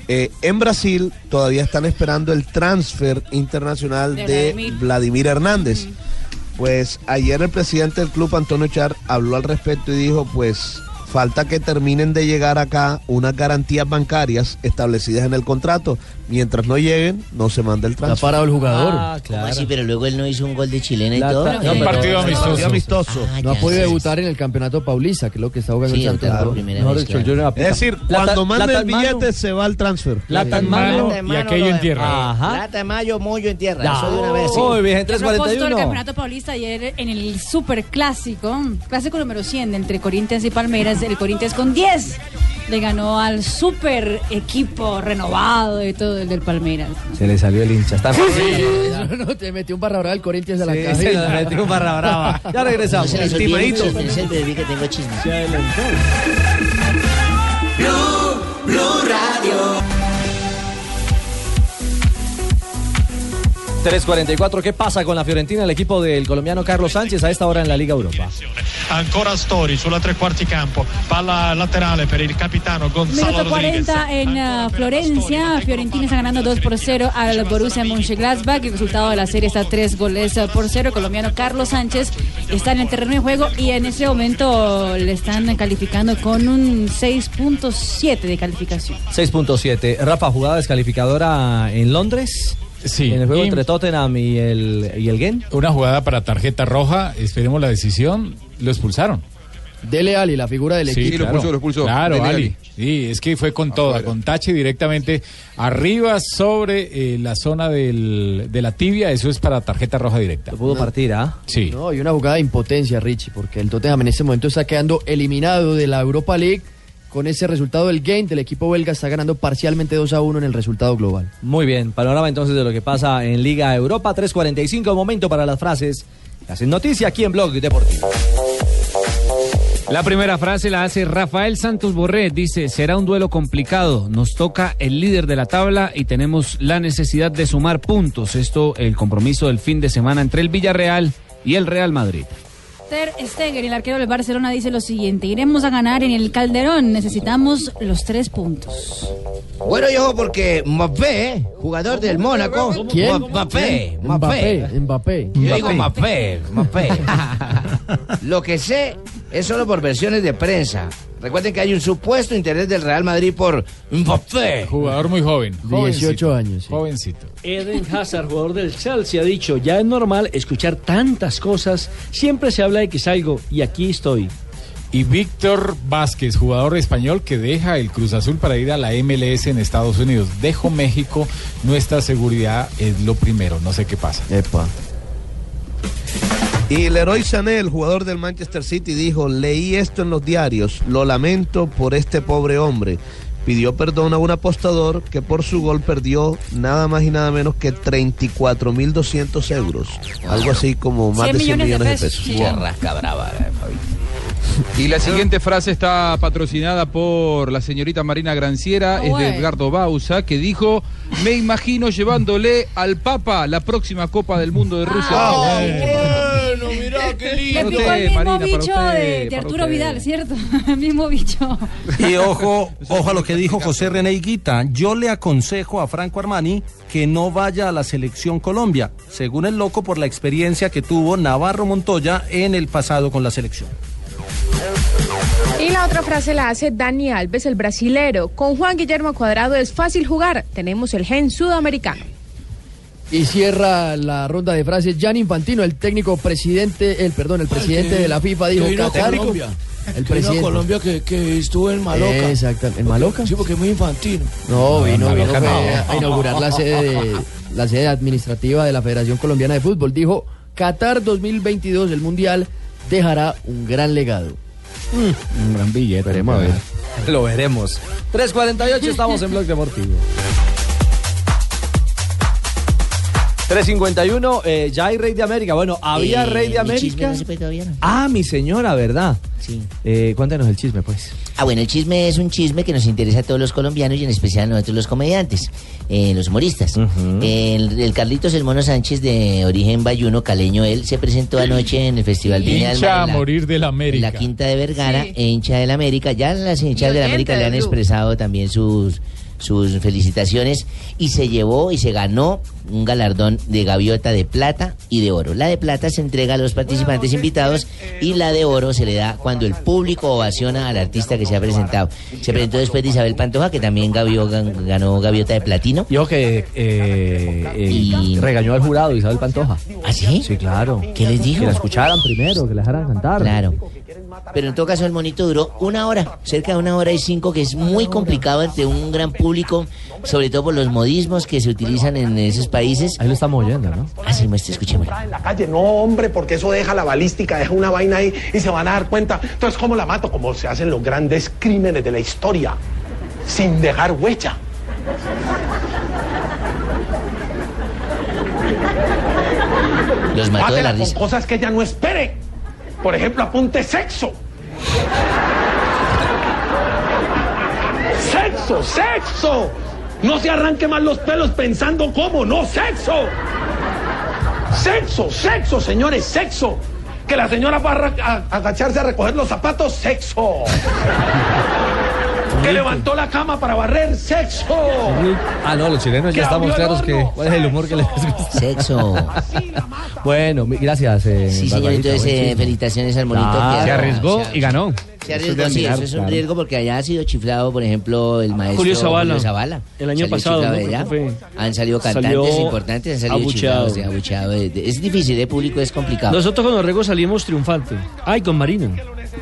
[SPEAKER 13] Eh, en Brasil todavía están esperando el transfer internacional
[SPEAKER 20] De
[SPEAKER 13] de,
[SPEAKER 20] Vladimir.
[SPEAKER 13] Vladimir. Hernández. Pues ayer el presidente del club, Antonio Char, habló al respecto y dijo, pues falta que terminen de llegar acá unas garantías bancarias establecidas en el contrato. Mientras no lleguen, no se manda el transfer.
[SPEAKER 7] Ah, claro. Así, pero luego él no hizo un gol de chilena y todo.
[SPEAKER 3] ta- no, Un partido amistoso.
[SPEAKER 13] Partido amistoso.
[SPEAKER 7] Ah,
[SPEAKER 3] No ha
[SPEAKER 7] ya
[SPEAKER 3] podido
[SPEAKER 7] sé.
[SPEAKER 3] debutar en el campeonato paulista, que es lo que está jugando
[SPEAKER 7] Sí,
[SPEAKER 3] el Santos.
[SPEAKER 7] claro,
[SPEAKER 3] ¿no?
[SPEAKER 7] primera
[SPEAKER 3] Mejor
[SPEAKER 7] vez,
[SPEAKER 3] dicho, el
[SPEAKER 7] claro.
[SPEAKER 3] Junior
[SPEAKER 13] Es
[SPEAKER 3] aplica.
[SPEAKER 13] decir, cuando mande el billete se va al transfer.
[SPEAKER 29] La tan mano
[SPEAKER 13] y aquello en tierra.
[SPEAKER 7] Plata de mayo, mollo en tierra.
[SPEAKER 13] Ya.
[SPEAKER 7] Eso de una vez. sí.
[SPEAKER 13] Uy, bien,
[SPEAKER 9] A propósito del
[SPEAKER 13] 341.
[SPEAKER 9] campeonato paulista ayer en el superclásico, clásico número 100 entre Corinthians y Palmeiras, el Corinthians con 10 le ganó al super equipo renovado y todo el del Palmeiras.
[SPEAKER 5] Se le salió el hincha. Está-
[SPEAKER 38] No, no, te metió un barra brava al Corinthians de la
[SPEAKER 5] Sí,
[SPEAKER 38] cabeza.
[SPEAKER 5] se le metió un barra brava. Ya regresamos.
[SPEAKER 38] No se les olvide,
[SPEAKER 5] Estimadito.
[SPEAKER 38] muchachos,
[SPEAKER 7] Es el bebé que tengo chisme.
[SPEAKER 39] Blue Radio.
[SPEAKER 5] 3.44, ¿qué pasa con la Fiorentina, el equipo del colombiano Carlos Sánchez a esta hora en la Liga Europa?
[SPEAKER 22] Ancora Stori sulla tre quarti campo, palla laterale per il capitano Gonzalo
[SPEAKER 9] Minuto
[SPEAKER 22] Rodriguez.
[SPEAKER 9] 40 en ah, Florencia. Fiorentina está ganando 2 por 0 al Borussia Mönchengladbach. El resultado de la serie está 3 goles ah, por 0. El colombiano Carlos Sánchez está en el terreno de juego y en este momento le están calificando con un 6.7 de calificación.
[SPEAKER 5] 6.7. Rafa, jugada descalificadora en Londres.
[SPEAKER 15] Sí.
[SPEAKER 5] En el juego
[SPEAKER 15] Y-
[SPEAKER 5] entre Tottenham y el, y el Gen.
[SPEAKER 15] Una jugada para tarjeta roja, esperemos la decisión, lo expulsaron.
[SPEAKER 38] Dele Ali, la figura del equipo.
[SPEAKER 15] Claro,
[SPEAKER 38] Dele
[SPEAKER 15] Ali. Sí, es que fue con toda, con tache directamente arriba sobre eh, la zona del- de la tibia, eso es para tarjeta roja directa.
[SPEAKER 5] pudo partir, ¿ah?
[SPEAKER 15] Sí.
[SPEAKER 38] No, y una jugada de impotencia, Richie, porque el Tottenham en este momento está quedando eliminado de la Europa League. Con ese resultado del game del equipo belga está ganando parcialmente 2 a 1 en el resultado global.
[SPEAKER 5] Muy bien, panorama entonces de lo que pasa en Liga Europa. 3.45, momento para las frases que hacen noticia aquí en Blog Deportivo.
[SPEAKER 11] La primera frase la hace Rafael Santos Borré. Dice, será un duelo complicado. Nos toca el líder de la tabla y tenemos la necesidad de sumar puntos. Esto, el compromiso del fin de semana entre el Villarreal y el Real Madrid.
[SPEAKER 9] Ter Stegen, el arquero del Barcelona, dice lo siguiente: Iremos a ganar en el Calderón. Necesitamos los tres puntos.
[SPEAKER 7] Bueno, y ojo, porque Mbappé, jugador del Mónaco.
[SPEAKER 38] ¿Quién?
[SPEAKER 7] Mbappé,
[SPEAKER 38] ¿Quién?
[SPEAKER 7] Mbappé.
[SPEAKER 38] Mbappé. Mbappé.
[SPEAKER 7] Yo digo Mbappé, Mbappé. Lo que sé es solo por versiones de prensa. Recuerden que hay un supuesto interés del Real Madrid por Mbappé.
[SPEAKER 15] Jugador muy joven.
[SPEAKER 38] 18 años.
[SPEAKER 15] Jovencito.
[SPEAKER 6] Eden Hazard, jugador del Chelsea, ha dicho, ya es normal escuchar tantas cosas, siempre se habla de que salgo y aquí estoy.
[SPEAKER 15] Y Víctor Vázquez, jugador español que deja el Cruz Azul para ir a la MLS en Estados Unidos. Dejo México, nuestra seguridad es lo primero, no sé qué pasa.
[SPEAKER 13] Y Leroy Sané, el jugador del Manchester City, dijo, leí esto en los diarios, lo lamento por este pobre hombre. Pidió perdón a un apostador que por su gol perdió nada más y nada menos que 34.200 euros. Algo así como más de 100 millones, de pesos.
[SPEAKER 7] Rasca brava, eh,
[SPEAKER 12] Y la siguiente frase está patrocinada por la señorita Marina Granciera,
[SPEAKER 9] Ah,
[SPEAKER 12] es de
[SPEAKER 9] bueno.
[SPEAKER 12] Edgardo Bausa, que dijo, me imagino llevándole al Papa la próxima Copa del Mundo de Rusia.
[SPEAKER 9] Ah, bueno,
[SPEAKER 7] mirá qué
[SPEAKER 9] Le picó
[SPEAKER 12] Ah, Para
[SPEAKER 9] el
[SPEAKER 12] usted,
[SPEAKER 9] mismo
[SPEAKER 12] Marina, para
[SPEAKER 9] bicho
[SPEAKER 12] usted,
[SPEAKER 9] de, de
[SPEAKER 12] para
[SPEAKER 9] Arturo
[SPEAKER 12] usted.
[SPEAKER 9] Vidal, ¿cierto? El mismo bicho.
[SPEAKER 10] Y ojo, ojo a lo que dijo José René Higuita. Yo le aconsejo a Franco Armani que no vaya a la selección Colombia, según el loco por la experiencia que tuvo Navarro Montoya en el pasado con la selección.
[SPEAKER 19] Y la otra frase la hace Dani Alves, el brasilero. Con Juan Guillermo Cuadrado es fácil jugar. Tenemos el gen sudamericano.
[SPEAKER 38] Y cierra la ronda de frases Gianni Infantino, el técnico presidente, el perdón, el presidente
[SPEAKER 40] que-
[SPEAKER 38] de la FIFA
[SPEAKER 40] que
[SPEAKER 38] dijo
[SPEAKER 40] vino a
[SPEAKER 38] Qatar-
[SPEAKER 40] Colombia.
[SPEAKER 38] El
[SPEAKER 40] Que vino a
[SPEAKER 38] presidente.
[SPEAKER 40] Colombia que, que estuvo en Maloca.
[SPEAKER 38] Exacto, en Maloca.
[SPEAKER 40] Sí, porque es muy infantino.
[SPEAKER 38] No, vino,
[SPEAKER 40] No,
[SPEAKER 38] vino
[SPEAKER 40] Maloca
[SPEAKER 38] fue
[SPEAKER 40] no.
[SPEAKER 38] a inaugurar la sede de- la sede administrativa de la Federación Colombiana de Fútbol. Dijo, Qatar 2022, el Mundial, dejará un gran legado.
[SPEAKER 11] Un gran billete.
[SPEAKER 38] Veremos a ver.
[SPEAKER 5] Lo veremos. 3.48, estamos en Blog Deportivo. 3.51, eh, ya hay Rey de América. Bueno, había
[SPEAKER 7] Eh,
[SPEAKER 5] Rey de
[SPEAKER 7] mi chisme
[SPEAKER 5] América.
[SPEAKER 7] no se puede todavía, ¿no?
[SPEAKER 5] Ah, mi señora, ¿verdad?
[SPEAKER 7] Sí.
[SPEAKER 5] Eh, cuéntanos el chisme, pues.
[SPEAKER 7] Ah, bueno, el chisme es un chisme que nos interesa a todos los colombianos y en especial a nosotros los comediantes, eh, los humoristas. el, el Carlitos El Mono Sánchez, de origen bayuno, caleño, él se presentó anoche en el Festival Viña del
[SPEAKER 15] Hincha a
[SPEAKER 7] Mar. en la-
[SPEAKER 15] morir del
[SPEAKER 7] en
[SPEAKER 15] América.
[SPEAKER 7] La Quinta de Vergara, e hincha del América. Ya las hinchas del
[SPEAKER 15] Violenta
[SPEAKER 7] América le
[SPEAKER 15] del
[SPEAKER 7] han
[SPEAKER 15] Blue.
[SPEAKER 7] expresado también sus, sus felicitaciones y se llevó y se ganó un galardón de gaviota de plata y de oro. La de plata se entrega a los participantes invitados y la de oro se le da cuando el público ovaciona al artista que se ha presentado. Se presentó después de Isabel Pantoja, que también gavio- gan- ganó gaviota de platino.
[SPEAKER 5] Yo que eh, regañó al jurado Isabel Pantoja.
[SPEAKER 7] ¿Ah, sí?
[SPEAKER 5] Sí, claro.
[SPEAKER 7] ¿Qué les dijo?
[SPEAKER 5] Que la escucharan primero, que la dejaran cantar.
[SPEAKER 7] Claro. Pero en todo caso el monito duró una hora, cerca de una hora y cinco, que es muy complicado ante un gran público, sobre todo por los modismos que se utilizan en esos países. Ah, Ahí lo estamos oyendo, ¿no? Así me está escuchando.
[SPEAKER 22] en la calle. No, hombre, porque eso deja la balística, deja una vaina ahí y se van a dar cuenta. Entonces, ¿cómo la mato? Como se hacen los grandes crímenes de la historia, sin dejar huella.
[SPEAKER 7] Los mató de
[SPEAKER 22] Mátela
[SPEAKER 7] la
[SPEAKER 22] con
[SPEAKER 7] risa.
[SPEAKER 22] cosas que ella no espere. Por ejemplo, apunte sexo. sexo, sexo. No se arranque más los pelos pensando cómo, no, sexo. Sexo, sexo, señores, sexo. Que la señora va a arran- a- a agacharse a recoger los zapatos, sexo. que levantó la cama para barrer, sexo.
[SPEAKER 29] Ah, no, los chilenos
[SPEAKER 22] Que
[SPEAKER 29] ya estamos
[SPEAKER 22] abrió el
[SPEAKER 29] claros que.
[SPEAKER 22] horno.
[SPEAKER 29] ¿Cuál es el humor que les gusta?
[SPEAKER 7] Sexo.
[SPEAKER 29] bueno, mi- gracias. eh,
[SPEAKER 7] Sí, señor,
[SPEAKER 29] Barbarita,
[SPEAKER 7] entonces
[SPEAKER 29] buen
[SPEAKER 7] eh,
[SPEAKER 29] chiste.
[SPEAKER 7] felicitaciones al monito.
[SPEAKER 29] Claro.
[SPEAKER 7] que
[SPEAKER 29] Se arriesgó
[SPEAKER 7] se-
[SPEAKER 29] y ganó.
[SPEAKER 7] Se
[SPEAKER 29] Eso es de
[SPEAKER 7] arriesgó, sí,
[SPEAKER 29] admirar,
[SPEAKER 7] eso es un
[SPEAKER 29] claro.
[SPEAKER 7] riesgo porque allá ha sido chiflado, por ejemplo, el maestro
[SPEAKER 6] Julio Zavala. El año
[SPEAKER 7] Salió
[SPEAKER 6] pasado,
[SPEAKER 7] chiflado
[SPEAKER 6] ¿no?
[SPEAKER 7] de
[SPEAKER 6] Creo
[SPEAKER 7] allá.
[SPEAKER 6] que
[SPEAKER 7] Han salido
[SPEAKER 6] Salió
[SPEAKER 7] cantantes importantes, han salido
[SPEAKER 6] abucheado.
[SPEAKER 7] chiflados, sí, abucheado. Es, es difícil, el público es complicado.
[SPEAKER 6] Nosotros con Orrego salimos triunfantes. Ay, con Marina.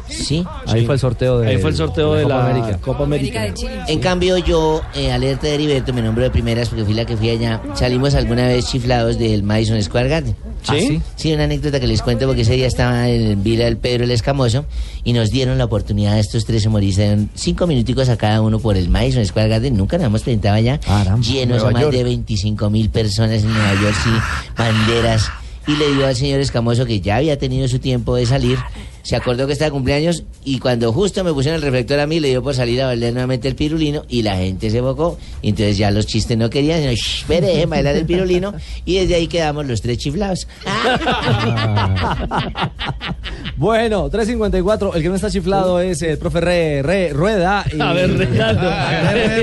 [SPEAKER 7] Sí.
[SPEAKER 29] Ahí fue el sorteo de.
[SPEAKER 6] Ahí fue el sorteo de la
[SPEAKER 29] Copa América.
[SPEAKER 6] Copa América.
[SPEAKER 7] En cambio, yo, eh, alerta de Heriberto, mi nombre de primeras porque fui la que fui allá, salimos alguna vez chiflados del Madison Square Garden.
[SPEAKER 6] ¿Sí? Ah, ¿sí?
[SPEAKER 7] Sí, una anécdota que les cuento porque ese día estaba en Vila del Pedro el Escamoso y nos dieron la oportunidad a estos tres humoristas, eran cinco minuticos a cada uno por el Madison Square Garden, nunca nos hemos presentado allá, llenos a
[SPEAKER 24] Nueva
[SPEAKER 7] más
[SPEAKER 24] York.
[SPEAKER 7] de 25 mil personas en Nueva York, sí, banderas. Y le dio al señor Escamoso que ya había tenido su tiempo de salir. Se acordó que estaba de cumpleaños y cuando justo me pusieron el reflector a mí, le dio por salir a bailar nuevamente el pirulino y la gente se bocó. Entonces ya los chistes no querían, sino, "Shh, espere, deje bailar el pirulino. Y desde ahí quedamos los tres chiflados.
[SPEAKER 29] Bueno, 354. El que no está chiflado es el profe Re, Re- Rueda. y-
[SPEAKER 6] A ver, Reinaldo.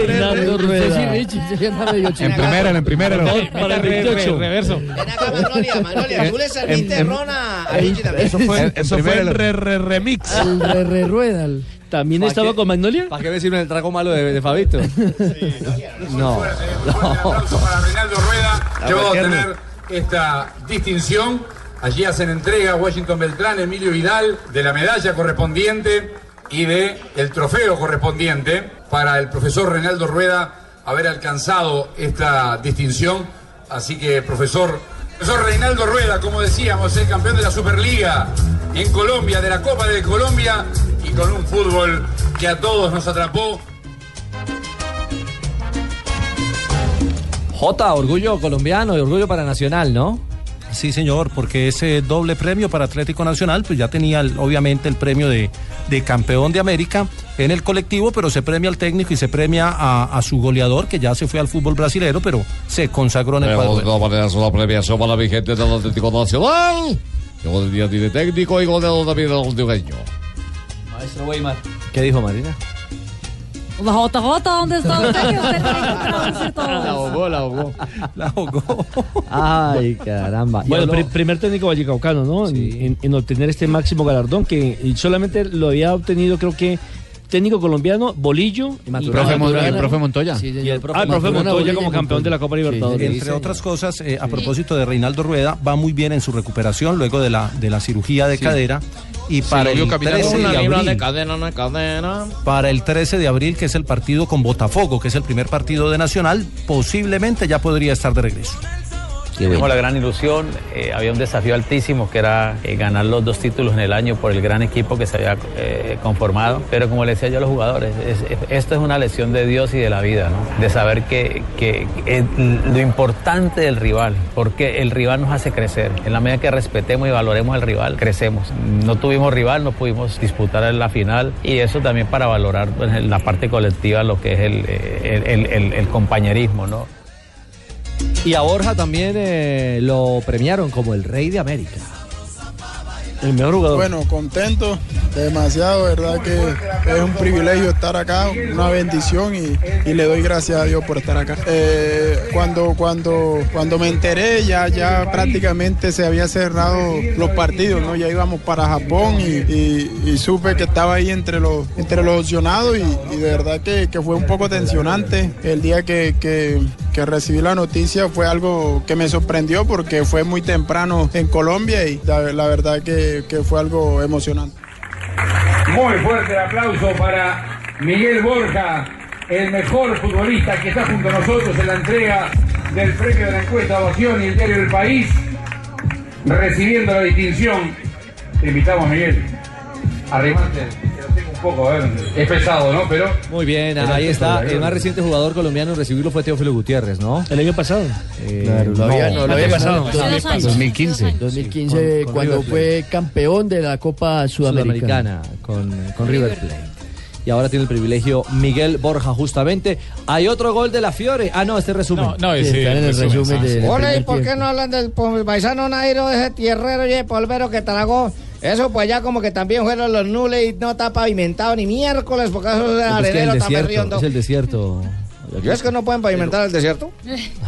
[SPEAKER 6] Reinaldo Rueda.
[SPEAKER 29] En primera, en primera.
[SPEAKER 6] Para el 28.
[SPEAKER 15] Reverso.
[SPEAKER 38] Eh,
[SPEAKER 7] Magnolia, tú le serviste rona a Richie también.
[SPEAKER 29] Eso fue,
[SPEAKER 6] eso fue el
[SPEAKER 29] re, remix. El re, re rueda.
[SPEAKER 6] ¿También estaba con Magnolia?
[SPEAKER 29] ¿Para qué decirme el trago malo de, de Fabito? no. no.
[SPEAKER 30] para Reinaldo Rueda,
[SPEAKER 29] A
[SPEAKER 30] que va a
[SPEAKER 29] ver, Henry.
[SPEAKER 30] tener esta distinción. Allí hacen entrega Washington Beltrán, Emilio Vidal, de la medalla correspondiente y de el trofeo correspondiente para el profesor Reinaldo Rueda haber alcanzado esta distinción. Así que, profesor, profesor Reinaldo Rueda, como decíamos, el campeón de la Superliga en Colombia, de la Copa de Colombia y con un fútbol que a todos nos atrapó.
[SPEAKER 29] J, orgullo colombiano y orgullo para Nacional, ¿no?
[SPEAKER 10] Sí, señor, porque ese doble premio para Atlético Nacional, pues ya tenía el- obviamente el premio de, de campeón de América en el colectivo, pero se premia al técnico y se premia a, a su goleador, que ya se fue al fútbol brasilero, pero se consagró en el
[SPEAKER 41] Pero de
[SPEAKER 10] cuadro.
[SPEAKER 41] todas maneras, una premiación para la vigente del Atlético Nacional. Que hoy en día tiene técnico y goleador también del hondureño.
[SPEAKER 29] Maestro Weimar. ¿Qué dijo Marina?
[SPEAKER 9] La JJ, ¿dónde está usted? Que usted tiene que traducir todo eso.
[SPEAKER 29] ahogó, la ahogó. La ahogó. Ay, caramba. Y
[SPEAKER 6] Bueno,
[SPEAKER 29] habló-
[SPEAKER 6] pri- primer técnico vallecaucano, ¿no? En- En, en obtener este máximo galardón que y solamente lo había obtenido, creo que técnico colombiano, Bolillo, y
[SPEAKER 11] Maturana. Profe Mon-
[SPEAKER 6] Maturana.
[SPEAKER 11] el profe Montoya.
[SPEAKER 6] Sí, señor.
[SPEAKER 11] Y el profe
[SPEAKER 6] ah, el profe
[SPEAKER 11] Maturana,
[SPEAKER 6] Montoya
[SPEAKER 11] Bolillo y
[SPEAKER 6] como campeón
[SPEAKER 11] Montoya.
[SPEAKER 6] de la Copa Libertadores.
[SPEAKER 10] Entre otras cosas, eh, a propósito de Reinaldo Rueda, va muy bien en su recuperación luego de la, de la cirugía de
[SPEAKER 12] Sí.
[SPEAKER 10] cadera. Y para el 13 de abril,
[SPEAKER 12] cadena, una cadena.
[SPEAKER 10] para el 13 de abril, que es el partido con Botafogo, que es el primer partido de Nacional, posiblemente ya podría estar de regreso.
[SPEAKER 37] Tuvimos la gran ilusión, eh, había un desafío altísimo que era eh, ganar los dos títulos en el año por el gran equipo que se había eh, conformado, pero como le decía yo a los jugadores, es- es- esto es una lección de Dios y de la vida, ¿no? de saber que, que, eh, lo importante del rival, porque el rival nos hace crecer, en la medida que respetemos y valoremos al rival, crecemos. No tuvimos rival, no pudimos disputar en la final y eso también para valorar pues, en la parte colectiva, lo que es el, eh, el- el- el- el compañerismo. ¿no?
[SPEAKER 29] Y a Borja también eh, lo premiaron como el rey de América. El mejor jugador.
[SPEAKER 42] Bueno, contento, demasiado, verdad que es un privilegio estar acá, una bendición y, y le doy gracias a Dios por estar acá. Eh, cuando, cuando, cuando me enteré ya, ya prácticamente se había cerrado los partidos, ¿no? Ya íbamos para Japón y, y- y supe que estaba ahí entre los, entre los opcionados y, y de verdad que, que fue un poco tensionante. El día que, que- que recibí la noticia fue algo que me sorprendió porque fue muy temprano en Colombia y la, la verdad que- que fue algo emocionante.
[SPEAKER 30] Muy fuerte el aplauso para Miguel Borja, el mejor futbolista que está junto a nosotros en la entrega del premio de la encuesta Ovación y el diario El País, recibiendo la distinción. Te invitamos, Miguel. Arrimate, te lo tengo un poco, a ver. Es pesado, ¿no? Pero.
[SPEAKER 5] Muy bien,
[SPEAKER 30] Pero
[SPEAKER 5] ahí
[SPEAKER 30] es
[SPEAKER 5] está.
[SPEAKER 30] pesado, ¿eh?
[SPEAKER 5] El más
[SPEAKER 30] ¿no?
[SPEAKER 5] reciente jugador colombiano en recibirlo fue Teófilo Gutiérrez, ¿no? Eh,
[SPEAKER 6] El año pasado.
[SPEAKER 38] Claro, lo había- no, lo había pasado. Hace dos años.
[SPEAKER 5] 2015.
[SPEAKER 38] 2015,
[SPEAKER 5] Con- con
[SPEAKER 38] cuando
[SPEAKER 5] River
[SPEAKER 38] fue campeón de la Copa Sudamericana.
[SPEAKER 5] Sudamericana con, con River Plate. Y ahora tiene el privilegio Miguel Borja, justamente. Hay otro gol de la Fiore. Ah, no, este resumen. No,
[SPEAKER 38] no, ese Está en el resumen, resumen sí. del
[SPEAKER 8] Hola, ¿y por qué no hablan del po- paisano Nairo, de ese tierrero y de polvero que tragó? Eso pues ya como que también fueron los nules y no está pavimentado ni miércoles, porque eso es
[SPEAKER 5] Pero es Pues que
[SPEAKER 8] arenero,
[SPEAKER 5] el
[SPEAKER 8] está
[SPEAKER 5] desierto,
[SPEAKER 8] perdiendo.
[SPEAKER 5] es el desierto.
[SPEAKER 8] Yo es que no pueden pavimentar el desierto.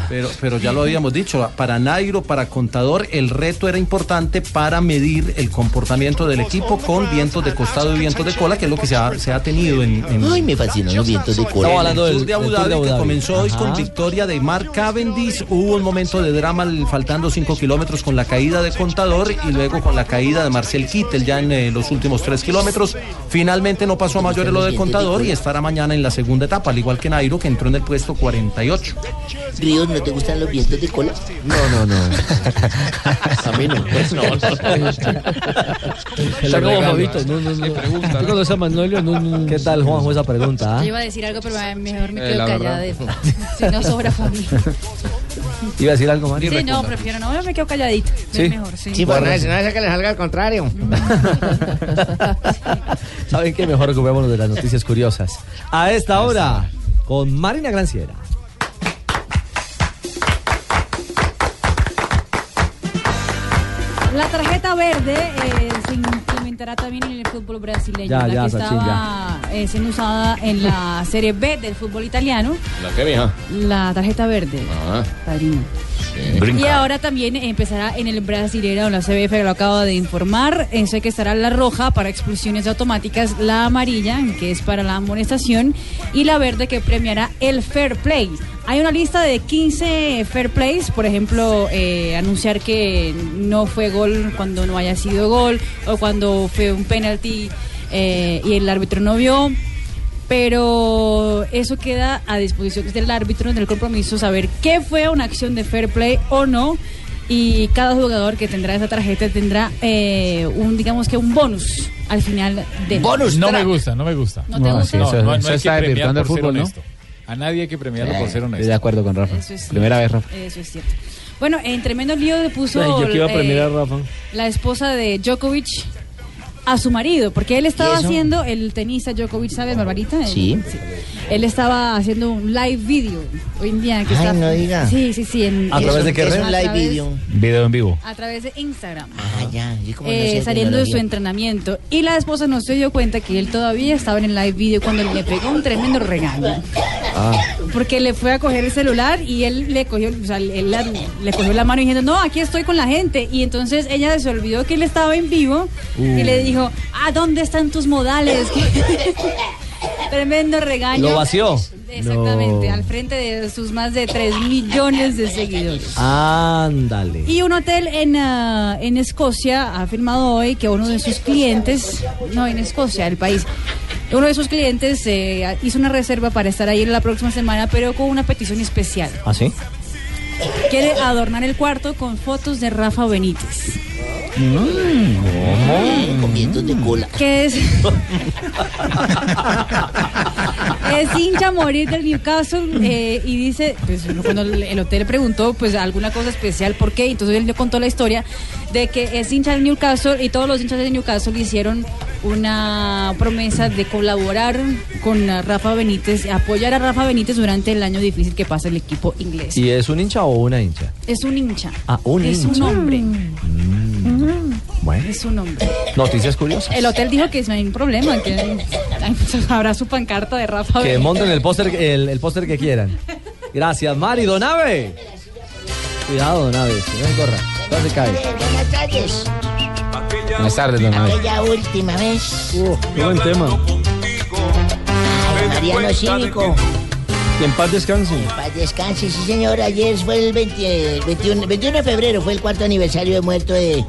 [SPEAKER 10] Pero, pero ya lo habíamos dicho, para Nairo, para Contador, el reto era importante para medir el comportamiento del equipo con vientos de costado y vientos de cola, que es lo que se ha, se ha tenido en, Ay,
[SPEAKER 8] me fascinan los vientos de
[SPEAKER 10] cola. Estamos hablando del, de Abu Dhabi, que comenzó hoy con
[SPEAKER 5] Ajá.
[SPEAKER 10] victoria de Mark Cavendish. Hubo un momento de drama al- faltando 5 kilómetros con la caída de Contador y luego con la caída de Marcel Kittel ya en eh, los últimos 3 kilómetros. Finalmente no pasó a mayores lo de Contador y estará mañana en la segunda etapa, al igual que Nairo, que entró en el puesto 48.
[SPEAKER 39] Ríos, ¿no te gustan los vientos de cola?
[SPEAKER 10] No, no, no.
[SPEAKER 5] A mí no.
[SPEAKER 32] Está como Fabito,
[SPEAKER 5] No, no, no. ¿Tú conoces a Manolio? No, no, no. ¿Qué tal, Juanjo, esa pregunta? ah?
[SPEAKER 9] Yo iba a decir algo, pero eh, mejor me
[SPEAKER 5] Eh,
[SPEAKER 9] quedo
[SPEAKER 5] la
[SPEAKER 9] callada
[SPEAKER 5] verdad.
[SPEAKER 9] de esto. Si no sobra familia.
[SPEAKER 5] ¿Iba a decir algo, Mario?
[SPEAKER 9] Sí, no, prefiero no, me quedo calladita.
[SPEAKER 5] Sí.
[SPEAKER 9] Es mejor, sí.
[SPEAKER 5] Sí, pues, nada,
[SPEAKER 8] nada que le salga al contrario.
[SPEAKER 5] ¿Saben qué? Mejor ocupémonos de las noticias curiosas. A esta hora, con Marina Granciera.
[SPEAKER 9] La tarjeta verde eh, se implementará también en el fútbol brasileño,
[SPEAKER 43] Ya,
[SPEAKER 9] la
[SPEAKER 43] ya,
[SPEAKER 9] que
[SPEAKER 43] Sachin,
[SPEAKER 9] estaba eh, siendo usada en la Serie B del fútbol italiano,
[SPEAKER 43] ¿La qué, mija?
[SPEAKER 9] la tarjeta verde.
[SPEAKER 43] Ah,
[SPEAKER 9] Padrino.
[SPEAKER 43] sí.
[SPEAKER 9] Y ahora también empezará en el Brasileira, o la CBF que lo acaba de informar. En que estará la roja para expulsiones automáticas, la amarilla, que es para la amonestación, y la verde que premiará el fair play. Hay una lista de 15 fair plays, por ejemplo, eh, anunciar que no fue gol cuando no haya sido gol, o cuando fue un penalti eh, y el árbitro no vio. Pero eso queda a disposición del árbitro en el compromiso saber qué fue una acción de fair play o no. Y cada jugador que tendrá esa tarjeta tendrá eh, un, digamos que un bonus al final del
[SPEAKER 15] No me gusta, no me gusta.
[SPEAKER 9] ¿No te gusta?
[SPEAKER 15] No,
[SPEAKER 11] Eso-
[SPEAKER 15] no, no
[SPEAKER 11] eso
[SPEAKER 15] hay que
[SPEAKER 11] está
[SPEAKER 15] premiar
[SPEAKER 11] desvirtuando
[SPEAKER 15] por
[SPEAKER 11] el
[SPEAKER 15] ser
[SPEAKER 11] fútbol, ¿no? Eh,
[SPEAKER 15] honesto. A nadie hay que premiarlo por ser honesto.
[SPEAKER 11] Estoy de acuerdo con Rafa.
[SPEAKER 9] Eso es cierto.
[SPEAKER 11] Primera vez, Rafa.
[SPEAKER 9] Eso es cierto. Bueno, en tremendo lío le puso eh,
[SPEAKER 6] Rafa.
[SPEAKER 9] la esposa de Djokovic a su marido, porque él estaba haciendo, el tenista Djokovic, ¿sabe, Barbarita? El-
[SPEAKER 39] Sí.
[SPEAKER 9] Él estaba haciendo un live video hoy en día. Que
[SPEAKER 39] Ay,
[SPEAKER 9] está,
[SPEAKER 39] no diga.
[SPEAKER 9] Sí, sí, sí. en-
[SPEAKER 39] ¿A través de qué
[SPEAKER 9] es
[SPEAKER 39] red?
[SPEAKER 9] un
[SPEAKER 39] live
[SPEAKER 9] a través-
[SPEAKER 39] video.
[SPEAKER 11] Video en vivo.
[SPEAKER 9] A través de Instagram.
[SPEAKER 39] Ah, ya. ¿y cómo no
[SPEAKER 9] eh,
[SPEAKER 39] sé
[SPEAKER 9] saliendo de su
[SPEAKER 39] tecnología?
[SPEAKER 9] entrenamiento. Y la esposa no se dio cuenta que él todavía estaba en el live video cuando le pegó un tremendo regaño.
[SPEAKER 5] Ah.
[SPEAKER 9] Porque le fue a coger el celular y él le cogió, o sea, él la- le cogió la mano diciendo, no, aquí estoy con la gente. Y entonces ella se olvidó que él estaba en vivo y
[SPEAKER 5] Uh.
[SPEAKER 9] le dijo, ah, ¿dónde están tus modales? Tremendo regaño.
[SPEAKER 5] Lo vació.
[SPEAKER 9] Exactamente,
[SPEAKER 5] No.
[SPEAKER 9] al frente de sus más de 3 millones de seguidores.
[SPEAKER 5] Ándale.
[SPEAKER 9] Y un hotel en, ah, en Escocia ha afirmado hoy que uno de sus clientes, no en Escocia, el país, uno de sus clientes eh, hizo una reserva para estar ahí la próxima semana, pero con una petición especial.
[SPEAKER 5] ¿Ah, sí?
[SPEAKER 9] Quiere adornar el cuarto con fotos de Rafa Benítez,
[SPEAKER 39] Con vientos de cola.
[SPEAKER 9] que es, es hincha a morir del Newcastle eh, y dice, pues uno cuando el el hotel preguntó pues alguna cosa especial, ¿por qué? Entonces él le contó la historia de que es hincha del Newcastle y todos los hinchas del Newcastle hicieron una promesa de colaborar con ah, Rafa Benítez, apoyar a Rafa Benítez durante el año difícil que pasa el equipo inglés.
[SPEAKER 5] ¿Y es un hincha o una hincha?
[SPEAKER 9] Es un hincha.
[SPEAKER 5] Ah, un
[SPEAKER 9] es
[SPEAKER 5] hincha.
[SPEAKER 9] un
[SPEAKER 5] Mm.
[SPEAKER 9] hombre. Mm.
[SPEAKER 5] Bueno.
[SPEAKER 9] Es un hombre.
[SPEAKER 5] Noticias curiosas.
[SPEAKER 9] El hotel dijo que no hay un problema, que habrá su pancarta de Rafa.
[SPEAKER 5] Que
[SPEAKER 9] Benítez.
[SPEAKER 5] monten el póster el, el póster que quieran. Gracias, Mari. Donave. Cuidado, Donave. Si no corra. No se cae.
[SPEAKER 39] Buenas tardes.
[SPEAKER 5] Buenas tardes,
[SPEAKER 39] Aquella última vez.
[SPEAKER 7] Uh,
[SPEAKER 5] buen tema.
[SPEAKER 7] pues,
[SPEAKER 39] Mariano Cívico.
[SPEAKER 5] Que en paz descanse.
[SPEAKER 39] Paz descanse, sí señor. Ayer fue el 20 el 21, 21 de febrero, fue el cuarto aniversario de muerto de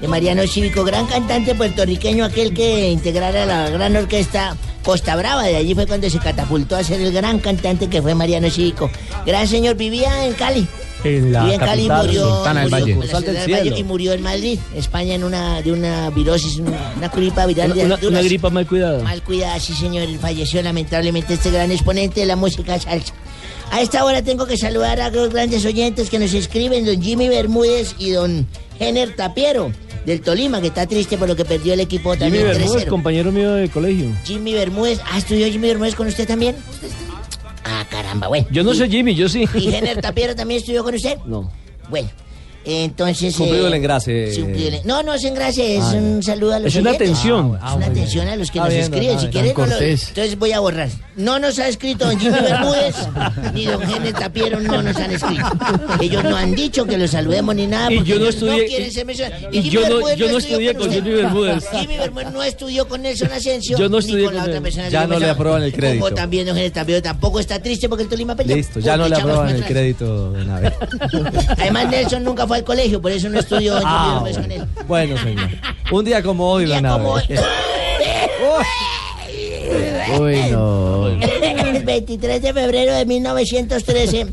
[SPEAKER 39] de Mariano Cívico, gran cantante puertorriqueño, aquel que integrara la gran orquesta Costa Brava. De allí fue cuando se catapultó a ser el gran cantante que fue Mariano Cívico. Gran señor, vivía en Cali.
[SPEAKER 29] En la
[SPEAKER 39] Vivía en Cali y
[SPEAKER 29] capital
[SPEAKER 39] murió,
[SPEAKER 29] Sultana del
[SPEAKER 39] murió-
[SPEAKER 29] Valle.
[SPEAKER 39] en la
[SPEAKER 29] Sultana del
[SPEAKER 39] Ciudad del Valle
[SPEAKER 29] Cielo.
[SPEAKER 39] y murió en Madrid, España, en una, de una virosis, una, una gripa viral de
[SPEAKER 6] Una, una
[SPEAKER 39] Honduras.
[SPEAKER 6] gripa mal cuidada.
[SPEAKER 39] Mal cuidada, sí señor, falleció lamentablemente este gran exponente de la música salsa. A esta hora tengo que saludar a los grandes oyentes que nos escriben, don Jimmy Bermúdez y don Jenner Tapiero, del Tolima, que está triste por lo que perdió el equipo
[SPEAKER 6] Jimmy
[SPEAKER 39] también
[SPEAKER 6] Bermúdez,
[SPEAKER 39] 3-0.
[SPEAKER 6] compañero mío de colegio.
[SPEAKER 39] Jimmy Bermúdez, ¿ah, estudió Jimmy Bermúdez con usted también? Ah, caramba, bueno.
[SPEAKER 6] Yo no
[SPEAKER 39] Y-
[SPEAKER 6] soy Jimmy, yo sí.
[SPEAKER 39] ¿Y Jenner Tapiero también estudió con usted?
[SPEAKER 6] No.
[SPEAKER 39] Bueno, entonces...
[SPEAKER 29] Cumplido
[SPEAKER 39] eh,
[SPEAKER 29] el engrase.
[SPEAKER 39] sí, cumplido el- No, no, sin gracias, es
[SPEAKER 29] Ah,
[SPEAKER 39] un saludo a los
[SPEAKER 29] Es una
[SPEAKER 39] oyentes.
[SPEAKER 29] atención. Ah,
[SPEAKER 39] es una
[SPEAKER 29] muy bien.
[SPEAKER 39] atención a los que
[SPEAKER 29] Está
[SPEAKER 39] nos
[SPEAKER 29] bien,
[SPEAKER 39] escriben.
[SPEAKER 29] está
[SPEAKER 39] Si
[SPEAKER 29] bien.
[SPEAKER 39] quieren,
[SPEAKER 29] Tan
[SPEAKER 39] no lo-
[SPEAKER 29] cortés.
[SPEAKER 39] entonces voy a borrar. No nos ha escrito don Jimmy Bermúdez, ni don Gene Tapiero no nos han escrito. Ellos no han dicho que los saludemos ni nada.
[SPEAKER 6] Y
[SPEAKER 39] porque
[SPEAKER 6] yo no
[SPEAKER 39] ellos
[SPEAKER 6] estudié-
[SPEAKER 39] quieren ser mencionados.
[SPEAKER 6] y
[SPEAKER 39] Jimmy
[SPEAKER 6] yo no-
[SPEAKER 39] Bermúdez
[SPEAKER 6] yo no
[SPEAKER 39] estudió
[SPEAKER 6] estudié con
[SPEAKER 39] usted.
[SPEAKER 6] Jimmy Bermúdez.
[SPEAKER 39] Jimmy Bermúdez no estudió con Nelson Asensio.
[SPEAKER 29] Yo no
[SPEAKER 39] ni
[SPEAKER 29] estudié
[SPEAKER 39] con la
[SPEAKER 29] con
[SPEAKER 39] otra
[SPEAKER 29] él. Ya
[SPEAKER 39] persona. que
[SPEAKER 29] no le
[SPEAKER 39] mencionaba.
[SPEAKER 29] aprueban el
[SPEAKER 39] Como
[SPEAKER 29] crédito.
[SPEAKER 39] también don Gene Tapiero tampoco está triste porque el Tolima perdió.
[SPEAKER 29] Listo, ya no
[SPEAKER 39] Porque
[SPEAKER 29] le
[SPEAKER 39] echamos
[SPEAKER 29] aprobaban
[SPEAKER 39] para
[SPEAKER 29] el
[SPEAKER 39] atrás.
[SPEAKER 29] crédito de una vez.
[SPEAKER 39] Además, Nelson nunca fue al colegio, por eso no estudió don Jimmy
[SPEAKER 29] Ah,
[SPEAKER 39] Bermúdez con él.
[SPEAKER 29] Bueno, señor. Un día como hoy, la nave.
[SPEAKER 3] Uy, no.
[SPEAKER 39] El 23 de febrero de 1913,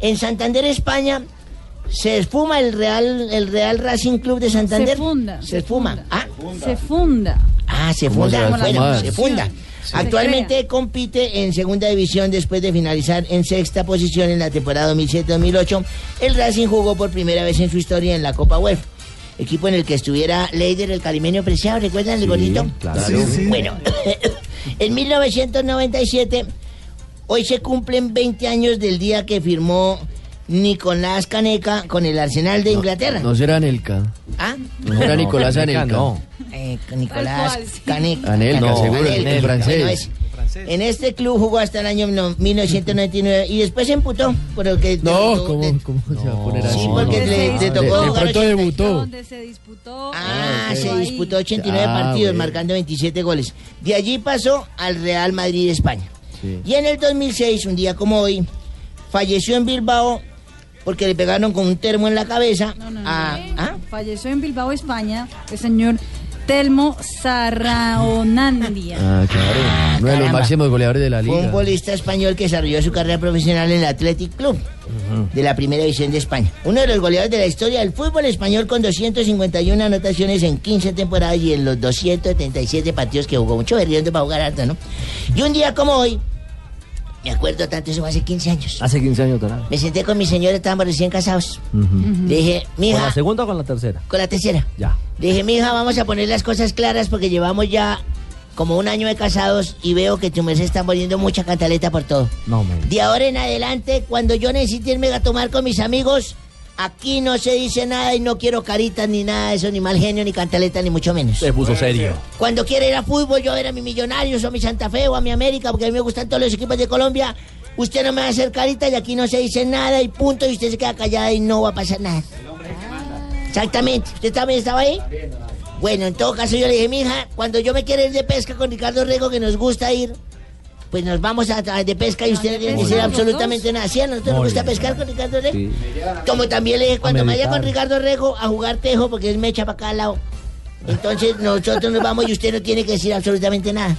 [SPEAKER 39] en Santander, España, se esfuma el Real, el Real Racing Club de Santander.
[SPEAKER 9] Se funda.
[SPEAKER 39] Se esfuma. Ah,
[SPEAKER 9] Se funda.
[SPEAKER 39] Ah, se
[SPEAKER 9] ¿Cómo se va
[SPEAKER 39] funda.
[SPEAKER 9] a
[SPEAKER 39] bueno,
[SPEAKER 9] fumar?
[SPEAKER 39] se funda.
[SPEAKER 9] Sí.
[SPEAKER 39] Actualmente compite en segunda división después de finalizar en sexta posición en la temporada 2007-2008. El Racing jugó por primera vez en su historia en la Copa UEFA. Equipo en el que estuviera Leider, el calimeño preciado, ¿recuerdan el bonito?
[SPEAKER 29] claro. Sí, sí.
[SPEAKER 39] Bueno, en 1997, hoy se cumplen 20 años del día que firmó Nicolás Caneca con el Arsenal de Inglaterra.
[SPEAKER 3] No será Anelka.
[SPEAKER 39] ¿Ah?
[SPEAKER 3] No será Nicolás Anelka.
[SPEAKER 29] no.
[SPEAKER 39] Eh, Nicolás Caneca.
[SPEAKER 3] Anelka,
[SPEAKER 39] Caneca,
[SPEAKER 3] seguro,
[SPEAKER 39] Anelka,
[SPEAKER 3] en francés.
[SPEAKER 39] bueno, ese. En este club jugó hasta el año no- 1999 y después se emputó. Por lo que
[SPEAKER 3] No, ¿cómo, cómo se va a poner así?
[SPEAKER 39] Sí, porque
[SPEAKER 3] No,
[SPEAKER 39] le-
[SPEAKER 3] no,
[SPEAKER 39] le
[SPEAKER 3] no.
[SPEAKER 39] tocó
[SPEAKER 3] De, de
[SPEAKER 39] jugar
[SPEAKER 3] pronto
[SPEAKER 39] 80.
[SPEAKER 3] debutó.
[SPEAKER 39] Ah, se disputó 89
[SPEAKER 3] Ah,
[SPEAKER 39] partidos,
[SPEAKER 3] bueno.
[SPEAKER 39] marcando 27 goles. De allí pasó al Real Madrid de España. Y en el 2006, un día como hoy, falleció en Bilbao porque le pegaron con un termo en la cabeza a... ¿Ah?
[SPEAKER 9] Falleció en Bilbao, España, el señor Telmo Sarraonandia.
[SPEAKER 3] Ah, claro. Uno de los
[SPEAKER 39] caramba.
[SPEAKER 3] máximos goleadores de la
[SPEAKER 39] Fue un
[SPEAKER 3] liga.
[SPEAKER 39] futbolista español que desarrolló su carrera profesional en el Athletic Club de la Primera División de España. Uno de los goleadores de la historia del fútbol español con 251 anotaciones en 15 temporadas y en los 277 partidos que jugó. Mucho berriendo para jugar harto, ¿no? Y un día como hoy, me acuerdo tanto, eso fue hace 15 años.
[SPEAKER 29] Hace 15 años, carajo.
[SPEAKER 39] Me senté con mi señora, estábamos recién casados. Le dije,
[SPEAKER 29] ¿Con la
[SPEAKER 39] mija,
[SPEAKER 29] segunda o con la tercera?
[SPEAKER 39] con la tercera.
[SPEAKER 29] Ya.
[SPEAKER 39] Le dije, mija, vamos a poner las cosas claras porque llevamos ya como un año de casados y veo que tu merced está poniendo mucha cantaleta por todo.
[SPEAKER 29] No, me.
[SPEAKER 39] De ahora en adelante, cuando yo necesite irme a tomar con mis amigos, aquí no se dice nada y no quiero caritas ni nada de eso, ni mal genio, ni cantaleta, ni mucho menos.
[SPEAKER 29] Se puso serio.
[SPEAKER 39] Cuando quiera ir a fútbol, yo a ver a mi Millonarios o a mi Santa Fe o a mi América, porque a mí me gustan todos los equipos de Colombia. Usted no me va a hacer carita y aquí no se dice nada y punto, y usted se queda callada y no va a pasar nada. Exactamente. ¿Usted también estaba ahí? Bueno, en todo caso yo le dije, mija, cuando yo me quiera ir de pesca con Ricardo Rego, que nos gusta ir, pues nos vamos a, a- de pesca y usted no tiene que
[SPEAKER 29] pesca
[SPEAKER 39] decir
[SPEAKER 29] los
[SPEAKER 39] absolutamente nada. ¿Sí? A nosotros nos
[SPEAKER 29] Muy
[SPEAKER 39] gusta
[SPEAKER 29] bien.
[SPEAKER 39] pescar con Ricardo Rego. Como también le dije, Eh, cuando
[SPEAKER 29] A
[SPEAKER 39] me vaya
[SPEAKER 29] meditar.
[SPEAKER 39] con Ricardo Rego a jugar tejo, porque él me echa para cada lado. Entonces nosotros nos vamos y usted no tiene que decir absolutamente nada.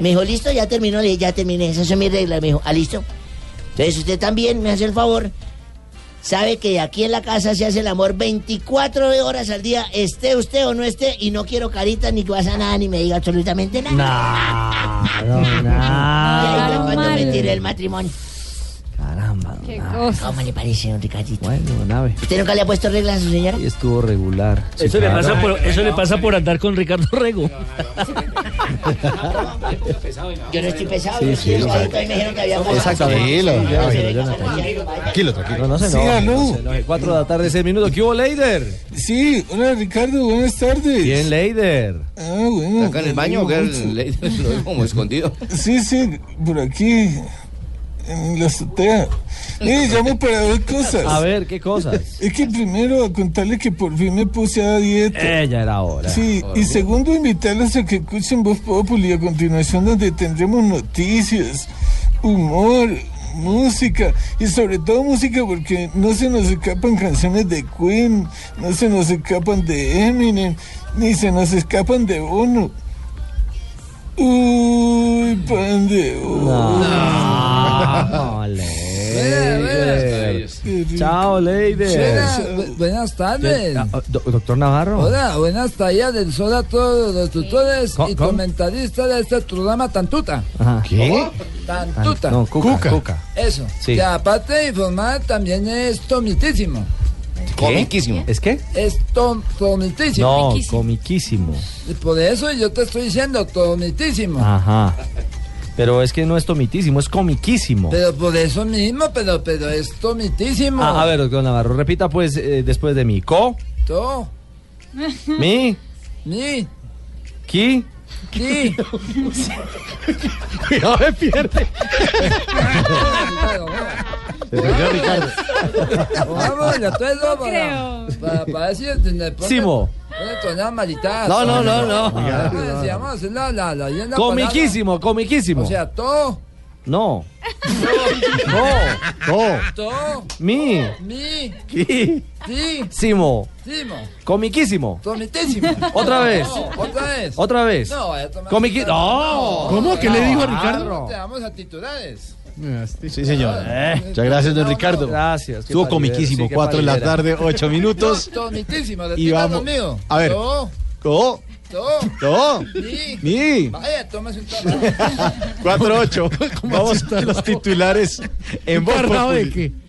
[SPEAKER 39] Me dijo, listo, ya terminó, le dije, ya terminé, esas son mis reglas, me dijo, ah, listo. Entonces usted también me hace el favor, sabe que aquí en la casa se hace el amor 24 horas al día, esté usted o no esté, y no quiero carita, ni que pasa nada, ni me diga absolutamente nada. Y ahí fue cuando me tiré el matrimonio.
[SPEAKER 9] Qué
[SPEAKER 39] Ah, ¿Cómo le parece, don Ricardito?
[SPEAKER 29] Bueno, nave.
[SPEAKER 39] ¿Usted nunca le ha puesto reglas a su señora?
[SPEAKER 29] Estuvo regular.
[SPEAKER 6] Eso, le pasa por, eso le pasa por andar con Ricardo Rego.
[SPEAKER 39] Yo no estoy pesado,
[SPEAKER 6] Sí,
[SPEAKER 39] yo
[SPEAKER 6] sí, lo
[SPEAKER 39] estoy pesadito, y me dijeron que había pasado.
[SPEAKER 29] Tranquilo, tranquilo, tranquilo. No se enoje, no se enoje. Cuatro de la tarde, seis minutos. ¿Qué hubo, Leider?
[SPEAKER 5] Sí, hola Ricardo, buenas tardes.
[SPEAKER 29] Bien, Leider.
[SPEAKER 5] Ah,
[SPEAKER 21] Oh,
[SPEAKER 5] bueno.
[SPEAKER 29] ¿Está acá en el baño o qué?
[SPEAKER 5] Lo veo como escondido. Sí, sí, por aquí, en la azotea. Eh, llamo para dos cosas.
[SPEAKER 29] A ver, ¿qué cosas?
[SPEAKER 5] Es que primero, a contarle que por fin me puse a dieta.
[SPEAKER 29] Eh, ya era hora.
[SPEAKER 5] Sí, y segundo, invitarlos a que escuchen Voz Populi a continuación, donde tendremos noticias, humor,
[SPEAKER 32] música y sobre todo música porque no se nos escapan canciones de Queen, no se nos escapan de Eminem, ni se nos escapan de Bono. Uy, pan de Bono.
[SPEAKER 5] Chao, Leider.
[SPEAKER 29] Buenas, bu- buenas tardes.
[SPEAKER 5] Ah, do- Doctor Navarro.
[SPEAKER 29] Hola, buenas tardes del sol a todos los tutores
[SPEAKER 5] ¿Cómo,
[SPEAKER 29] y
[SPEAKER 5] cómo?
[SPEAKER 29] comentaristas de este programa Tantuta.
[SPEAKER 5] Ajá. ¿Qué? Ah,
[SPEAKER 29] Tantuta.
[SPEAKER 5] No, Cuca, Cuca. Cuca.
[SPEAKER 29] Eso.
[SPEAKER 5] Sí.
[SPEAKER 29] Que aparte de informar, también es tomitísimo.
[SPEAKER 5] Comiquísimo. ¿Es qué?
[SPEAKER 29] Es tom- tomitísimo.
[SPEAKER 5] No, comiquísimo.
[SPEAKER 29] Y Por eso yo te estoy diciendo tomitísimo.
[SPEAKER 5] Ajá. Pero es que no es tomitísimo, es comiquísimo.
[SPEAKER 29] Pero por eso mismo, pero, pero es tomitísimo.
[SPEAKER 5] Ah, a ver, doctor Navarro, repita pues eh, después de mí. Co,
[SPEAKER 29] To.
[SPEAKER 5] mi,
[SPEAKER 29] Ni.
[SPEAKER 5] qui.
[SPEAKER 29] Ni.
[SPEAKER 5] Cuidado, me pierde.
[SPEAKER 29] Ricardo. Vamos, ya estoy loco.
[SPEAKER 5] creo.
[SPEAKER 29] Para, para decir, le pongo-
[SPEAKER 5] Simo.
[SPEAKER 29] una tonada maritada.
[SPEAKER 5] No, no, no, no.
[SPEAKER 29] Oiga, Decíamos hacer la, la, la, bien la
[SPEAKER 5] Comiquísimo, comiquísimo.
[SPEAKER 29] palabra. O sea, todo.
[SPEAKER 5] no. No, no.
[SPEAKER 29] To.
[SPEAKER 5] Mi,
[SPEAKER 29] Mi.
[SPEAKER 5] qui,
[SPEAKER 29] Ti.
[SPEAKER 5] simo.
[SPEAKER 29] Simo.
[SPEAKER 5] Comiquísimo.
[SPEAKER 29] Tomitísimo.
[SPEAKER 5] Otra vez.
[SPEAKER 29] No, otra vez.
[SPEAKER 5] Otra vez.
[SPEAKER 29] No, vaya a tomar- Ah,
[SPEAKER 5] Comiqui- no. ¿Cómo? ¿Qué le dijo a Ricardo?
[SPEAKER 29] Te vamos a titulares.
[SPEAKER 10] Sí, señor. Eh. Muchas gracias, don Ricardo.
[SPEAKER 5] Gracias. qué
[SPEAKER 10] Estuvo
[SPEAKER 5] palidera,
[SPEAKER 10] comiquísimo.
[SPEAKER 5] sí, qué
[SPEAKER 10] Cuatro de la
[SPEAKER 5] palidera.
[SPEAKER 10] tarde, ocho minutos.
[SPEAKER 29] Tomitísimo.
[SPEAKER 10] Y vamos.
[SPEAKER 29] Mío.
[SPEAKER 10] A ver.
[SPEAKER 29] To.
[SPEAKER 10] Co.
[SPEAKER 29] To.
[SPEAKER 10] No.
[SPEAKER 29] Ni.
[SPEAKER 10] Ni.
[SPEAKER 29] Vaya, tomas un tomate.
[SPEAKER 10] 4-8. Vamos a los titulares en Voz
[SPEAKER 29] ¿Embarrado de
[SPEAKER 10] Populi.